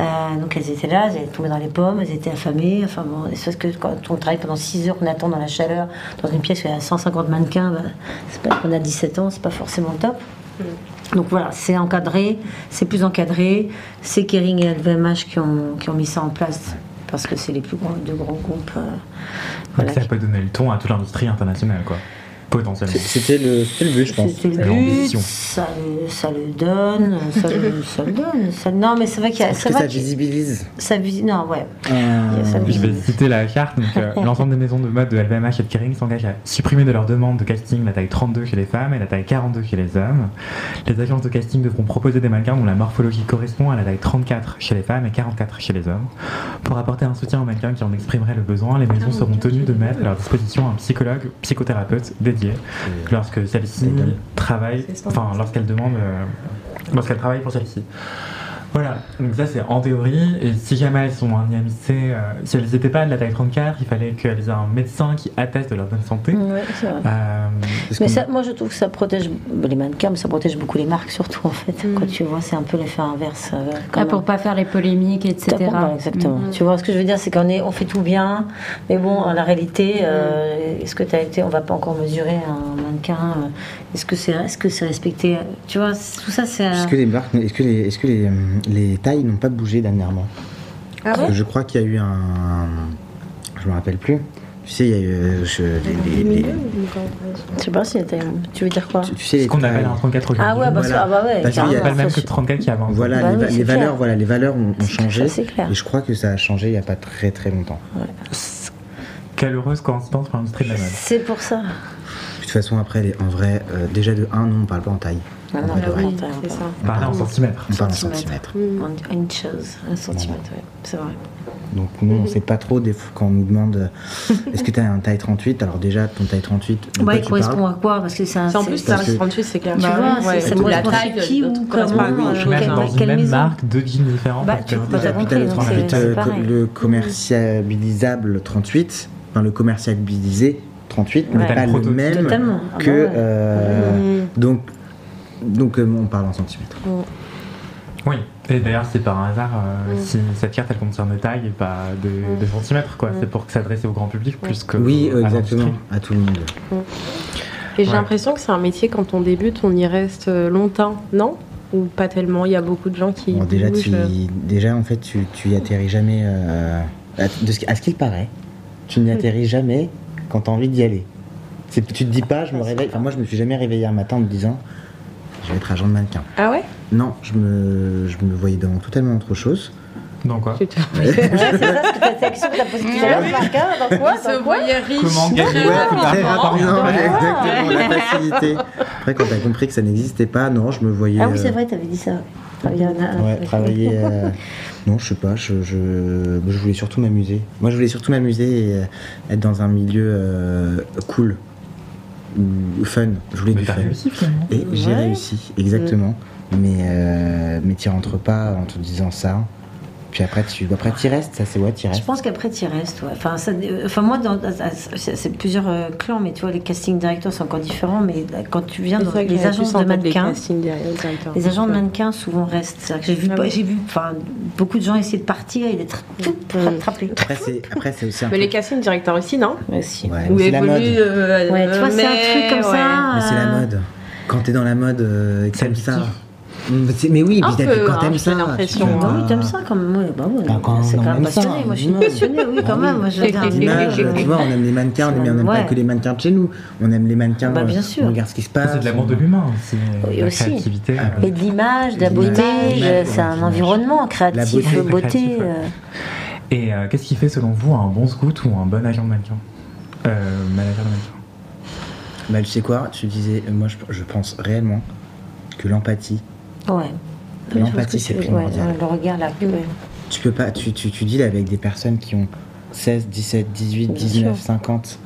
S2: Euh, donc elles étaient là, elles étaient tombées dans les pommes, elles étaient affamées. Enfin bon, c'est parce que quand on travaille pendant 6 heures, qu'on attend dans la chaleur, dans une pièce où il y a 150 mannequins, bah, c'est pas qu'on a 17 ans, c'est pas forcément top. Donc voilà, c'est encadré, c'est plus encadré. C'est Kering et LVMH qui ont, qui ont mis ça en place parce que c'est les plus gros, deux gros groupes. euh,
S1: Donc
S2: voilà,
S1: ça peut donner le ton à toute l'industrie internationale, quoi. Potentiellement.
S3: C'est- C'était le, c'était le but, je pense.
S2: C'était le but,
S1: L'ambition.
S2: ça, le- ça le donne, ça le, ça le donne. ça- non, mais c'est vrai qu'il y a.
S3: Est-ce
S2: c'est
S3: que
S2: vrai
S3: ça
S2: que-
S3: visibilise
S2: ça visi- Non, ouais.
S3: euh,
S2: Ça
S1: Je vais
S2: visi-
S1: citer la carte. Donc, euh, l'ensemble des maisons de mode de LVMH et de Kering s'engagent à supprimer de leur demande de casting la taille 32 chez les femmes et la taille 42 chez les hommes. Les agences de casting devront proposer des mannequins dont la morphologie correspond à la taille 34 chez les femmes et 44 chez les hommes. Pour apporter un soutien aux mannequins qui en exprimeraient le besoin, les maisons seront tenues de mettre à leur disposition un psychologue ou psychothérapeute dédié lorsque celle-ci travaille, enfin lorsqu'elle demande, euh, lorsqu'elle travaille pour celle-ci. Voilà, donc ça c'est en théorie, et si jamais elles sont en IMC, euh, si elles n'étaient pas de la taille 34, il fallait qu'elles aient un médecin qui atteste de leur bonne santé.
S2: Ouais, c'est vrai.
S1: Euh,
S3: parce
S2: Mais
S3: qu'on-
S2: ça, moi je trouve que ça protège les mannequins, mais ça protège beaucoup les marques surtout en fait. Quand tu vois, c'est un peu l'effet inverse. euh, quand
S4: Ah,
S2: même.
S4: pour pas faire les polémiques,
S2: T'as
S4: etc.
S2: compris, exactement. Tu vois, ce que je veux dire, c'est qu'on est, on fait tout bien, mais bon, en la réalité, euh, est-ce que tu as été, on va pas encore mesurer un mannequin, euh, est-ce que c'est, est-ce que c'est respecté, tu vois, c'est- tout ça, c'est.
S3: Est-ce que les marques, est-ce que les, est-ce que les, euh, les tailles n'ont pas bougé dernièrement
S2: Ah
S3: Parce que Je crois qu'il y a eu un, je me rappelle plus. Tu sais, il y a eu, euh, je- les- les- les-
S2: Je sais pas si t'as- tu veux dire quoi
S3: tu, tu sais les euh,
S1: ce qu'on
S3: tailles-
S1: appelle un 34
S2: Ah
S1: aujourd'hui.
S2: ouais, parce que-
S3: Voilà.
S2: ah bah ouais,
S3: Parce qu'il y a
S1: C'est
S2: carrément,
S1: pas le même
S2: ça,
S1: que 34 qui a 20
S3: Voilà,
S2: Bah
S3: les,
S2: oui,
S3: va-
S2: c'est
S3: les
S2: clair.
S3: valeurs, voilà, les valeurs ont, ont
S2: C'est-
S3: changé.
S2: ça, c'est clair.
S3: Et je crois que ça a changé il y a pas très très longtemps.
S1: Quelle heureuse coïncidence pour l'industrie de la mode.
S2: C'est pour ça.
S3: De toute façon, après, les- en vrai, euh, déjà de 1, non, on parle pas en taille.
S2: Non,
S3: En
S2: non,
S3: vrai
S2: mais
S3: de vrai.
S2: Ah oui, Mm.
S5: C'est ça.
S2: Ah,
S1: Parler en centimètres.
S3: On parle en
S2: Centimètres.
S3: centimètres.
S2: Une chose, un centimètre, ouais, c'est vrai.
S3: Donc nous, on sait pas trop des fois, quand on nous demande euh, est-ce que tu as un taille 38 Alors déjà, ton taille 38,
S2: Bah,
S3: de quoi
S2: il
S3: tu parles
S2: correspond à quoi Parce que c'est un.
S5: C'est en
S2: c'est-
S5: plus,
S2: tu
S5: ça
S3: parce que-
S5: reste 38, c'est clair.
S2: vois, Bah c'est- ça
S5: Ou la
S2: correspond à
S5: taille,
S2: qui ou
S5: l'autre correspond à
S2: comment,
S5: grand
S2: euh,
S5: chose.
S1: Même
S2: quelle-
S1: dans une
S2: quelle
S1: même
S2: maison
S1: marque, deux jeans différents.
S2: Bah,
S1: parce
S2: tu
S1: que-
S2: vois, t'as compris,
S3: le,
S2: donc
S1: c'est-
S3: ensuite,
S1: c'est
S3: euh,
S2: pareil.
S3: le commercialisable 38, enfin le commercialisé 38 n'est
S1: Ouais.
S3: pas le
S1: Totalement.
S3: même
S2: Totalement. Ah
S3: que.
S2: bah ouais.
S3: euh, Donc, donc euh, on parle en centimètres.
S1: Oui, et d'ailleurs, c'est par hasard
S2: Mm.
S1: euh, si cette carte elle concerne des tailles et pas des, des centimètres,
S2: Mm.
S1: quoi. C'est pour s'adresser au grand public plus que.
S3: oui, euh,
S1: à
S3: exactement,
S1: l'industrie.
S3: à tout le monde.
S5: Et j'ai
S1: Ouais.
S5: l'impression que c'est un métier, quand on débute, on y reste euh, longtemps, non Ou pas tellement Il y a beaucoup de gens qui.
S3: Bon, déjà,
S5: bougent,
S3: tu,
S5: euh,
S3: déjà, en fait, tu, tu y atterris jamais. euh, à, de ce, qui- à ce qu'il paraît, tu n'y atterris jamais quand tu as envie d'y aller. C'est- Tu te dis pas, je me réveille. Enfin, moi, je me suis jamais réveillé un matin en me disant, je vais être agent de mannequin.
S5: Ah ouais
S3: Non, je me, je me voyais dans totalement autre chose.
S1: Dans quoi
S2: C'est la question que t'as posée tout à l'heure, Marc, hein, dans quoi Dans quoi
S1: Comment gagner
S2: Ah,
S3: très rapidement,
S1: Voilà.
S3: exactement, la facilité. Après, quand t'as compris que ça n'existait pas, non, je me voyais.
S2: Ah oui, c'est
S3: euh,
S2: vrai, t'avais dit ça. Il y en
S5: Ah,
S2: a un.
S3: Ouais, travailler. euh, Non, je sais pas, je, je, je voulais surtout m'amuser. Moi, je voulais surtout m'amuser et euh, être dans un milieu euh, cool, ou fun. Je voulais
S1: Mais
S3: du
S1: t'as
S3: fun.
S1: réussi finalement.
S3: Et j'ai
S2: Ouais.
S3: réussi, exactement.
S5: Mm.
S3: Mais, euh, mais t'y rentres pas en te disant ça. Puis après, tu après, t'y restes, ça c'est ouais, t'y
S2: Je
S3: restes.
S2: pense qu'après, tu y restes. ouais. Enfin, ça- euh, enfin, moi, dans- à- à- c'est c'est plusieurs euh, clans, mais tu vois, les casting directeurs, c'est encore différent. Mais euh, quand tu viens
S5: C'est
S2: dans
S5: vrai que
S2: les
S5: j'avais plus
S2: agences
S5: en
S2: de
S5: tête les
S2: mannequins,
S5: castings euh, derrière le directeur.
S2: les agents de mannequins souvent restent. C'est-à-dire que J'ai vu,
S5: Ah
S2: pas-
S5: oui. Mm.
S2: j'ai vu enfin, beaucoup de gens essayer de partir et d'être tout rattrapés.
S3: Après, c'est après, c'est aussi un
S5: Mais les
S3: truc-
S5: castings directeurs aussi, non
S2: Ouais, si.
S3: Ouais,
S5: Ou
S3: mais c'est la mode.
S5: évoluent, euh, ah.
S2: Ouais, tu vois, c'est un
S5: mais-
S2: truc comme ça.
S3: Mais c'est la
S2: euh,
S3: mode. Quand t'es dans la mode euh, et que
S1: C'est
S3: t'aimes ça.
S1: addictif.
S3: Mm, c'est- Mais oui,
S5: Un
S3: mais t'as-
S5: peu,
S3: quand
S5: hein,
S3: t'aimes
S5: j'ai
S3: ça. tu
S5: l'impression,
S3: vas
S2: Bah
S3: pas-
S2: oui, t'aimes ça quand même. ouais, bah ouais,
S3: Bah, quand
S2: c'est
S3: on
S2: quand même
S3: aime ça,
S2: passionné. Moi, je suis
S3: non.
S2: passionnée, oui, quand
S3: Ah oui.
S2: même. Moi, j'adore
S3: On
S2: l'image.
S3: aime, euh, tu vois, on aime les mannequins, on aime, on aime pas
S2: Ouais.
S3: que les mannequins de chez nous. On aime les mannequins,
S2: Bah, bien
S3: euh,
S2: sûr.
S3: on regarde ce qui se passe.
S1: C'est de l'amour de l'humain aussi. euh,
S2: Oui,
S1: la
S2: aussi.
S1: créativité.
S3: Ah,
S1: euh,
S2: Et de l'image, de la
S3: De
S2: beauté,
S3: l'image,
S2: je-
S3: ouais,
S2: c'est un
S3: l'image.
S2: environnement
S3: La
S2: créatif,
S3: beauté,
S2: beauté.
S3: c'est
S1: créatif, ouais.
S2: euh,
S1: Et euh, qu'est-ce qui fait selon vous un bon scout ou un bon agent de mannequin euh, Manager de mannequin.
S3: Bah, tu sais quoi, tu disais, euh, moi je, je pense réellement que l'empathie,
S2: euh, Ouais.
S3: L'empathie,
S2: Je pense que
S3: c'est
S2: ouais,
S3: primordial.
S2: ouais, le regard, là. ouais.
S3: tu peux pas, tu, tu, tu deals avec des personnes qui ont 16, 17, 18,
S2: Bien
S3: 19,
S2: sûr.
S3: 50,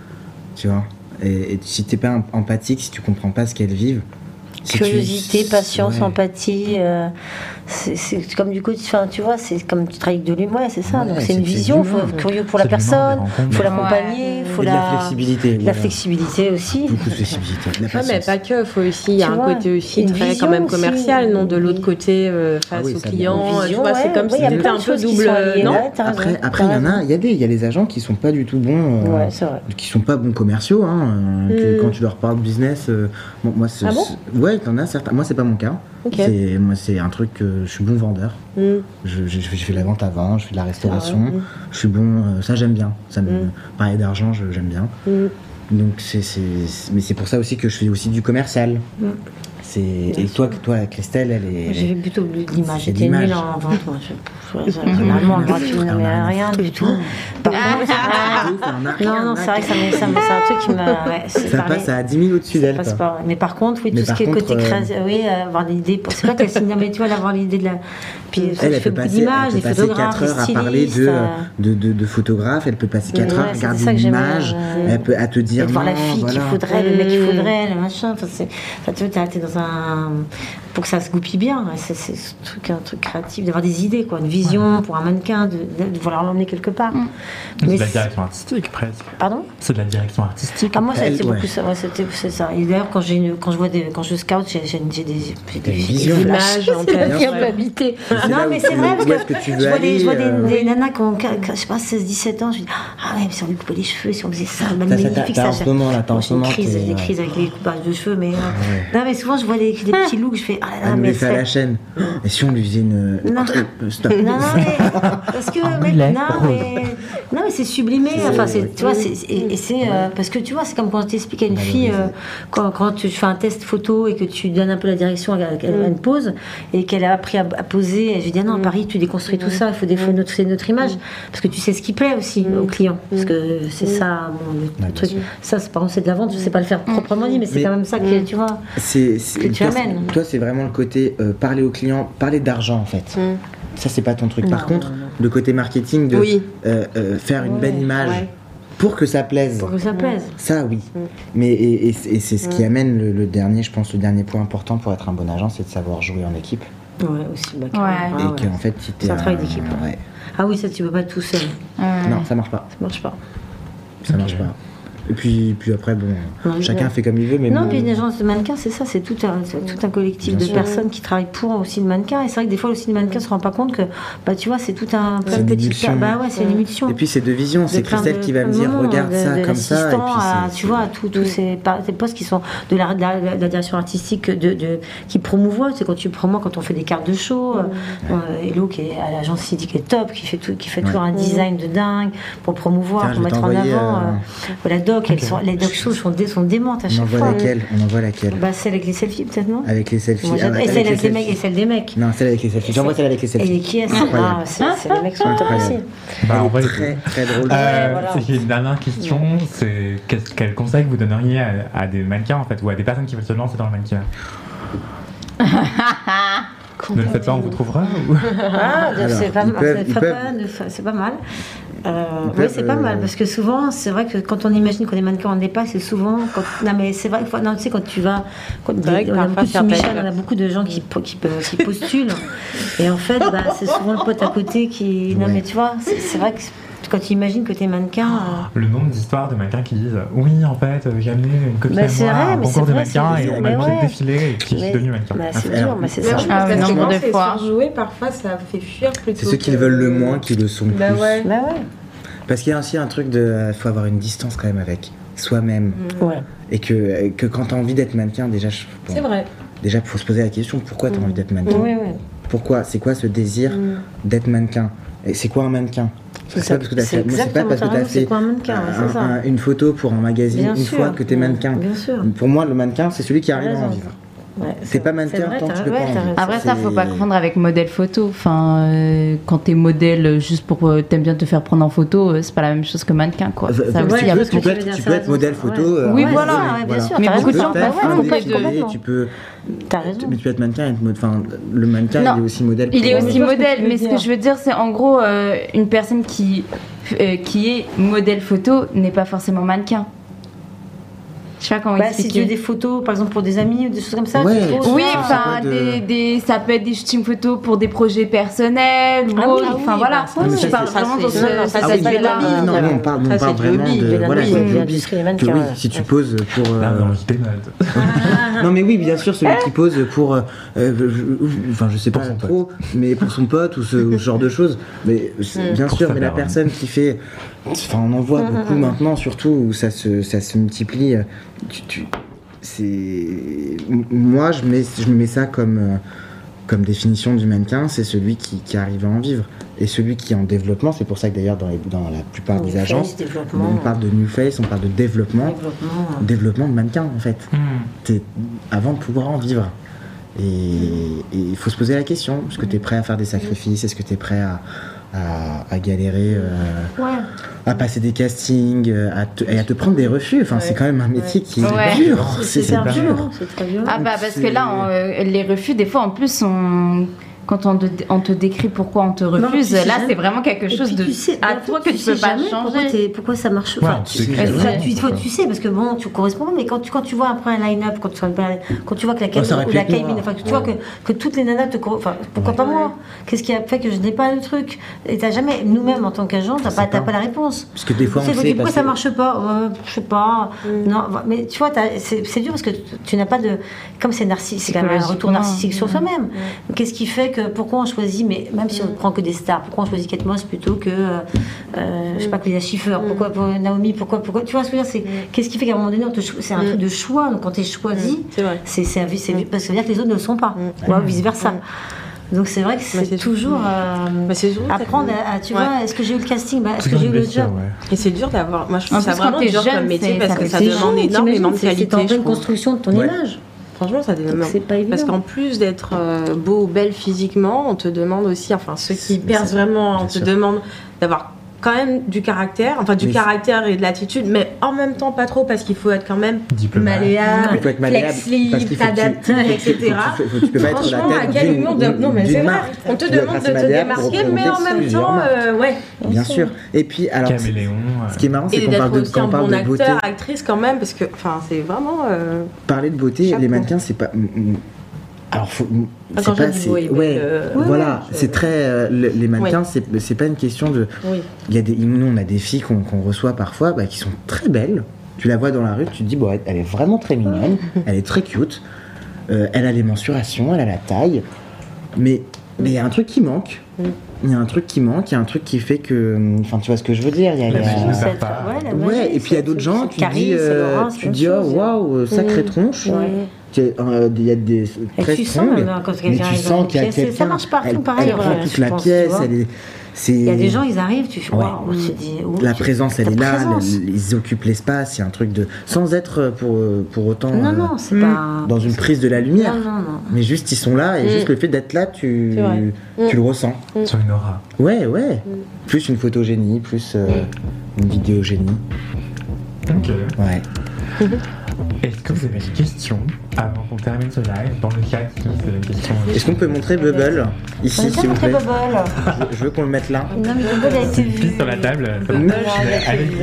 S3: tu vois. Et, et si t'es pas em- empathique, si tu comprends pas ce qu'elles vivent, si tu-
S2: Curiosité, patience,
S3: ouais.
S2: empathie. euh, c'est- c'est comme du coup, tu, enfin, tu vois, c'est comme tu travailles avec de l'humain, ouais, c'est ça.
S3: Ouais,
S2: Donc
S3: c'est-
S2: c'est une
S3: c'est
S2: vision,
S3: l'humain.
S2: faut être curieux pour la
S1: C'est l'humain,
S2: personne,
S1: les rencontres.
S2: faut
S1: Ouais.
S2: l'accompagner, faut
S3: Et de la
S2: la,
S3: flexibilité.
S2: la
S3: voilà.
S2: flexibilité aussi.
S3: Beaucoup de flexibilité. de la
S5: Ouais, mais
S3: patience.
S5: pas que, faut aussi, il y a
S2: Tu
S5: un
S2: vois,
S5: côté aussi
S2: une
S5: très
S2: vision
S5: quand même
S2: aussi,
S5: commercial, non De
S2: oui.
S5: l'autre côté, euh, face
S3: Ah oui,
S5: aux
S3: ça,
S5: clients,
S2: Vision,
S5: tu vois, c'est
S2: ouais,
S5: comme
S2: ouais,
S5: si
S2: y a
S5: c'était
S2: plein
S5: un
S2: de
S5: peu
S2: choses qui
S5: double,
S2: sont liées,
S5: non
S2: ouais, t'as raison,
S3: Après,
S2: t'as
S3: après il y en
S2: raison.
S3: a, il y a des, il y a les agents qui sont pas du tout bons, euh,
S2: Ouais, c'est vrai.
S3: qui sont pas bons commerciaux. Hein, euh, que
S5: Hmm.
S3: quand tu leur parles business, euh, bon, moi, c'est-
S5: Ah bon
S3: c'est- ouais, t'en as certains. Moi, c'est pas mon cas.
S5: Ok.
S3: C'est, moi, c'est un truc que je suis bon vendeur.
S2: Hmm.
S5: Mm.
S3: Je, je- je fais de la vente à vin, je fais de la restauration.
S2: Ah,
S3: Je suis bon, euh, ça j'aime bien. Ça me
S2: Hmm.
S5: Mm.
S3: parler d'argent, je- j'aime bien.
S5: Mm.
S3: Donc c'est, c'est- c'est- mais c'est pour ça aussi que je fais aussi du commercial. C'est et toi, toi, Christelle, elle est.
S2: Moi, Hmm. J'ai fait plutôt de l'image.
S3: C'est de
S2: J'étais nulle
S3: l'image.
S2: en vente. Moi. Je- je- Généralement, en vente, tu n'en
S3: Ah, on a
S2: mets
S3: rien
S2: rien du tout. Par contre,
S3: Ah, de ouf, on a
S2: non,
S3: rien
S2: non,
S3: à
S2: c'est vrai que ça m'est- ça m'est- c'est un truc qui m'a. ouais, c'est
S3: Ça
S2: parlé-
S3: passe à 10 000 au-dessus
S2: Ça
S3: d'elle.
S2: passe
S3: quoi.
S2: pas, ouais. Mais par contre, oui,
S3: Mais
S2: tout ce
S3: par
S2: qui est côté
S3: contre, euh,
S2: créatif, oui, euh, avoir l'idée. pour- C'est pas qu'elle signe, mais tu vois, avoir l'idée de la. Puis ça,
S3: Elle,
S2: tu
S3: elle
S2: fais
S3: peut
S2: beaucoup
S3: passer,
S2: d'images,
S3: elle
S2: des
S3: peut passer
S2: photographes,
S3: 4
S2: des
S3: heures à
S2: stylistes.
S3: parler de,
S2: euh,
S3: de, de, de photographes, elle peut passer 4
S2: Ouais,
S3: heures à
S2: c'est
S3: regarder
S2: ça que
S3: une
S2: j'aimais,
S3: image,
S2: euh,
S3: elle peut à te
S2: et
S3: dire
S2: de voir la
S3: non,
S2: fille qu'il
S3: voilà.
S2: faudrait, le mec qu'il
S5: Mm.
S2: faudrait, le machin. Enfin, c'est- enfin, tu vois, t'as- t'es dans un. Pour que ça se goupille bien. ouais, C'est c'est ce truc, un truc créatif, d'avoir des idées, quoi. Une vision pour un mannequin, de, de- de vouloir l'emmener quelque part.
S1: Mm. C'est
S2: Mais
S1: de la
S2: c'est-
S1: direction artistique presque.
S2: Pardon
S1: C'est de la direction artistique.
S2: Ah, moi, ça a
S3: Elle,
S2: été
S3: ouais.
S2: beaucoup ça. Ouais, c'était- c'est ça. Et d'ailleurs, quand, j'ai une- quand, je vois des, quand je scout, j'ai j'ai- j'ai des, j'ai
S3: T'as
S2: des, j'ai
S3: une
S2: des
S3: vision.
S2: flashs.
S5: L'âge en tête.
S3: Bien sûr.
S6: Culpabilité.
S3: Et Ah, c'est là
S2: Non,
S3: où
S2: Ah, mais
S3: tu-
S2: c'est vrai,
S3: où est-ce
S2: parce que,
S3: que tu
S2: je
S3: veux
S2: vois, des, je vois
S3: aller,
S2: des,
S3: euh,
S2: des nanas qui ont, qui- qui- je sais pas, 16-17 ans, je me dis, ah ouais, mais si on lui coupait les cheveux, si on faisait ça, le
S3: Ça, ça,
S2: magnifique,
S3: t'as-
S2: ça,
S3: t'as en ce moment, là, t'as en
S2: Moi,
S3: ce
S2: j'ai une
S3: moment,
S2: crise,
S3: t'es,
S2: j'ai des
S3: euh,
S2: crises avec les coupages de cheveux, mais. euh,
S3: ouais.
S2: Non, mais souvent, je vois des, des petits looks, je fais, ah là là,
S3: Elle nous
S2: mais.
S3: les fait à
S2: ça-
S3: la chaîne. Et si on lui faisait une.
S2: Non.
S3: Euh, Stop.
S2: Non, non, mais. Parce que. mais-
S1: mulet
S2: non,
S1: rose.
S2: mais. Non, mais c'est sublimé. Enfin, c'est, tu vois, c'est, c'est- et et c'est. euh, parce que tu vois, c'est comme quand tu expliques à une fille, euh, quand, quand tu fais un test photo et que tu donnes un peu la direction à, à- à une pose et qu'elle a appris à, à poser, et je lui dis, ah non, à Paris, tu déconstruis tout ça, il faut des fois notre, c'est notre image. Parce que tu sais ce qui plaît aussi au client. Parce que c'est ça, bon, le
S3: bien
S2: truc. Ça, c'est, par contre, c'est de la vente, je sais pas le faire proprement dit, mais c'est
S3: Mais-
S2: quand même ça que tu vois.
S3: C'est, c'est-
S2: Que tu
S3: toi,
S2: amènes.
S3: c'est- Toi, c'est vraiment le côté euh, parler aux clients, parler d'argent en fait. ça c'est pas ton truc. Par
S2: Mm. Non,
S3: contre,
S2: non, non.
S3: le côté marketing de
S6: Oui.
S3: euh, euh, faire une belle image
S6: ouais.
S3: pour que ça plaise.
S2: Pour que ça plaise.
S3: Ça, oui.
S2: Mm.
S3: Mais et, et c'est- et c'est ce qui amène le, le dernier, je pense, le dernier point important pour être un bon agent, c'est de savoir jouer en équipe.
S2: Ouais, aussi. bah,
S4: Ouais.
S2: carrément. Ah,
S3: et
S2: ouais.
S3: qu'en fait, si t'es
S2: C'est un travail
S3: un-
S2: d'équipe.
S3: ouais.
S2: Ah oui, ça, tu peux pas tout seul.
S3: Non, ça marche pas.
S2: Ça marche pas.
S3: Ça marche pas. Et puis, puis après, bon,
S2: Non,
S3: chacun
S2: mais-
S3: fait comme il veut, mais
S2: non,
S3: bon,
S2: puis une agence de mannequins, c'est ça, c'est tout un, c'est tout un collectif
S3: Bien
S2: de
S3: sûr.
S2: personnes qui travaillent pour aussi le mannequin. Et c'est vrai que des fois, aussi le mannequin se rend pas compte que, bah, tu vois, c'est tout un plein
S3: une
S2: de petites
S3: émulsion.
S2: per- Bah ouais, c'est une émulsion.
S3: Et puis c'est deux visions, c'est
S2: De plein
S3: Christelle
S2: de-
S3: qui va me dire
S2: non,
S3: regarde
S2: de-
S3: ça
S2: de
S3: comme ça, et
S2: l'assistant
S3: puis
S2: à,
S3: c'est- Mm.
S2: tu vois, à tous tous ces, par- ces postes qui sont de la, de la- de la direction artistique de, de- qui promouvoit. C'est quand tu promouvois, quand on fait des cartes de
S3: Mm.
S2: show. euh, euh, Hello qui est à l'agence City qui est top, qui fait, tout, qui fait toujours un design de dingue pour promouvoir,
S3: Tiens, je
S2: pour
S3: vais
S2: mettre en avant.
S3: t'envoyer,
S2: euh, la doc, elles sont, les doc shows sont, dé- sont démentes à
S3: On
S2: chaque
S3: envoie
S2: fois.
S3: laquelle On envoie laquelle
S2: Bah, celle avec les selfies, peut-être, non
S3: Avec les selfies.
S2: Moi,
S3: ah,
S2: j'adore- Et
S3: avec
S2: celle
S3: les
S2: avec les mecs,
S3: selfies.
S2: et celle des mecs.
S3: Non, celle avec les selfies. J'envoie celle avec les
S2: Et
S3: selfies.
S2: qui est
S3: Incroyable.
S2: Ah, c'est c'est les mecs sont top
S3: Incroyable.
S2: aussi.
S1: Bah, en vrai,
S3: Très très drôle.
S1: Euh,
S2: voilà.
S1: c'est une dernière question, c'est qu'est-ce- quel conseil vous donneriez à, à des mannequins en fait, ou à des personnes qui veulent se lancer dans le mannequin Ne le faites pas, on vous trouvera. ou-
S2: Ah, de-
S3: Alors,
S2: c'est pas,
S3: ils
S2: mal,
S3: peuvent-
S2: c'est
S3: ils
S2: pas
S3: peuvent-
S2: mal, de fa- c'est pas mal. Euh,
S3: Ils
S2: oui, c'est
S3: peuvent,
S2: pas
S3: euh,
S2: mal parce que souvent, c'est vrai que quand on imagine qu'on est mannequin, on n'est pas. C'est souvent quand non mais c'est vrai. que faut- Non, tu sais quand tu vas, quand
S6: C'est vrai que
S2: on, a
S6: parfois,
S2: beaucoup de
S6: ça
S2: soumissions,
S6: appelle.
S2: on a beaucoup de gens qui po- qui, pe- qui postulent et en fait, bah, c'est souvent le pote à côté qui. Non
S3: Ouais.
S2: mais tu vois, c'est c'est vrai que c'est- quand tu imagines que t'es mannequin. euh,
S1: Le nombre d'histoires de mannequins qui disent Oui, en fait, j'ai amené une copie
S2: Bah,
S1: à
S2: c'est
S1: moi à
S2: vrai,
S1: un
S2: mais
S1: concours
S2: c'est
S1: de
S2: vrai,
S1: mannequins
S2: c'est-
S1: et on m'a
S2: mais
S1: demandé
S2: ouais.
S1: de défiler et puis je suis
S2: Mais-
S1: devenu mannequin.
S2: bah, c'est
S3: Ah, Alors,
S2: dur, mais c'est
S5: Mais
S2: ça.
S5: moi, je pense
S4: Ah,
S5: que
S4: mais
S5: souvent,
S4: nombre de
S5: c'est
S4: fois.
S5: surjoué, parfois ça fait fuir plutôt.
S3: C'est ceux qui le
S5: que-
S3: veulent le moins qui le sont le
S5: Bah
S3: plus.
S5: ouais.
S2: Bah ouais.
S3: Parce qu'il y a aussi un truc de. euh, faut avoir une distance quand même avec soi-même.
S2: Mm. Ouais.
S3: Et que, euh, que quand t'as envie d'être mannequin, déjà, je, bon,
S5: C'est vrai.
S3: déjà, faut se poser la question pourquoi t'as envie d'être mannequin
S2: Mm. Oui, oui.
S3: Pourquoi C'est quoi ce désir d'être mannequin Et c'est quoi un mannequin
S2: C'est
S3: C'est pas parce que t'as
S2: c'est
S3: fait, moi, c'est pas
S2: exactement
S3: parce que
S2: ça,
S3: t'as
S2: c'est
S3: fait
S2: quoi un mannequin, ouais, c'est
S3: un-
S2: ça.
S3: un- une photo pour un magazine
S2: Bien
S3: une
S2: sûr.
S3: fois que t'es
S2: Ouais,
S3: mannequin.
S2: bien sûr.
S3: Pour moi, le mannequin, c'est celui qui arrive à
S2: raison.
S3: en vivre.
S2: Ouais,
S3: T'es
S2: c'est-
S3: pas mannequin
S2: c'est vrai,
S3: tant que
S2: t'as-
S3: tu peux
S2: ouais,
S3: pas en
S2: t'as
S3: vivre.
S2: raison.
S4: Après, ça,
S3: C'est-
S4: faut pas confondre avec modèle photo. Enfin, euh, quand t'es modèle euh, juste pour. euh, T'aimes bien te faire prendre en photo, euh, c'est pas la même chose que mannequin, quoi.
S3: Euh,
S4: Ça
S3: tu
S4: aussi,
S3: peux
S4: il y a
S3: être-
S2: parce que
S3: tu peux
S2: tu
S3: être,
S2: veux
S3: tu
S2: dire
S3: peux
S2: ça,
S3: être
S2: ouais.
S3: modèle photo.
S2: Ouais.
S3: euh,
S4: Oui,
S3: en
S4: voilà,
S3: défilé,
S2: ouais, bien sûr,
S4: Mais
S2: t'as
S4: beaucoup de
S2: raison.
S4: gens,
S2: T'as
S4: pas
S3: faire
S4: font
S3: un
S2: raison,
S4: des-
S2: complètement.
S3: défilé, tu peux,
S2: T'as raison.
S3: tu peux être mannequin, être mode- enfin, le mannequin,
S4: Non.
S3: il est aussi modèle.
S4: Il est
S3: pour-
S4: aussi
S5: vois ce que tu
S4: modèle,
S5: veux
S4: mais ce que
S5: dire.
S4: je veux dire, c'est en gros, euh, une personne qui, euh, qui est modèle photo n'est pas forcément mannequin. Je sais pas comment
S2: Bah, si tu
S4: expliquer.
S2: veux des photos, par exemple, pour des amis ou des choses comme ça,
S3: Ouais.
S2: tu poses
S4: Oui,
S2: ça.
S4: enfin,
S3: Ça peut être
S4: des, des- ça peut être des shootings photos pour des projets personnels ou
S2: Ah oui,
S4: autres.
S2: ah oui,
S4: Enfin, voilà.
S3: oui, mais
S4: je
S3: ça,
S4: parle
S3: c'est-
S4: vraiment dans
S5: ça, c'est-
S4: ce
S5: ça,
S4: cet
S5: c'est de
S4: aspect-là.
S5: l'hobby.
S3: Ah Non, non, on parle, on
S5: Ça,
S3: parle
S5: c'est du
S3: vraiment
S5: hobby,
S3: de.
S5: de la
S3: Voilà,
S5: mode,
S3: c'est
S5: de
S3: du hobby.
S2: l'industrie des mannequins,
S3: Que oui,
S2: ouais.
S3: si tu poses pour. euh,
S1: Là, Bah, dans le des notes.
S3: Non, mais oui, bien sûr, celui qui pose pour. euh, euh, je- Enfin, je sais pas
S1: Pour son
S3: trop, mais pour son pote ou ce, ou ce genre de choses. Mais
S2: Mm.
S3: c'est- bien
S1: Pour
S3: sûr,
S1: sa
S3: mais la
S1: daronne.
S3: personne qui fait. Enfin, on en voit beaucoup
S2: mm,
S3: maintenant, surtout où ça se, ça se multiplie. euh, Tu, tu- c'est. m- Moi, je mets, je mets ça comme. euh, comme définition du mannequin, c'est celui qui, qui arrive à en vivre. Et celui qui est en développement, c'est pour ça que d'ailleurs dans, les- dans la plupart
S2: New
S3: des
S2: face,
S3: agences,
S2: développement.
S3: on parle de new face, on parle de développement,
S2: Développement.
S3: développement de mannequin en fait
S1: Hmm.
S3: t'es- avant de pouvoir en vivre. Et et il faut se poser la question, est-ce que tu es prêt à faire des sacrifices Est-ce que tu es prêt à, à- à galérer, euh, à passer des castings, euh, à te, et à te prendre des refus Enfin, c'est quand même un métier qui est
S4: Ouais.
S3: dur, c'est
S2: C'est
S3: c'est
S2: hyper
S3: dur.
S2: violent, c'est très violent.
S4: Ah bah parce que là, on, euh, les refus, des fois, en plus, on- quand on, te- on te décrit pourquoi on te
S2: Non, tu
S4: refuse,
S2: sais
S4: là,
S2: jamais.
S4: c'est vraiment quelque
S2: Et
S4: chose
S2: puis
S4: de
S2: tu sais-
S4: à
S2: en fait,
S4: toi que tu peux
S2: sais
S4: pas
S2: jamais Pourquoi,
S4: changer.
S2: t'es- pourquoi ça marche
S1: Ouais,
S2: enfin,
S1: tu sais
S3: sais
S1: que
S3: jamais.
S1: c'est
S2: Ça,
S1: vrai.
S2: tu, toi, tu sais, parce que bon, tu corresponds, mais quand tu, quand tu vois après un line-up, quand tu, quand tu vois que la
S3: ça
S2: cabine,
S3: aurait
S2: ou
S3: pu
S2: la
S3: être moi.
S2: cabine, enfin, que tu vois que, que toutes les nanas te correspondent, enfin, pourquoi pas moi Qu'est-ce qui a fait que je n'ai pas le truc Et t'as jamais, nous-mêmes en tant qu'agent, t'as pas, t'as pas la réponse.
S3: Parce que des fois,
S2: Tu
S3: on
S2: sais, vous
S3: sait.
S2: dites, pourquoi
S3: parce
S2: ça
S3: que-
S2: marche pas Euh, Je sais pas.
S4: Mm.
S2: Non, va- mais tu vois, t'as- c'est c'est dur parce que tu- tu n'as pas de. Comme c'est narcissique, c'est quand même un retour
S4: Psychologiquement.
S2: narcissique
S5: Mm.
S2: sur soi-même. Qu'est-ce qui fait que. Pourquoi on choisit, mais même
S5: Mm.
S2: si on ne prend que des stars, pourquoi on choisit Kate Moss plutôt que. euh, euh, je sais
S5: Mm.
S2: pas, Cléa Schiffer Pourquoi pour Naomi Pourquoi pourquoi Tu vois ce que je veux dire c'est- Qu'est-ce qui fait qu'à un moment donné, on te cho- c'est un truc de choix. Donc quand tu es choisi,
S5: Mm. C'est vrai. Mm.
S2: c'est c'est un- c'est- parce que ça veut dire que les autres ne le sont pas. Ou alors vice-versa. Donc c'est vrai que c'est
S5: Bah, c'est-
S2: toujours. euh,
S5: Mais c'est toujours-
S2: Apprendre à, à- tu
S5: Ouais.
S2: vois, est-ce que j'ai eu le casting Bah, Est-ce
S1: C'est
S2: que
S1: comme
S2: j'ai eu
S1: une
S2: le
S1: blessure,
S2: job
S1: ouais.
S5: Et c'est dur d'avoir. Moi, je trouve
S4: En
S5: ça
S4: plus, quand
S5: vraiment
S4: t'es
S5: dur
S4: jeune,
S5: comme métier
S4: c'est-
S5: parce
S4: ça
S5: que
S4: fait
S5: ça
S4: six
S5: demande énormément de qualité.
S2: C'est en
S5: je
S2: pleine
S5: trouve.
S2: construction de ton
S3: Ouais.
S2: image.
S5: Franchement, ça demande.
S2: c'est pas évident.
S5: Parce qu'en plus d'être euh, beau ou belle physiquement, on te demande aussi, enfin, ceux qui
S3: Mais
S5: percent
S3: c'est-
S5: vraiment,
S3: bien
S5: on te
S3: sûr.
S5: demande d'avoir quand même du caractère, enfin du
S3: Mais-
S5: caractère et de l'attitude, mais en même temps pas trop parce qu'il faut être quand même
S1: Diplomate.
S2: euh,
S5: malléable,
S3: Il faut être malléable, parce
S5: flexible,
S3: qu'il faut que tu-
S5: t'adapter,
S3: il faut que tu-
S5: etc.
S3: faut que tu- faut que tu peux pas être sur la
S5: Franchement, à
S3: tête
S5: quel
S3: d'une-
S5: humour de... Non, mais
S3: d'une
S5: c'est vrai,
S3: marque.
S5: on te
S3: Tu dois
S5: demande de
S3: passer
S5: te
S3: malléable pour
S5: démarquer,
S3: représenter
S5: mais en même
S3: plusieurs
S5: temps,
S3: marques.
S5: euh, ouais.
S3: Bien sûr. Et puis, alors,
S1: Caméléon. euh,
S3: ce qui est marrant, c'est
S5: Et
S3: qu'on
S5: d'être
S3: parle de,
S5: aussi
S3: quand
S5: un
S3: on parle
S5: bon
S3: de beauté,
S5: acteur, actrice quand même, parce que enfin, c'est vraiment. euh,
S3: parler de beauté,
S5: Chapeau.
S3: les mannequins, c'est pas. mm, mm, Alors, faut, mm,
S5: Ah,
S3: c'est
S5: quand
S3: pas,
S5: je dis
S3: c'est-
S5: oui, oui,
S3: ouais,
S5: euh,
S3: voilà,
S5: ouais, je-
S3: c'est très euh, le- les mannequins, c'est c'est pas une question de.
S5: Oui.
S3: Il y a des, nous, on a des filles qu'on qu'on reçoit parfois bah, qui sont très belles. Tu la vois dans la rue, tu te dis, bon, elle- elle est vraiment très mignonne, elle est très cute, euh, elle a les mensurations, elle a la taille, mais mais il y a un truc qui manque. Il y a un truc qui manque, il y a un truc qui fait que. Enfin, tu vois ce que je veux dire il y a-
S1: La
S3: il y a-
S1: magie ne perd
S2: C'est-
S1: pas.
S2: Ah bah ouais, la magie,
S3: Ouais, et puis il y a
S2: c'est-
S3: d'autres
S2: c'est-
S3: gens,
S2: c'est
S3: tu te
S2: Carice,
S3: dis,
S2: c'est
S3: euh,
S2: Laurence,
S3: tu
S2: même
S3: dis, oh
S2: chose.
S3: waouh, sacrée tronche.
S2: Mmh.
S3: hein.
S2: Ouais.
S3: Tu sais, euh, Il y a des
S2: Et
S3: très
S2: tu sens,
S3: tronches,
S2: là, quand
S3: mais
S2: quelqu'un
S3: tu
S2: arrive dans
S3: sens
S2: une
S3: qu'il y a
S2: pièce, c'est-
S3: quelqu'un.
S2: ça marche partout
S3: elle,
S2: pareil,
S3: elle prend
S2: ouais,
S3: toute
S2: je
S3: la
S2: pense,
S3: pièce.
S2: tu vois.
S3: Elle est, c'est-
S2: Il y a des gens, ils arrivent, tu fais waouh, tu te dis, ouh,
S3: La
S2: tu-
S3: présence, elle
S2: ta
S3: est là.
S2: présence.
S3: le- Ils occupent l'espace. Il y a un truc de sans être euh, pour pour autant
S2: Non,
S3: euh,
S2: non, c'est pas.
S3: dans une prise de la lumière.
S2: Non, Hmm. non, non.
S3: Mais juste, ils sont là et
S6: Mm.
S3: juste le fait d'être là, tu
S6: C'est vrai.
S2: Hmm.
S3: tu le ressens.
S1: Sur une aura.
S3: Ouais, ouais. Plus une photogénie, plus euh,
S2: Hmm.
S3: une vidéogénie.
S1: Ok.
S3: Ouais.
S1: Est-ce que vous avez des questions avant qu'on termine ce live Dans le cas, si vous avez des questions.
S3: Est-ce qu'on peut montrer Bubble
S2: On
S3: ici,
S2: est
S3: s'il
S2: bien
S3: vous
S2: très
S3: plaît
S2: bobole.
S3: Je veux- Je veux qu'on le mette là.
S2: Non, mais bobole a été vu.
S1: Pile sur la table. ça va.
S2: Bubble,
S1: Je vais
S2: elle a
S1: aller-
S2: été Il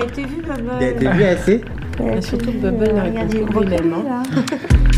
S2: a été vu,
S3: T'as t'as
S2: bobole.
S3: vu assez
S2: Il a été
S5: Surtout
S2: vu,
S5: Bubble
S2: euh,
S5: n'a
S2: regardez,
S5: répondu
S2: recule,
S5: lui-même, hein.
S2: là.